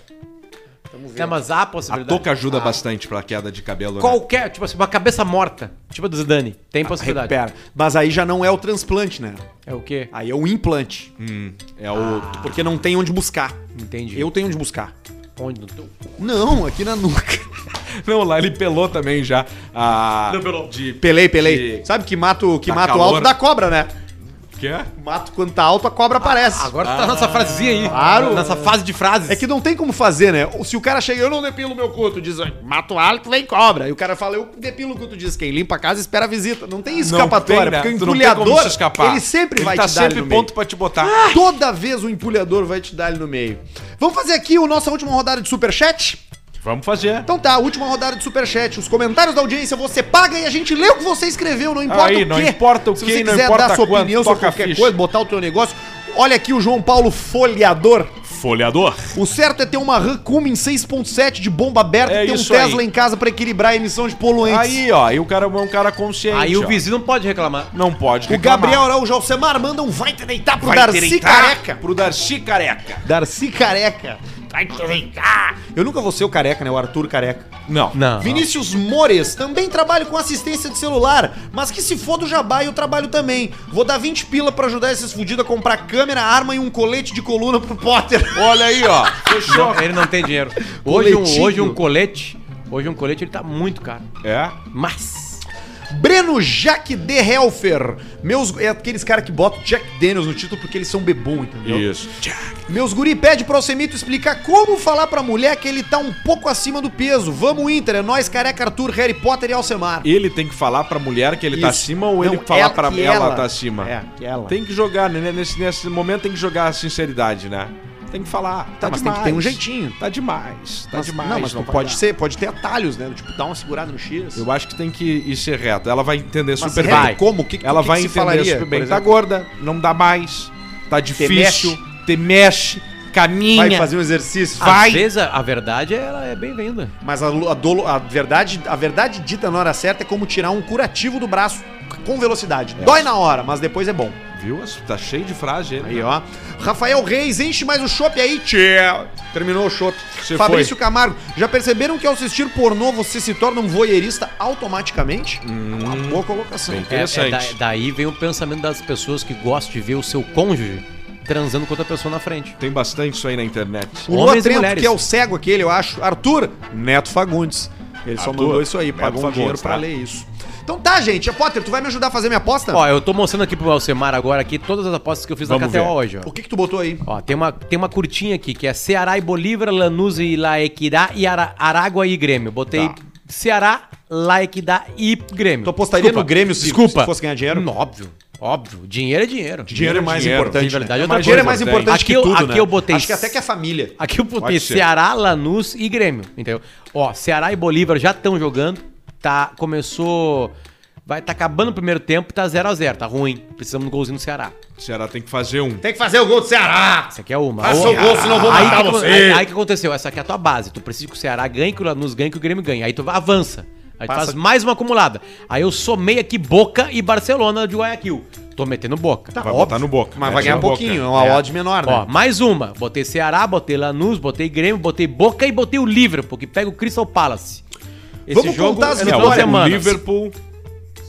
Speaker 3: É, mas há a
Speaker 1: A
Speaker 3: possibilidade.
Speaker 1: touca ajuda bastante pra queda de cabelo. né?
Speaker 3: Qualquer, tipo assim, uma cabeça morta, tipo a do Zidane, tem possibilidade.
Speaker 2: Recupera. Mas aí já não é o transplante, né?
Speaker 3: É o quê?
Speaker 2: Aí é o implante. Ah.
Speaker 1: Hum, é o.
Speaker 2: Porque não tem onde buscar.
Speaker 3: Entendi.
Speaker 2: Eu tenho onde buscar.
Speaker 3: Onde? No teu...
Speaker 2: Não, aqui na nuca.
Speaker 1: Não, lá ele pelou também já. A... Não pelou. De...
Speaker 2: Pelei, pelei.
Speaker 1: Que-
Speaker 2: Sabe que mata o, que
Speaker 1: Dá
Speaker 2: mata o
Speaker 1: calor.
Speaker 2: alto da cobra, né?
Speaker 1: Quê?
Speaker 2: Mato quando tá alto, a
Speaker 1: Ah,
Speaker 2: cobra aparece.
Speaker 3: Agora tu tá nessa frasezinha aí.
Speaker 2: Claro.
Speaker 3: Nessa fase de frases.
Speaker 2: É que não tem como fazer, né? Se o cara chega, eu não depilo meu cu, tu diz, mato o alho que vem cobra. E o cara fala, eu depilo o cu, tu diz, quem limpa a casa espera a visita. Não tem escapatória,
Speaker 1: né?
Speaker 2: porque o
Speaker 1: Tu não tem como
Speaker 2: empulhador,
Speaker 1: se escapar.
Speaker 2: ele sempre
Speaker 1: Ele
Speaker 2: vai
Speaker 1: tá
Speaker 2: te dar
Speaker 1: sempre
Speaker 2: ali no
Speaker 1: ponto
Speaker 2: meio.
Speaker 1: pra te botar.
Speaker 2: Toda vez o empulhador vai te dar ali no meio. Vamos fazer aqui a nossa última rodada de superchat?
Speaker 1: Vamos fazer.
Speaker 2: Então tá, última rodada de superchat. Os comentários da audiência você paga e a gente lê o que você escreveu, não importa
Speaker 1: Aí,
Speaker 2: o quê.
Speaker 1: não importa o
Speaker 2: Se
Speaker 1: quê,
Speaker 2: você
Speaker 1: não
Speaker 2: quiser
Speaker 1: importa
Speaker 2: dar sua
Speaker 1: quanto,
Speaker 2: opinião sobre
Speaker 1: toca a
Speaker 2: qualquer
Speaker 1: ficha.
Speaker 2: coisa, botar o teu negócio. Olha aqui o João Paulo Folheador.
Speaker 1: Folhador.
Speaker 2: O certo é ter uma Rancumi em 6.7 de bomba aberta
Speaker 1: É
Speaker 2: e ter um
Speaker 1: isso aí.
Speaker 2: Tesla em casa pra equilibrar a emissão de poluentes.
Speaker 1: Aí, ó. E o cara é um cara consciente.
Speaker 3: Aí o
Speaker 1: ó.
Speaker 3: vizinho não pode reclamar.
Speaker 1: Não pode.
Speaker 2: o
Speaker 1: reclamar.
Speaker 2: Gabriel Araújo Alcemar manda um vai te deitar pro
Speaker 1: Vai
Speaker 2: Darcy
Speaker 1: direitar
Speaker 2: Careca.
Speaker 1: Pro Darcy Careca.
Speaker 2: Darcy Careca. Vai te deitar. Eu nunca vou ser o Careca, né? O Arthur Careca.
Speaker 1: Não.
Speaker 3: Não.
Speaker 2: Vinícius Mores, também trabalho com assistência de celular, mas que se for do jabá eu trabalho também. Vou dar 20 pila pra ajudar esses fudidos a comprar câmera, arma e um colete de coluna pro Potter.
Speaker 1: Olha aí, ó. Fechou.
Speaker 3: Não, ele não tem dinheiro. Hoje um,
Speaker 2: Coletinho.
Speaker 3: hoje um colete, hoje um colete ele tá muito caro.
Speaker 1: É?
Speaker 3: Mas
Speaker 2: Breno Jack de Helfer. Meus, é aqueles caras que botam Jack Daniels no título porque eles são bebum, entendeu?
Speaker 1: Isso.
Speaker 2: Meus guri pede pro Alcemito explicar como falar pra mulher que ele tá um pouco acima do peso. Vamos Inter, é nós, careca Arthur, Harry Potter e Alcemar.
Speaker 1: Ele tem que falar pra mulher que ele tá
Speaker 2: Isso.
Speaker 1: acima ou ele
Speaker 2: Não,
Speaker 1: falar
Speaker 2: ela-
Speaker 1: pra
Speaker 2: que
Speaker 1: ela,
Speaker 2: ela-
Speaker 1: tá acima?
Speaker 2: É, que ela.
Speaker 1: Tem que jogar, né? Nesse, nesse momento tem que jogar a sinceridade, né? Tem que falar.
Speaker 2: Tá, mas tem que ter um jeitinho.
Speaker 1: Tá demais. Tá
Speaker 2: Mas-
Speaker 1: demais.
Speaker 2: Não, mas não
Speaker 1: vai
Speaker 2: pode
Speaker 1: dar.
Speaker 2: ser, pode ter atalhos, né? Tipo, dá uma segurada no X.
Speaker 1: Eu acho que tem que ir ser reto. Ela vai entender
Speaker 2: Mas
Speaker 1: super
Speaker 2: reto
Speaker 1: bem.
Speaker 2: como? O que, que-
Speaker 1: Ela
Speaker 2: o que
Speaker 1: vai
Speaker 2: que
Speaker 1: entender super bem.
Speaker 2: por
Speaker 1: Tá
Speaker 2: exemplo?
Speaker 1: gorda, não dá mais. Tá difícil.
Speaker 2: mexe.
Speaker 1: Te mexe. Caminha.
Speaker 2: Vai fazer um exercício.
Speaker 1: Vai.
Speaker 3: às vezes a, a verdade ela é bem-vinda.
Speaker 2: Mas a, lu- a dolo- a verdade, a verdade dita na hora certa é como tirar um curativo do braço com velocidade. Dói na hora, mas depois é bom.
Speaker 1: Viu? Tá cheio de frase ele.
Speaker 2: Aí, ó. Rafael Reis, enche mais o chopp aí, tchê. Terminou o chopp.
Speaker 1: Você
Speaker 2: Fabrício Camargo, já perceberam que ao assistir pornô você se torna um voyeurista automaticamente? Uma boa colocação.
Speaker 1: bem.
Speaker 3: É- é
Speaker 1: Interessante.
Speaker 3: da- daí vem o pensamento das pessoas que gostam de ver o seu cônjuge transando com outra pessoa na frente.
Speaker 1: Tem bastante isso aí na internet.
Speaker 2: O Lua
Speaker 3: Homens e
Speaker 2: Trento,
Speaker 3: mulheres.
Speaker 2: que é o cego aquele, eu acho. Arthur, Neto Fagundes. Ele só
Speaker 1: Arthur,
Speaker 2: mandou isso aí,
Speaker 1: Neto
Speaker 2: pagou um
Speaker 1: Fagundes,
Speaker 2: dinheiro pra
Speaker 3: né?
Speaker 1: tá?
Speaker 2: ler isso. Então tá, gente. Potter, tu vai me ajudar a fazer minha aposta?
Speaker 3: Ó, eu tô mostrando aqui pro Alcemar agora aqui todas as apostas que eu fiz
Speaker 1: Vamos
Speaker 3: na KTO
Speaker 1: ver.
Speaker 3: hoje, ó.
Speaker 2: O que que tu botou aí?
Speaker 3: Ó, tem uma, tem uma curtinha aqui, que é Ceará e Bolívar, Lanús e Laequidá e Ara- Aragua e Grêmio. Botei
Speaker 1: Tá.
Speaker 3: Ceará, Laequidá e Grêmio.
Speaker 2: Tu apostaria no Grêmio se-
Speaker 3: Desculpa.
Speaker 2: se fosse ganhar dinheiro?
Speaker 3: Hum, óbvio, óbvio. Dinheiro é dinheiro.
Speaker 2: Dinheiro é mais
Speaker 1: Dinheiro.
Speaker 2: importante.
Speaker 3: Sim, verdade,
Speaker 2: né?
Speaker 3: outra
Speaker 2: Mas dinheiro é mais
Speaker 1: coisa.
Speaker 2: importante
Speaker 3: Aqui
Speaker 2: que
Speaker 3: eu-
Speaker 2: tudo,
Speaker 3: aqui
Speaker 2: né?
Speaker 3: eu botei-
Speaker 2: Acho que até que a família.
Speaker 3: Aqui eu botei
Speaker 1: Pode ser.
Speaker 3: Ceará, Lanús e Grêmio, entendeu? Ó, Ceará e Bolívar já estão jogando, tá? Começou... Vai, tá acabando o primeiro tempo, tá 0x0, tá ruim. Precisamos de um golzinho do Ceará.
Speaker 1: O Ceará tem que fazer um.
Speaker 6: Tem que fazer o gol do Ceará.
Speaker 3: Isso aqui é uma.
Speaker 6: Faça
Speaker 3: Ou-
Speaker 6: o gol, senão eu vou
Speaker 3: aí,
Speaker 6: matar
Speaker 3: que,
Speaker 6: você.
Speaker 3: Aí, aí que aconteceu, essa aqui é a tua base. Tu precisa que o Ceará ganhe, que o Lanús ganhe, que o Grêmio ganhe. Aí tu avança. Aí tu faz mais uma acumulada. Aí eu somei aqui Boca e Barcelona de Guayaquil. Tô metendo Boca.
Speaker 1: vai botar no boca.
Speaker 2: Mas
Speaker 1: Mete
Speaker 2: vai ganhar
Speaker 1: no
Speaker 2: pouquinho, é uma
Speaker 3: É.
Speaker 2: odd menor, né?
Speaker 3: Ó, mais uma. Botei Ceará, botei Lanús, botei Grêmio, botei Boca e botei o Liverpool, que pega o Crystal Palace. Esse
Speaker 2: Vamos contar as
Speaker 3: é no
Speaker 1: É,
Speaker 2: vitórias.
Speaker 3: final de
Speaker 1: o
Speaker 3: semana.
Speaker 1: Liverpool.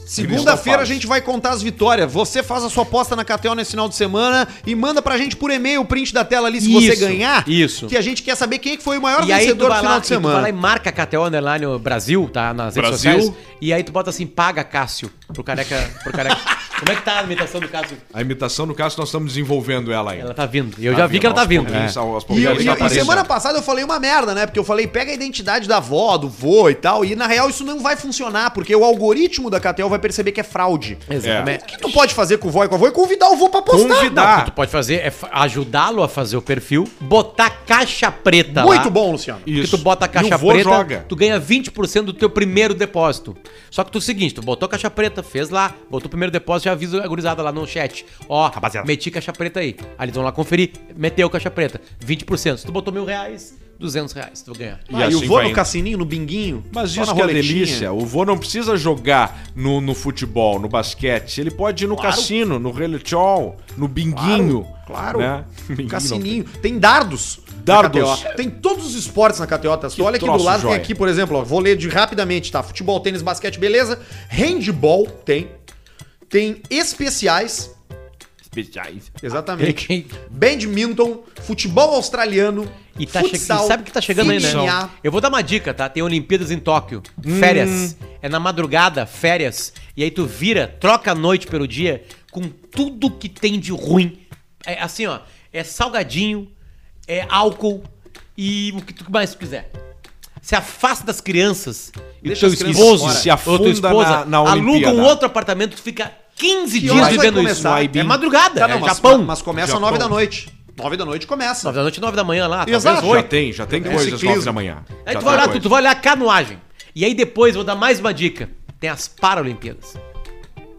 Speaker 2: Segunda-feira a
Speaker 1: Crystal Palace.
Speaker 2: gente vai contar as vitórias. Você faz a sua aposta na KTO nesse final de semana e manda pra gente por e-mail o print da tela ali se você
Speaker 3: Isso,
Speaker 2: ganhar.
Speaker 3: isso.
Speaker 2: Que a gente quer saber quem é que foi o maior
Speaker 3: E aí tu
Speaker 2: vencedor do
Speaker 3: vai,
Speaker 2: final
Speaker 3: lá,
Speaker 2: de
Speaker 3: e tu vai lá e
Speaker 2: semana.
Speaker 3: marca KTO Underline o Brasil, tá? Nas redes
Speaker 1: Brasil.
Speaker 3: sociais. E aí tu bota assim, paga Cássio pro careca. Pro careca. Como é que tá a imitação do Cássio?
Speaker 1: A imitação, no caso, nós estamos desenvolvendo ela aí.
Speaker 3: Ela tá vindo. E eu já vi que ela tá vindo.
Speaker 1: É.
Speaker 3: É.
Speaker 2: E,
Speaker 1: e,
Speaker 2: e- e semana passada eu falei uma merda, né? Porque eu falei, pega a identidade da avó, do vô e tal. E na real isso não vai funcionar, porque o algoritmo da KTO vai perceber que é fraude. O
Speaker 3: Exatamente.
Speaker 1: É.
Speaker 2: que tu pode fazer com o vô e com a avó é convidar o vô pra postar.
Speaker 3: Não, o que
Speaker 1: Convidar.
Speaker 3: tu pode fazer é fa- ajudá-lo a fazer o perfil, botar caixa preta lá.
Speaker 2: Muito bom, Luciano.
Speaker 3: Porque
Speaker 1: Isso.
Speaker 3: tu bota
Speaker 1: E
Speaker 3: a
Speaker 1: o
Speaker 3: caixa
Speaker 1: vô
Speaker 3: preta,
Speaker 1: joga.
Speaker 3: tu ganha 20% do teu primeiro depósito. Só que tu é o seguinte, tu botou a caixa preta, fez lá, botou o primeiro depósito, já avisa a gurizada lá no chat. Ó,
Speaker 4: Rapaziada.
Speaker 3: meti caixa preta aí. Aí eles vão lá conferir, meteu caixa preta, 20%. Se tu botou mil reais, 200 reais tu ganha.
Speaker 1: E
Speaker 2: Ah, E,
Speaker 1: assim
Speaker 2: o vô
Speaker 1: vai
Speaker 2: no
Speaker 1: indo.
Speaker 2: cassininho, no binguinho.
Speaker 1: Mas
Speaker 2: só
Speaker 1: isso
Speaker 2: na
Speaker 1: que é
Speaker 2: roletinha.
Speaker 1: delícia. O vô não precisa jogar no, no futebol, no basquete. Ele pode ir no cassino, no reletol, no binguinho.
Speaker 2: Claro.
Speaker 1: Né? Binguinho não
Speaker 2: Cassininho. Tem dardos. na
Speaker 1: Dardos.
Speaker 2: KTO. Tem todos os esportes na KTO. Tá? Tu olha aqui do
Speaker 1: troço
Speaker 2: lado,
Speaker 1: joia.
Speaker 2: tem aqui, por exemplo, ó, vou ler de, rapidamente, tá? Futebol, tênis, basquete, beleza. Handball tem. Tem especiais.
Speaker 1: Especiais.
Speaker 2: Exatamente. Badminton, futebol australiano.
Speaker 3: E tá che... e sabe que tá chegando aí, né?
Speaker 2: MMA.
Speaker 3: Eu vou dar uma dica, tá? Tem Olimpíadas em Tóquio. Férias. É na madrugada, férias. E aí tu vira, troca a noite pelo dia com tudo que tem de ruim. É assim, ó. É salgadinho, é álcool e o que tu mais quiser. Se afasta das crianças e
Speaker 2: Deixa
Speaker 3: teu
Speaker 2: as crianças
Speaker 3: esposo
Speaker 1: fora.
Speaker 3: se afunda ou tua esposa
Speaker 1: na- na
Speaker 3: aluga um
Speaker 1: Olimpíada.
Speaker 3: outro apartamento, tu fica 15 dias
Speaker 2: horas vai
Speaker 3: vivendo isso.
Speaker 2: começar?
Speaker 3: É madrugada,
Speaker 2: Tá,
Speaker 3: é
Speaker 2: não, mas,
Speaker 3: Japão.
Speaker 2: mas começa às
Speaker 1: Japão.
Speaker 2: 9 da noite. 9 da noite começa.
Speaker 3: 9 da noite, 9 da manhã lá, talvez
Speaker 2: Exato.
Speaker 1: Já
Speaker 2: Oi.
Speaker 1: tem, já tem
Speaker 2: É
Speaker 1: coisas
Speaker 2: ciclismo.
Speaker 1: nove da manhã.
Speaker 3: Aí
Speaker 1: Já
Speaker 3: tu vai,
Speaker 1: tem
Speaker 3: olhar, tu,
Speaker 1: coisa.
Speaker 3: tu vai olhar a canoagem. E aí depois, vou dar mais uma dica. Tem as Paralimpíadas.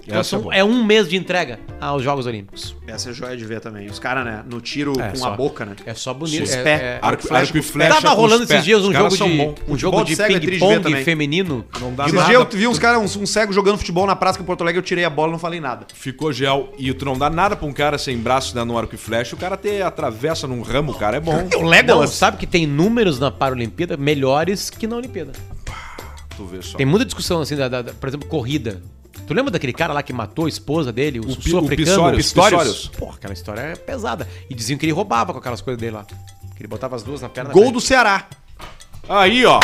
Speaker 1: Essa é
Speaker 3: Então,
Speaker 1: boa.
Speaker 3: é, um mês de entrega aos Jogos Olímpicos.
Speaker 2: Essa é joia de ver também. Os caras, né? No tiro
Speaker 3: É
Speaker 2: com
Speaker 3: só-
Speaker 2: a boca, né?
Speaker 3: É só bonito.
Speaker 2: Os
Speaker 3: É,
Speaker 2: pé.
Speaker 3: é-
Speaker 1: Arco,
Speaker 2: flecha
Speaker 1: arco e
Speaker 2: com os
Speaker 1: flecha.
Speaker 3: Tava
Speaker 1: com os
Speaker 3: rolando
Speaker 1: pés.
Speaker 3: esses dias um
Speaker 1: Os caras
Speaker 3: jogo
Speaker 1: são bons.
Speaker 3: de, um
Speaker 2: Futebol
Speaker 3: jogo de
Speaker 2: de cego é triste ver
Speaker 3: ping-pong
Speaker 2: também.
Speaker 3: feminino.
Speaker 1: Não dá
Speaker 2: Esses
Speaker 1: nada.
Speaker 2: dias eu vi uns caras, um, um cego jogando futebol na praça em Porto Alegre, eu tirei a bola e não falei nada.
Speaker 1: Ficou gel e tu não dá nada pra um cara sem braço dando um arco e flecha. O cara até atravessa num ramo, o cara é bom.
Speaker 2: o
Speaker 3: Não, sabe que tem números na Paralimpíada melhores que na Olimpíada.
Speaker 1: Tu vê só.
Speaker 3: Tem muita discussão assim, da, da- da- por exemplo, corrida. Tu lembra daquele cara lá que matou a esposa dele, o,
Speaker 1: O Pi-
Speaker 3: sul-africano?
Speaker 1: o Pistorius, Pistorius.
Speaker 3: Porra, aquela história é pesada. E diziam que ele roubava com aquelas coisas dele lá. Que ele botava as duas na perna.
Speaker 2: Gol do Ceará.
Speaker 1: Aí, ó.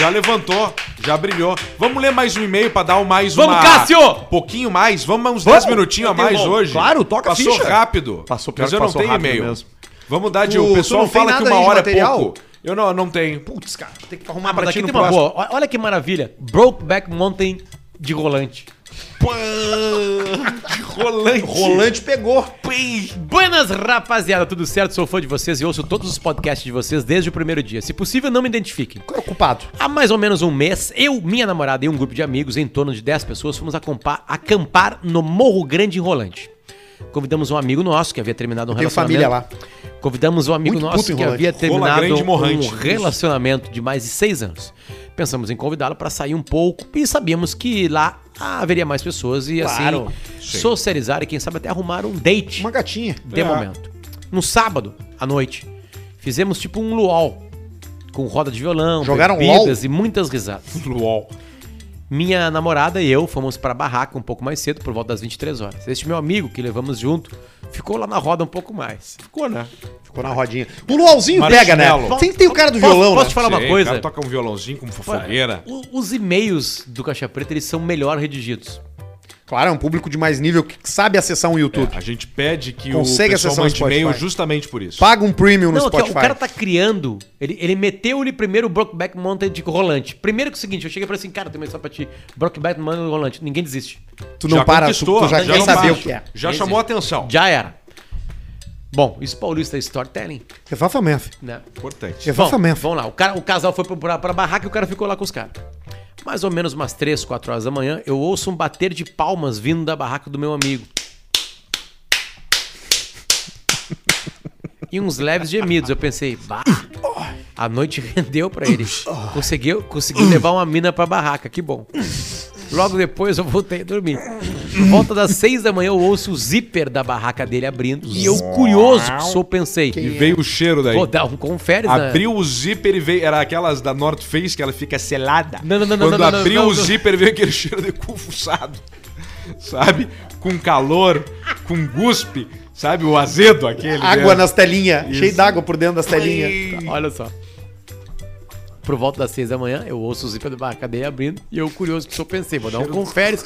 Speaker 1: Já levantou, já brilhou. Vamos ler mais um e-mail pra dar um mais
Speaker 3: Vamos,
Speaker 1: uma...
Speaker 3: Cássio!
Speaker 1: Um pouquinho mais. Vamos uns 10 minutinhos a
Speaker 2: Eu tenho
Speaker 1: mais
Speaker 2: bom.
Speaker 1: hoje.
Speaker 2: Claro, toca a
Speaker 1: Passou
Speaker 2: ficha.
Speaker 1: rápido.
Speaker 4: Passou, pior
Speaker 1: Mas
Speaker 4: que
Speaker 1: eu não
Speaker 4: passou
Speaker 1: tenho
Speaker 4: rápido
Speaker 1: e-mail.
Speaker 4: mesmo.
Speaker 1: Vamos dar de...
Speaker 2: Tu-
Speaker 1: O
Speaker 2: tu
Speaker 1: pessoal
Speaker 2: não tem
Speaker 1: fala que
Speaker 2: nada
Speaker 1: uma
Speaker 2: aí de
Speaker 1: hora é
Speaker 2: material?
Speaker 1: pouco. Eu não, não tenho.
Speaker 2: Putz, cara, tem que arrumar
Speaker 3: Ah, mas
Speaker 2: pra ti
Speaker 3: aqui
Speaker 2: no
Speaker 3: tem uma
Speaker 2: próximo.
Speaker 3: boa. Ó- Olha que maravilha. Brokeback Mountain de rolante.
Speaker 1: Rolante.
Speaker 2: Rolante pegou.
Speaker 3: Buenas, rapaziada. Tudo certo? Sou fã de vocês e ouço todos os podcasts de vocês desde o primeiro dia. Se possível, não me identifiquem.
Speaker 6: é Ocupado.
Speaker 3: Há mais ou menos um mês, eu, minha namorada e um grupo de amigos, em torno de 10 pessoas, fomos acampar, acampar no Morro Grande em Rolante. Convidamos um amigo nosso que havia terminado um
Speaker 6: Tenho
Speaker 3: relacionamento.
Speaker 6: família lá.
Speaker 3: Convidamos um amigo
Speaker 6: Muito puto
Speaker 3: nosso
Speaker 6: em
Speaker 3: que
Speaker 6: Rolante.
Speaker 3: havia terminado
Speaker 1: Grande, Morrante.
Speaker 3: um relacionamento de mais de 6 anos. Pensamos em convidá-lo para sair um pouco e sabíamos que lá haveria mais pessoas e
Speaker 6: Claro.
Speaker 3: assim socializar e quem sabe até arrumar um date
Speaker 6: Uma gatinha.
Speaker 3: de momento. No sábado, à noite, fizemos tipo um luau. Com roda de violão,
Speaker 6: Jogaram um
Speaker 3: bebidas e muitas risadas.
Speaker 1: LOL.
Speaker 3: Minha namorada e eu fomos para a barraca um pouco mais cedo, por volta das 23 horas. Este meu amigo, que levamos junto, ficou lá na roda um pouco mais.
Speaker 1: Ficou, né?
Speaker 6: Ficou na rodinha. O Luauzinho pega, né?
Speaker 1: Marshmallow.
Speaker 6: Tem que ter o cara do
Speaker 3: Posso-
Speaker 6: violão,
Speaker 3: posso
Speaker 6: né?
Speaker 3: te falar uma
Speaker 1: Sei, O
Speaker 3: coisa?
Speaker 1: cara toca um violãozinho com fogueira.
Speaker 3: O- Os e-mails do Caixa Preta, eles são melhor redigidos.
Speaker 6: Claro, é um público de mais nível que sabe acessar um YouTube.
Speaker 1: A gente pede que
Speaker 6: Consegue
Speaker 1: o pessoal
Speaker 6: acessar o
Speaker 1: mande e-mail
Speaker 6: Spotify.
Speaker 1: justamente por isso.
Speaker 6: Paga um premium no
Speaker 3: Não, aqui, ó,
Speaker 6: Spotify.
Speaker 3: o cara tá criando. Ele, ele meteu-lhe primeiro o Brokeback Mountain de rolante. Primeiro que é o seguinte, eu cheguei e falei assim, cara, tem uma história pra ti. Brokeback Mountain de rolante. Ninguém desiste.
Speaker 6: Tu não para, tu,
Speaker 1: conquistou,
Speaker 6: tu já, quer
Speaker 1: não
Speaker 6: saber
Speaker 1: para.
Speaker 6: o que é.
Speaker 1: Já
Speaker 3: Quer
Speaker 1: chamou a
Speaker 3: dizer,
Speaker 1: atenção.
Speaker 3: Já era. Bom, isso paulista é storytelling,
Speaker 6: Exatamente.
Speaker 3: né?
Speaker 1: Importante.
Speaker 3: Bom,
Speaker 6: Exatamente.
Speaker 3: vamos lá. O, cara, o casal foi pra, pra, pra barraca e o cara ficou lá com os caras. Mais ou menos umas 3, 4 horas da manhã, eu ouço um bater de palmas vindo da barraca do meu amigo. E uns leves gemidos. Eu pensei, bah, a noite rendeu pra ele. Conseguiu, consegui levar uma mina pra barraca, que bom. Logo depois eu voltei a dormir. Por volta das 6 da manhã eu ouço o zíper da barraca dele abrindo. E eu, curioso que sou, pensei,
Speaker 1: E veio o cheiro daí.
Speaker 3: vou dar um confere na-
Speaker 1: Abriu o zíper e veio. Era aquelas da North Face que ela fica selada.
Speaker 3: Não, não, não, não,
Speaker 1: Quando
Speaker 3: não, não,
Speaker 1: abriu
Speaker 3: não,
Speaker 1: o
Speaker 3: não.
Speaker 1: zíper, veio aquele cheiro de cu fuçado. Sabe? Com calor, com guspe, sabe? O azedo aquele.
Speaker 2: Água
Speaker 1: né?
Speaker 3: é-
Speaker 2: nas telinhas. Cheio d'água por dentro das telinhas.
Speaker 3: Tá, Olha só. Por volta das seis da manhã, eu ouço o zíper da barraca dele abrindo e eu, curioso que sou, pensei, vou dar um confere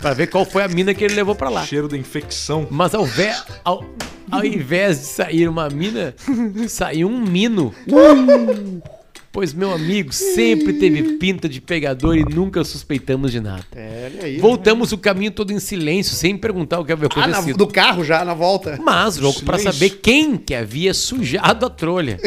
Speaker 3: pra ver qual foi a mina que ele levou pra lá.
Speaker 1: Cheiro da infecção.
Speaker 3: Mas ao, ve- ao, ao invés de sair uma mina, saiu um mino. Pois meu amigo sempre teve pinta de pegador e nunca suspeitamos de nada.
Speaker 2: É, olha aí.
Speaker 3: Voltamos o caminho todo em silêncio, sem perguntar o que havia
Speaker 2: Ah, na-
Speaker 3: acontecido.
Speaker 2: do carro já, na volta.
Speaker 3: Mas, louco, pra
Speaker 1: Silêncio.
Speaker 3: saber quem que havia sujado a trolha.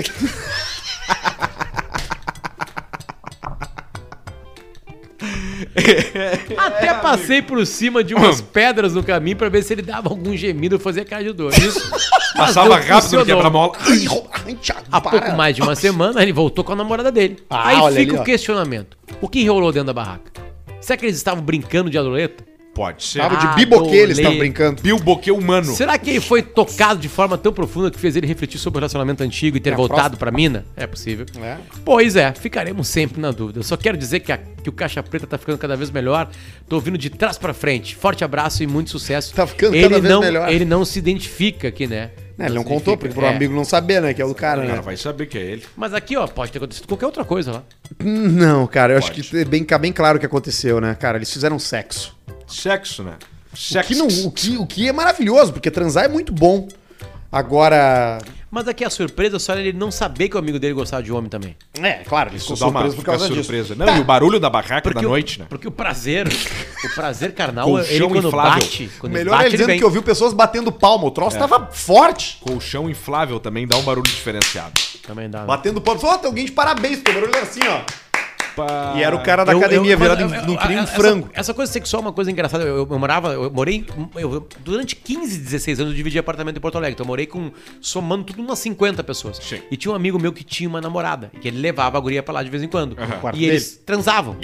Speaker 2: É,
Speaker 3: Até passei por cima de
Speaker 2: Hum.
Speaker 3: umas pedras no caminho pra ver se ele dava algum gemido ou fazia cara de dor. Isso.
Speaker 1: Passava rápido no quebra-mola.
Speaker 2: Ai, ro- ai, Thiago,
Speaker 3: Há
Speaker 2: para.
Speaker 3: pouco mais de uma semana, ele voltou com a namorada dele.
Speaker 2: Ah,
Speaker 3: Aí
Speaker 2: olha
Speaker 3: fica
Speaker 2: ali, ó.
Speaker 3: o questionamento. O que rolou dentro da barraca? Será que eles estavam brincando de adoleta?
Speaker 1: Pode ser.
Speaker 2: Tava
Speaker 3: Ah,
Speaker 2: de biboque, eles
Speaker 3: adorei.
Speaker 2: estavam brincando.
Speaker 1: Bilboque humano.
Speaker 3: Será que ele foi tocado de forma tão profunda que fez ele refletir sobre o relacionamento antigo e ter voltado pra mina? É possível.
Speaker 2: É.
Speaker 3: Pois é, ficaremos sempre na dúvida. Eu só quero dizer que, a- que o Caixa Preta tá ficando cada vez melhor. Tô ouvindo de trás pra frente. Forte abraço e muito sucesso.
Speaker 2: Tá ficando
Speaker 3: ele
Speaker 2: cada vez
Speaker 3: não,
Speaker 2: melhor.
Speaker 3: Ele não se identifica aqui, né?
Speaker 2: Né, ele não
Speaker 3: se
Speaker 2: contou,
Speaker 3: identifica.
Speaker 2: porque pro
Speaker 3: É.
Speaker 2: amigo não saber, né? Que é o do cara,
Speaker 1: Cara,
Speaker 2: né?
Speaker 1: vai saber que é ele.
Speaker 3: Mas aqui, ó, pode ter acontecido qualquer outra coisa lá.
Speaker 2: Não, cara, eu acho
Speaker 1: Pode.
Speaker 2: que é bem, bem claro o que aconteceu, né? Cara, eles fizeram sexo.
Speaker 1: Sexo, né?
Speaker 2: O
Speaker 1: Sexo.
Speaker 2: que, não, o, que, o que é maravilhoso, porque transar é muito bom. Agora.
Speaker 3: Mas aqui a surpresa só era ele não saber que o amigo dele gostava de homem também.
Speaker 2: É, claro, eles
Speaker 1: Isso
Speaker 2: ficou
Speaker 1: dá uma
Speaker 2: surpreso por
Speaker 1: fica
Speaker 2: causa
Speaker 1: surpresa.
Speaker 2: disso.
Speaker 1: Não,
Speaker 2: Tá,
Speaker 1: e o barulho da barraca da
Speaker 3: o-
Speaker 1: noite, né?
Speaker 3: Porque o prazer, o prazer carnal,
Speaker 1: Colchão
Speaker 3: ele quando
Speaker 1: inflável.
Speaker 3: bate,
Speaker 2: o
Speaker 3: quando
Speaker 2: melhor
Speaker 3: bate,
Speaker 2: é ele dizendo
Speaker 3: vem.
Speaker 2: que ouviu pessoas batendo palma. O troço tava forte.
Speaker 1: Colchão inflável também dá um barulho diferenciado.
Speaker 3: Também dá. né?
Speaker 2: Batendo palma. Falou, "Ó, tem alguém de parabéns, porque o barulho é assim, ó.
Speaker 1: Pá.
Speaker 2: E era o cara da
Speaker 3: Eu- eu-
Speaker 2: academia
Speaker 3: mas
Speaker 2: virado
Speaker 3: eu-
Speaker 2: em-
Speaker 3: eu-
Speaker 2: no que nem um
Speaker 3: essa-
Speaker 2: frango.
Speaker 3: Essa coisa sexual é uma coisa engraçada. Eu, eu morava, eu morei. eu- durante 15, 16 anos eu dividi apartamento em Porto Alegre. Então eu morei com. somando tudo umas 50 pessoas.
Speaker 1: Sim.
Speaker 3: E tinha um amigo meu que tinha uma namorada, que ele levava a guria pra lá de vez em quando.
Speaker 2: quarto
Speaker 3: E eles transavam.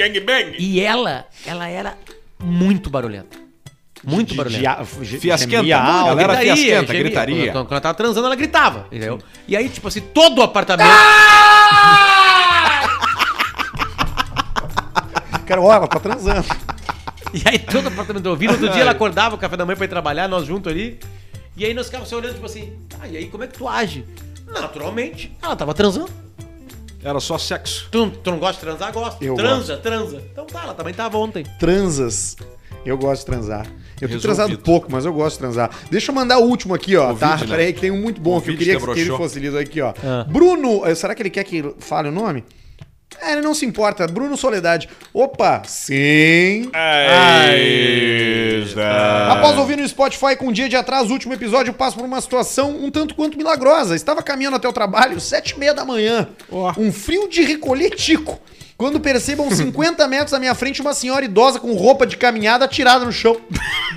Speaker 3: E ela, ela era muito barulhenta. Muito barulhenta.
Speaker 2: Ah,
Speaker 1: Fiasquenta.
Speaker 2: Genial.
Speaker 1: Ela era
Speaker 3: Gritaria,
Speaker 1: fiasquenta,
Speaker 3: gemia.
Speaker 1: gritaria.
Speaker 3: Quando, quando ela tava transando, ela gritava, entendeu? E aí, tipo assim, todo o apartamento. Ah!
Speaker 2: Cara, ó, ela tá transando.
Speaker 3: E aí todo o apartamento ouvindo. Outro dia ela acordava o café da manhã pra ir trabalhar, nós juntos ali. E aí nós ficávamos se olhando, tipo assim, ah, e aí como é que tu age? Naturalmente, ela tava transando.
Speaker 1: Era só sexo.
Speaker 3: Tu, tu não gosta de transar? Gosta.
Speaker 2: Eu
Speaker 3: transa, transa. Então tá, ela também tava ontem.
Speaker 2: Transas. Eu gosto de transar. Eu tenho
Speaker 1: Resolvido.
Speaker 2: transado pouco, mas eu gosto de transar. Deixa eu mandar o último aqui, ó.
Speaker 1: Ouvinte,
Speaker 2: tá?
Speaker 1: né?
Speaker 2: Peraí, que tem um muito bom que eu
Speaker 1: Ouvinte
Speaker 2: queria que
Speaker 1: debrochou.
Speaker 2: ele fosse lido aqui, ó.
Speaker 3: Ah.
Speaker 2: Bruno. eh, Será que ele quer que fale o nome? É, ele não se importa. Bruno Soledade. Opa, sim. Após ouvir no Spotify com um dia de atraso, o último episódio, eu passo por uma situação um tanto quanto milagrosa. Estava caminhando até o trabalho, sete e meia da manhã.
Speaker 1: Ó.
Speaker 2: Um frio de recolher tico. Quando percebam 50 metros à minha frente uma senhora idosa com roupa de caminhada tirada no chão.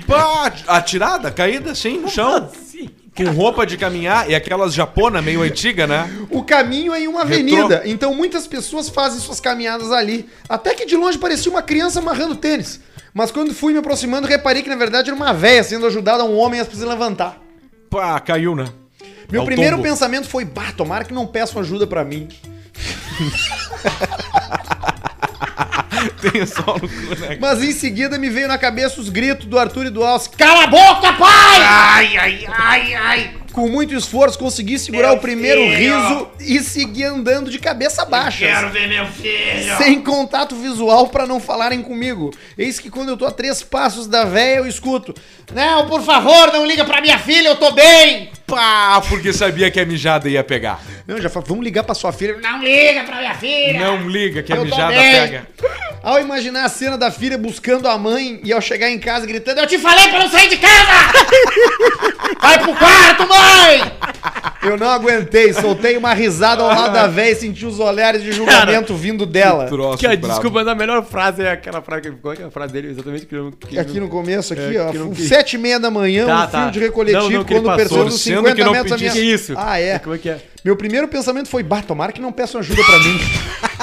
Speaker 1: Pá, atirada, caída, sim, no chão.
Speaker 3: assim?
Speaker 1: Com roupa de caminhar e aquelas japona meio antiga, né?
Speaker 2: O caminho é em uma
Speaker 1: Retrô.
Speaker 2: avenida, então muitas pessoas fazem suas caminhadas ali. Até que de longe parecia uma criança amarrando tênis. Mas quando fui me aproximando, reparei que na verdade era uma véia sendo ajudada a um homem a se levantar.
Speaker 1: Pá, caiu, né?
Speaker 2: Meu
Speaker 1: Ao
Speaker 2: primeiro
Speaker 1: tombo.
Speaker 2: pensamento foi, bah, tomara que não peçam ajuda pra mim.
Speaker 1: Tem só no cu, né?
Speaker 2: Mas em seguida me veio na cabeça os gritos do Arthur e do Alce. Cala a boca, pai!
Speaker 5: Ai, ai, ai, ai.
Speaker 2: Com muito esforço consegui segurar
Speaker 5: Meu
Speaker 2: o primeiro
Speaker 5: filho!
Speaker 2: riso e segui andando de cabeça baixa.
Speaker 5: Quero ver meu filho.
Speaker 2: Sem contato visual pra não falarem comigo. Eis que quando eu tô a três passos da véia, eu escuto. Não, por favor, não liga pra minha filha, eu tô bem!
Speaker 1: Pá, Ah, porque sabia que a mijada ia pegar.
Speaker 2: Não, já falo, vamos ligar pra sua filha.
Speaker 5: Não liga pra minha filha.
Speaker 1: Não liga que a
Speaker 2: Eu
Speaker 1: mijada
Speaker 2: também.
Speaker 1: pega.
Speaker 2: Ao imaginar a cena da filha buscando a mãe e ao chegar em casa gritando, eu te
Speaker 5: Falei pra não sair de casa. Vai pro quarto, mãe.
Speaker 2: Eu não aguentei, soltei uma risada ao lado da véia e senti os olhares de julgamento vindo dela.
Speaker 1: Troço
Speaker 3: Que a
Speaker 1: brabo.
Speaker 3: desculpa, mas a melhor frase é aquela frase que ficou, que é a frase dele exatamente que eu que
Speaker 2: Aqui no começo, aqui,
Speaker 3: É,
Speaker 2: ó, um
Speaker 3: que não quis.
Speaker 2: sete e meia da manhã,
Speaker 3: Tá,
Speaker 2: um
Speaker 3: tá.
Speaker 2: fio de recoletivo,
Speaker 3: Não, não, que ele
Speaker 2: quando
Speaker 3: passou.
Speaker 2: percebeu
Speaker 1: Torcendo
Speaker 2: 50
Speaker 1: que não
Speaker 2: metros a minha...
Speaker 1: pedisse
Speaker 3: Que isso?
Speaker 2: Ah, é.
Speaker 3: Como é que é?
Speaker 2: Meu primeiro pensamento foi, bah, tomara que não peçam ajuda pra mim.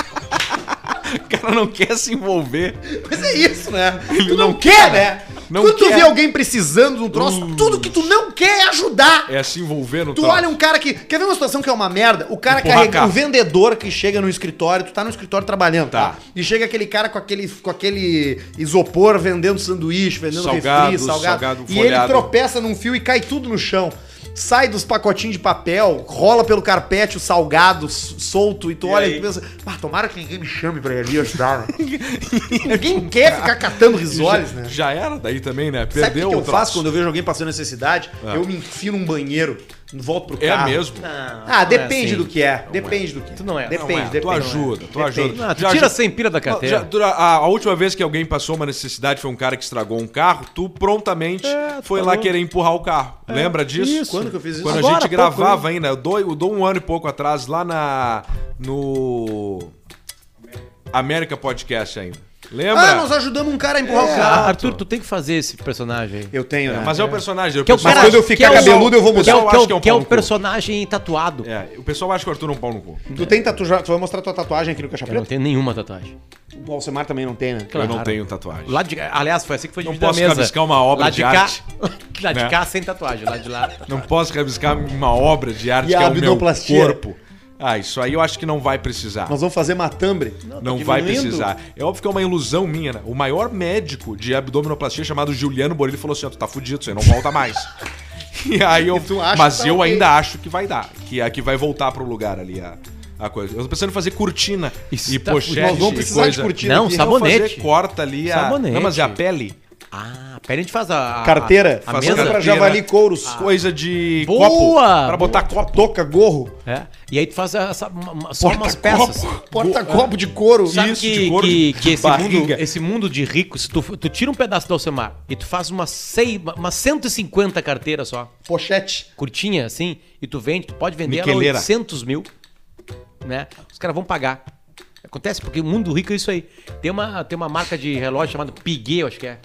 Speaker 1: O cara não quer se envolver.
Speaker 2: Mas é isso, né?
Speaker 1: Ele
Speaker 2: Tu não,
Speaker 1: não
Speaker 2: quer, né?
Speaker 1: Não
Speaker 2: Quando tu
Speaker 1: quer.
Speaker 2: vê alguém precisando de um troço,
Speaker 3: Hum.
Speaker 2: tudo que tu não quer é ajudar.
Speaker 1: É se envolver no
Speaker 2: Tu
Speaker 1: troço.
Speaker 2: olha um cara que. Quer ver uma situação que é uma merda? O cara
Speaker 1: Empurrar
Speaker 2: carrega.
Speaker 1: carro.
Speaker 2: O vendedor que chega no escritório, tu tá no escritório trabalhando,
Speaker 1: Tá.
Speaker 2: E chega aquele cara com aquele, com aquele isopor vendendo sanduíche, vendendo
Speaker 1: Salgado,
Speaker 2: refri, salgado.
Speaker 1: salgado
Speaker 2: e ele
Speaker 1: folhado.
Speaker 2: tropeça num fio e cai tudo no chão. Sai dos pacotinhos de papel, rola pelo carpete o salgado s- solto e tu olha e tu pensa, "Bah, tomara que ninguém me chame pra ir ali ajudar. né?" ninguém quer ficar catando risoles, né?
Speaker 1: Já era daí também, né? Perdeu
Speaker 2: Sabe o que, que eu
Speaker 1: troço. Ah.
Speaker 2: faço quando eu vejo alguém passando necessidade? Eu me enfio num banheiro, volto pro
Speaker 1: É
Speaker 2: carro.
Speaker 1: mesmo.
Speaker 2: Ah, depende
Speaker 3: assim.
Speaker 2: do que é. Depende do que.
Speaker 3: Tu não é.
Speaker 2: Depende,
Speaker 1: Não é,
Speaker 2: depende.
Speaker 1: tu ajuda, tu
Speaker 2: Depende.
Speaker 1: ajuda.
Speaker 3: Não, Ah, tu
Speaker 1: Já-
Speaker 3: tira
Speaker 1: já-
Speaker 3: sem pira da
Speaker 1: Já,
Speaker 3: carteira.
Speaker 1: dura- a, a última vez que alguém passou uma necessidade foi um cara que estragou um carro, tu prontamente
Speaker 3: É,
Speaker 1: foi lá querer empurrar o carro. Lembra disso?
Speaker 2: Isso. Quando que eu fiz isso?
Speaker 1: Quando
Speaker 2: Agora,
Speaker 1: a gente
Speaker 2: pouco,
Speaker 1: gravava ainda, eu dou, eu dou um ano e pouco atrás, lá na. no. América Podcast ainda. Lembra?
Speaker 2: Ah, nós ajudamos um cara a empurrar o
Speaker 3: Ah,
Speaker 2: carro.
Speaker 3: Arthur, tu tem que fazer esse personagem aí.
Speaker 2: Eu tenho, né?
Speaker 1: Mas é o personagem.
Speaker 3: Que é o
Speaker 1: pessoal-
Speaker 3: cara-
Speaker 2: quando eu ficar
Speaker 3: que é o-
Speaker 2: cabeludo, eu vou
Speaker 1: o
Speaker 3: Que é
Speaker 1: pessoal
Speaker 2: mudar.
Speaker 3: o, que é
Speaker 1: acha
Speaker 3: o, que é o
Speaker 1: um pau no cu.
Speaker 3: personagem tatuado.
Speaker 1: É, o pessoal acha que o Arthur é um pau no cu.
Speaker 2: Tu tem tatuagem? Tu vai mostrar tua tatuagem aqui no Caixa
Speaker 3: Eu não
Speaker 2: Preta?
Speaker 3: tenho nenhuma tatuagem.
Speaker 2: O Alcemar também não tem, né?
Speaker 1: Eu não
Speaker 3: Claro.
Speaker 1: tenho tatuagem.
Speaker 3: Lá de, aliás, foi assim que foi
Speaker 1: Não
Speaker 3: dividida a
Speaker 1: posso
Speaker 3: mesa.
Speaker 1: rabiscar uma obra
Speaker 3: lá de,
Speaker 1: de
Speaker 3: cá,
Speaker 1: arte.
Speaker 3: Lá de
Speaker 1: Né?
Speaker 3: cá, sem tatuagem. Lá de lá...
Speaker 1: Não posso rabiscar uma obra de arte
Speaker 2: E
Speaker 1: que
Speaker 2: a
Speaker 1: é o meu
Speaker 2: abdominoplastia?
Speaker 1: corpo. Ah, isso aí eu acho que não vai precisar.
Speaker 2: Nós vamos fazer matambre.
Speaker 1: Não tá vai precisar. É óbvio que é uma ilusão minha, né? O maior médico de abdominoplastia chamado Juliano Borilho falou assim: ó, tu tá fudido, você não volta mais. e aí eu.
Speaker 2: E tu acha
Speaker 1: mas
Speaker 2: que tá
Speaker 1: eu
Speaker 2: ok.
Speaker 1: ainda acho que vai dar. Que é que vai voltar pro lugar ali a, a coisa. Eu tô pensando em fazer cortina
Speaker 3: Isso
Speaker 1: e
Speaker 3: tá
Speaker 1: pochete.
Speaker 3: fudido.
Speaker 2: Nós vamos
Speaker 1: e
Speaker 2: precisar
Speaker 1: coisa.
Speaker 2: de cortina.
Speaker 3: Não,
Speaker 2: aqui.
Speaker 1: Não,
Speaker 3: Sabonete.
Speaker 1: fazer corta ali a.
Speaker 3: Sabonete.
Speaker 1: Não, mas é a pele.
Speaker 3: Ah, pera, a gente faz a... a-
Speaker 2: Carteira.
Speaker 3: A, a
Speaker 1: Faz
Speaker 3: mesa.
Speaker 1: carteira.
Speaker 2: pra javali couros.
Speaker 1: Coisa de
Speaker 3: Boa!
Speaker 1: copo. Pra botar copo.
Speaker 2: Toca, gorro.
Speaker 3: É. E aí tu faz essa, uma- uma- só umas peças.
Speaker 2: Porta-copo de couro.
Speaker 3: Sabe
Speaker 1: Isso, de
Speaker 3: que,
Speaker 1: couro
Speaker 3: que,
Speaker 1: de-
Speaker 3: que
Speaker 1: de
Speaker 3: esse,
Speaker 1: barriga.
Speaker 3: mundo, esse mundo de ricos, se tu, tu tira um pedaço do Alcemar e tu faz umas, seis, umas 150 carteiras só,
Speaker 2: Pochete.
Speaker 3: curtinha assim, e tu vende, tu pode vender ela
Speaker 1: Niqueleira.
Speaker 3: 800 mil, né? Os caras vão pagar. Acontece porque o mundo rico é isso aí. Tem uma, tem uma marca de relógio chamada Piguet, eu acho que é,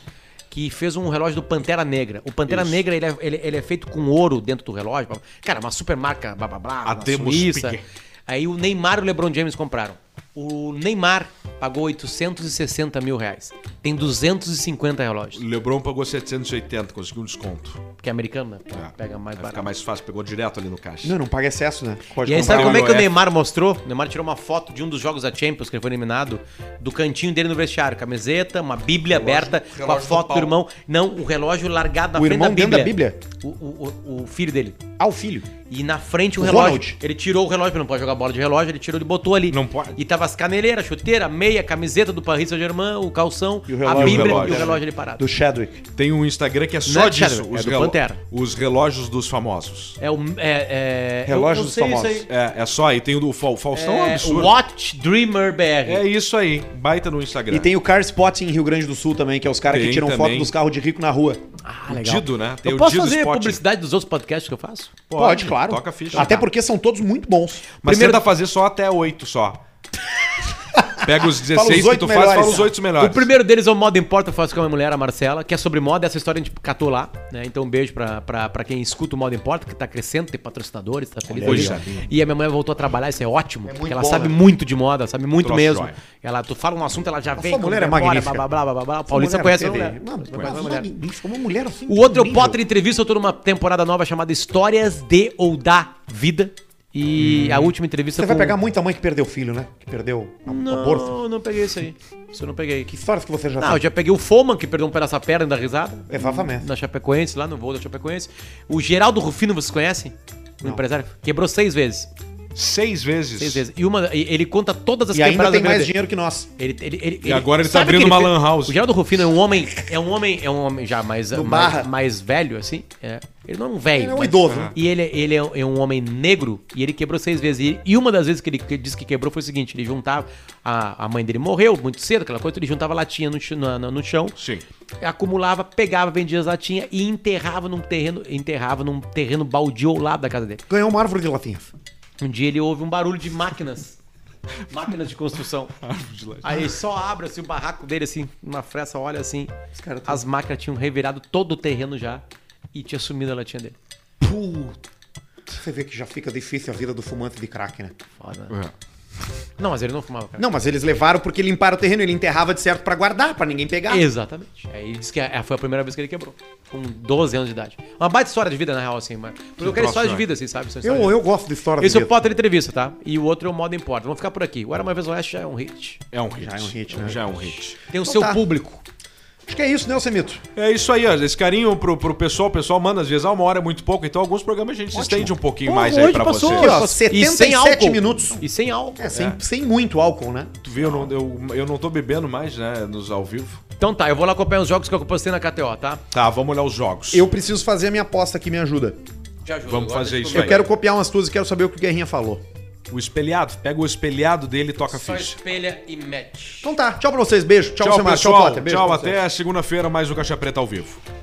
Speaker 3: que fez um relógio do Pantera Negra. O Pantera Negra, ele é, ele- ele é feito com ouro dentro do relógio. blá, blá. Cara, uma super marca, blá, blá, blá, na
Speaker 1: Ademus
Speaker 3: Suíça.
Speaker 1: Ah, Piguet.
Speaker 3: Aí o Neymar e o LeBron James compraram. O Neymar pagou 860 mil reais. Tem 250 relógios.
Speaker 1: O Lebron pagou 780, conseguiu um desconto.
Speaker 3: Porque é americano, né?
Speaker 1: É.
Speaker 3: Pega
Speaker 1: Vai
Speaker 3: mais barato.
Speaker 1: ficar mais fácil, pegou direto ali no caixa.
Speaker 2: Não, não paga excesso, né?
Speaker 3: E aí,
Speaker 1: comprar
Speaker 3: sabe
Speaker 1: um
Speaker 3: como é que o
Speaker 1: iOS.
Speaker 3: Neymar mostrou? O Neymar tirou uma foto de um dos jogos da Champions, que ele foi eliminado, do cantinho dele no vestiário. Camiseta, uma bíblia aberta, com a
Speaker 1: relógio do
Speaker 3: foto do,
Speaker 1: Paulo.
Speaker 3: irmão. Não, o relógio largado na
Speaker 2: O
Speaker 3: frente
Speaker 2: irmão dentro
Speaker 3: da
Speaker 2: da
Speaker 3: bíblia.
Speaker 2: Bíblia?
Speaker 3: O, o- o- o filho dele.
Speaker 2: Ah, o filho.
Speaker 3: E na frente o,
Speaker 2: O
Speaker 3: relógio.
Speaker 2: Ronald.
Speaker 3: Ele tirou o relógio, porque não pode jogar bola de relógio, ele tirou, ele botou ali.
Speaker 1: Não pode.
Speaker 3: E tava as caneleiras, chuteira, meia, camiseta do Paris Saint-Germain, o calção,
Speaker 2: E o
Speaker 3: a
Speaker 2: relógio.
Speaker 3: bíblia
Speaker 1: E o relógio.
Speaker 3: e o relógio ali parado.
Speaker 2: Do Chadwick.
Speaker 1: Tem um Instagram que é
Speaker 3: Não
Speaker 1: só
Speaker 3: é do
Speaker 1: disso.
Speaker 3: Shadow, é
Speaker 1: os,
Speaker 3: do
Speaker 1: relo-
Speaker 3: Pantera.
Speaker 1: os relógios dos famosos.
Speaker 3: É o. É, é,
Speaker 2: Relógio
Speaker 3: eu- eu
Speaker 2: dos
Speaker 3: sei isso
Speaker 2: famosos.
Speaker 3: aí.
Speaker 1: É, é só aí. Tem o do Fal- Faustão, é um
Speaker 3: É,
Speaker 1: absurdo.
Speaker 3: Watch Dreamer BR.
Speaker 1: É isso aí. Baita no Instagram.
Speaker 2: E tem o Car Spot em Rio Grande do Sul também, que é os caras que
Speaker 1: É. Tem
Speaker 2: tiram foto
Speaker 1: também.
Speaker 2: dos carros de rico na rua.
Speaker 3: Ah,
Speaker 1: o
Speaker 3: legal.
Speaker 1: Dido, né? Tem
Speaker 3: eu
Speaker 1: o
Speaker 3: posso
Speaker 1: Dido
Speaker 3: fazer
Speaker 1: Spot.
Speaker 3: publicidade dos outros podcasts que eu faço?
Speaker 2: Pode, claro.
Speaker 1: Toca a ficha.
Speaker 2: Até porque são todos muito bons.
Speaker 1: Mas
Speaker 3: Primeiro-
Speaker 1: tenta fazer só até oito só. Pega os 16
Speaker 2: Fala
Speaker 1: que
Speaker 2: os
Speaker 1: tu
Speaker 2: oito
Speaker 1: faz, fala
Speaker 2: melhores.
Speaker 1: os oito melhores.
Speaker 3: O primeiro deles é o Moda Importa, eu faço com a minha mulher, a Marcela, que é sobre moda. Essa história a gente catou lá, né? Então um beijo pra, pra, pra quem escuta o Moda Importa, que tá crescendo, tem patrocinadores, tá feliz.
Speaker 1: Olha aí,
Speaker 3: da
Speaker 1: ó.
Speaker 3: vida. E a minha mulher voltou a trabalhar, isso é ótimo, porque ela
Speaker 2: bom,
Speaker 3: sabe
Speaker 2: né?
Speaker 3: muito de moda, sabe muito
Speaker 1: Troço
Speaker 3: mesmo.
Speaker 1: joia.
Speaker 3: Ela, tu fala um assunto, ela já vem.
Speaker 2: sua
Speaker 3: com
Speaker 2: mulher é
Speaker 3: memória,
Speaker 2: magnífica. é
Speaker 3: Blá, blá, blá, blá, blá. A Paulista conhece a minha mulher.
Speaker 2: Não, mas
Speaker 3: Conhece a minha mulher.
Speaker 2: magnífica, uma mulher assim.
Speaker 3: O outro é o
Speaker 2: incrível.
Speaker 3: Potter Entrevista. Eu tô numa temporada nova chamada Histórias de ou da Vida. E
Speaker 1: Hum.
Speaker 3: a última entrevista
Speaker 2: Você vai
Speaker 3: com-
Speaker 2: pegar muita mãe que perdeu o filho, né? Que perdeu a,
Speaker 3: Não,
Speaker 2: aborto.
Speaker 3: não peguei isso aí. Isso eu não peguei.
Speaker 2: Que histórias que você já é
Speaker 3: Não, eu já peguei o Foman, que perdeu um pedaço da perna da risada.
Speaker 2: Exatamente.
Speaker 3: Na Chapecoense, Um lá no voo da Chapecoense. O Geraldo Rufino, vocês conhecem? O empresário. Quebrou seis vezes.
Speaker 1: Seis vezes.
Speaker 3: Seis vezes. E uma, e- ele conta todas as
Speaker 2: E ainda
Speaker 3: quebradas
Speaker 2: tem
Speaker 3: da vida
Speaker 2: mais
Speaker 3: dele.
Speaker 2: dinheiro que nós.
Speaker 3: Ele, ele, ele,
Speaker 1: E agora ele tá
Speaker 3: sabe
Speaker 1: abrindo
Speaker 3: que
Speaker 1: uma
Speaker 3: fez-
Speaker 1: lan house.
Speaker 3: O Geraldo Rufino é um homem, é um homem, é um homem já mais,
Speaker 2: No Barra.
Speaker 3: mais, mais velho, assim. É. Ele não é um velho.
Speaker 2: Ele é um
Speaker 3: mas-
Speaker 2: idoso.
Speaker 3: E ele, ele é, um- é um homem negro e ele quebrou seis vezes. E, e uma das vezes que ele que- disse que quebrou foi o seguinte: ele juntava. A, a mãe dele morreu muito cedo, aquela coisa, ele juntava latinha no, ch- na- na- no chão,
Speaker 1: Sim.
Speaker 3: acumulava, pegava, vendia as latinhas e enterrava num terreno, enterrava num terreno baldio ao lado da casa dele.
Speaker 2: Ganhou uma árvore de latinhas.
Speaker 3: Um dia ele ouve um barulho de máquinas. Máquinas de construção. Aí ele só abre assim, o barraco dele, assim, uma fresta, olha assim.
Speaker 2: tá
Speaker 3: As máquinas tinham revirado todo o terreno já e tinha sumido a latinha dele.
Speaker 2: Você vê que já fica difícil a vida do fumante de crack, né?
Speaker 3: Foda.
Speaker 1: Uhum.
Speaker 3: Não, mas ele não fumava, cara.
Speaker 2: Não, mas eles levaram porque limparam o terreno, ele enterrava de certo pra guardar, pra ninguém pegar.
Speaker 3: Exatamente. Aí ele disse que é- foi a primeira vez que ele quebrou. Com 12 anos de idade. Uma baita história de vida, na real, assim, mano. Porque eu quero
Speaker 1: troço,
Speaker 3: história de
Speaker 1: né?
Speaker 3: vida, assim, sabe? São histórias de
Speaker 2: Eu, eu gosto de história
Speaker 3: Esse é
Speaker 2: de
Speaker 3: o Potter de Entrevista, tá? E o outro é o Moda Importa. Vamos ficar por aqui. O Era Uma Vez Oeste já é um hit.
Speaker 1: É um hit.
Speaker 2: Já é um hit, né?
Speaker 1: Já é um hit.
Speaker 3: Tem o seu
Speaker 2: tá.
Speaker 3: público.
Speaker 2: Acho que é isso, né, Alcemito?
Speaker 1: É isso aí, ó. Esse carinho pro, pro pessoal, o pessoal manda, às vezes, ah, uma hora é muito pouco, então alguns programas a gente se estende um pouquinho mais aí
Speaker 7: hoje
Speaker 1: pra
Speaker 7: passou,
Speaker 1: vocês.
Speaker 2: Aqui, ó,
Speaker 3: E sem
Speaker 2: 77
Speaker 3: álcool.
Speaker 2: minutos.
Speaker 3: E sem álcool.
Speaker 2: É, sem, sem muito álcool, né?
Speaker 1: Tu viu, eu não, eu, eu não tô bebendo mais, né, nos ao vivo.
Speaker 3: Então tá, eu vou lá acompanhar os jogos que eu postei na KTO, tá?
Speaker 1: Tá, vamos olhar os jogos.
Speaker 2: Eu preciso fazer a minha aposta aqui, me ajuda.
Speaker 3: Já ajuda.
Speaker 1: Vamos fazer isso
Speaker 2: Eu
Speaker 1: aí.
Speaker 2: quero copiar umas tuas e quero saber o que o Guerrinha falou.
Speaker 1: O espelhado, pega o espelhado dele e toca a
Speaker 3: Só
Speaker 1: ficha.
Speaker 3: espelha e mete.
Speaker 2: Então tá, tchau pra vocês, beijo. Tchau,
Speaker 1: Tchau,
Speaker 2: Alcemar,
Speaker 1: pessoal.
Speaker 2: Potter, beijo
Speaker 1: tchau
Speaker 2: pra vocês.
Speaker 1: até segunda-feira, mais um Caixa Preta ao vivo.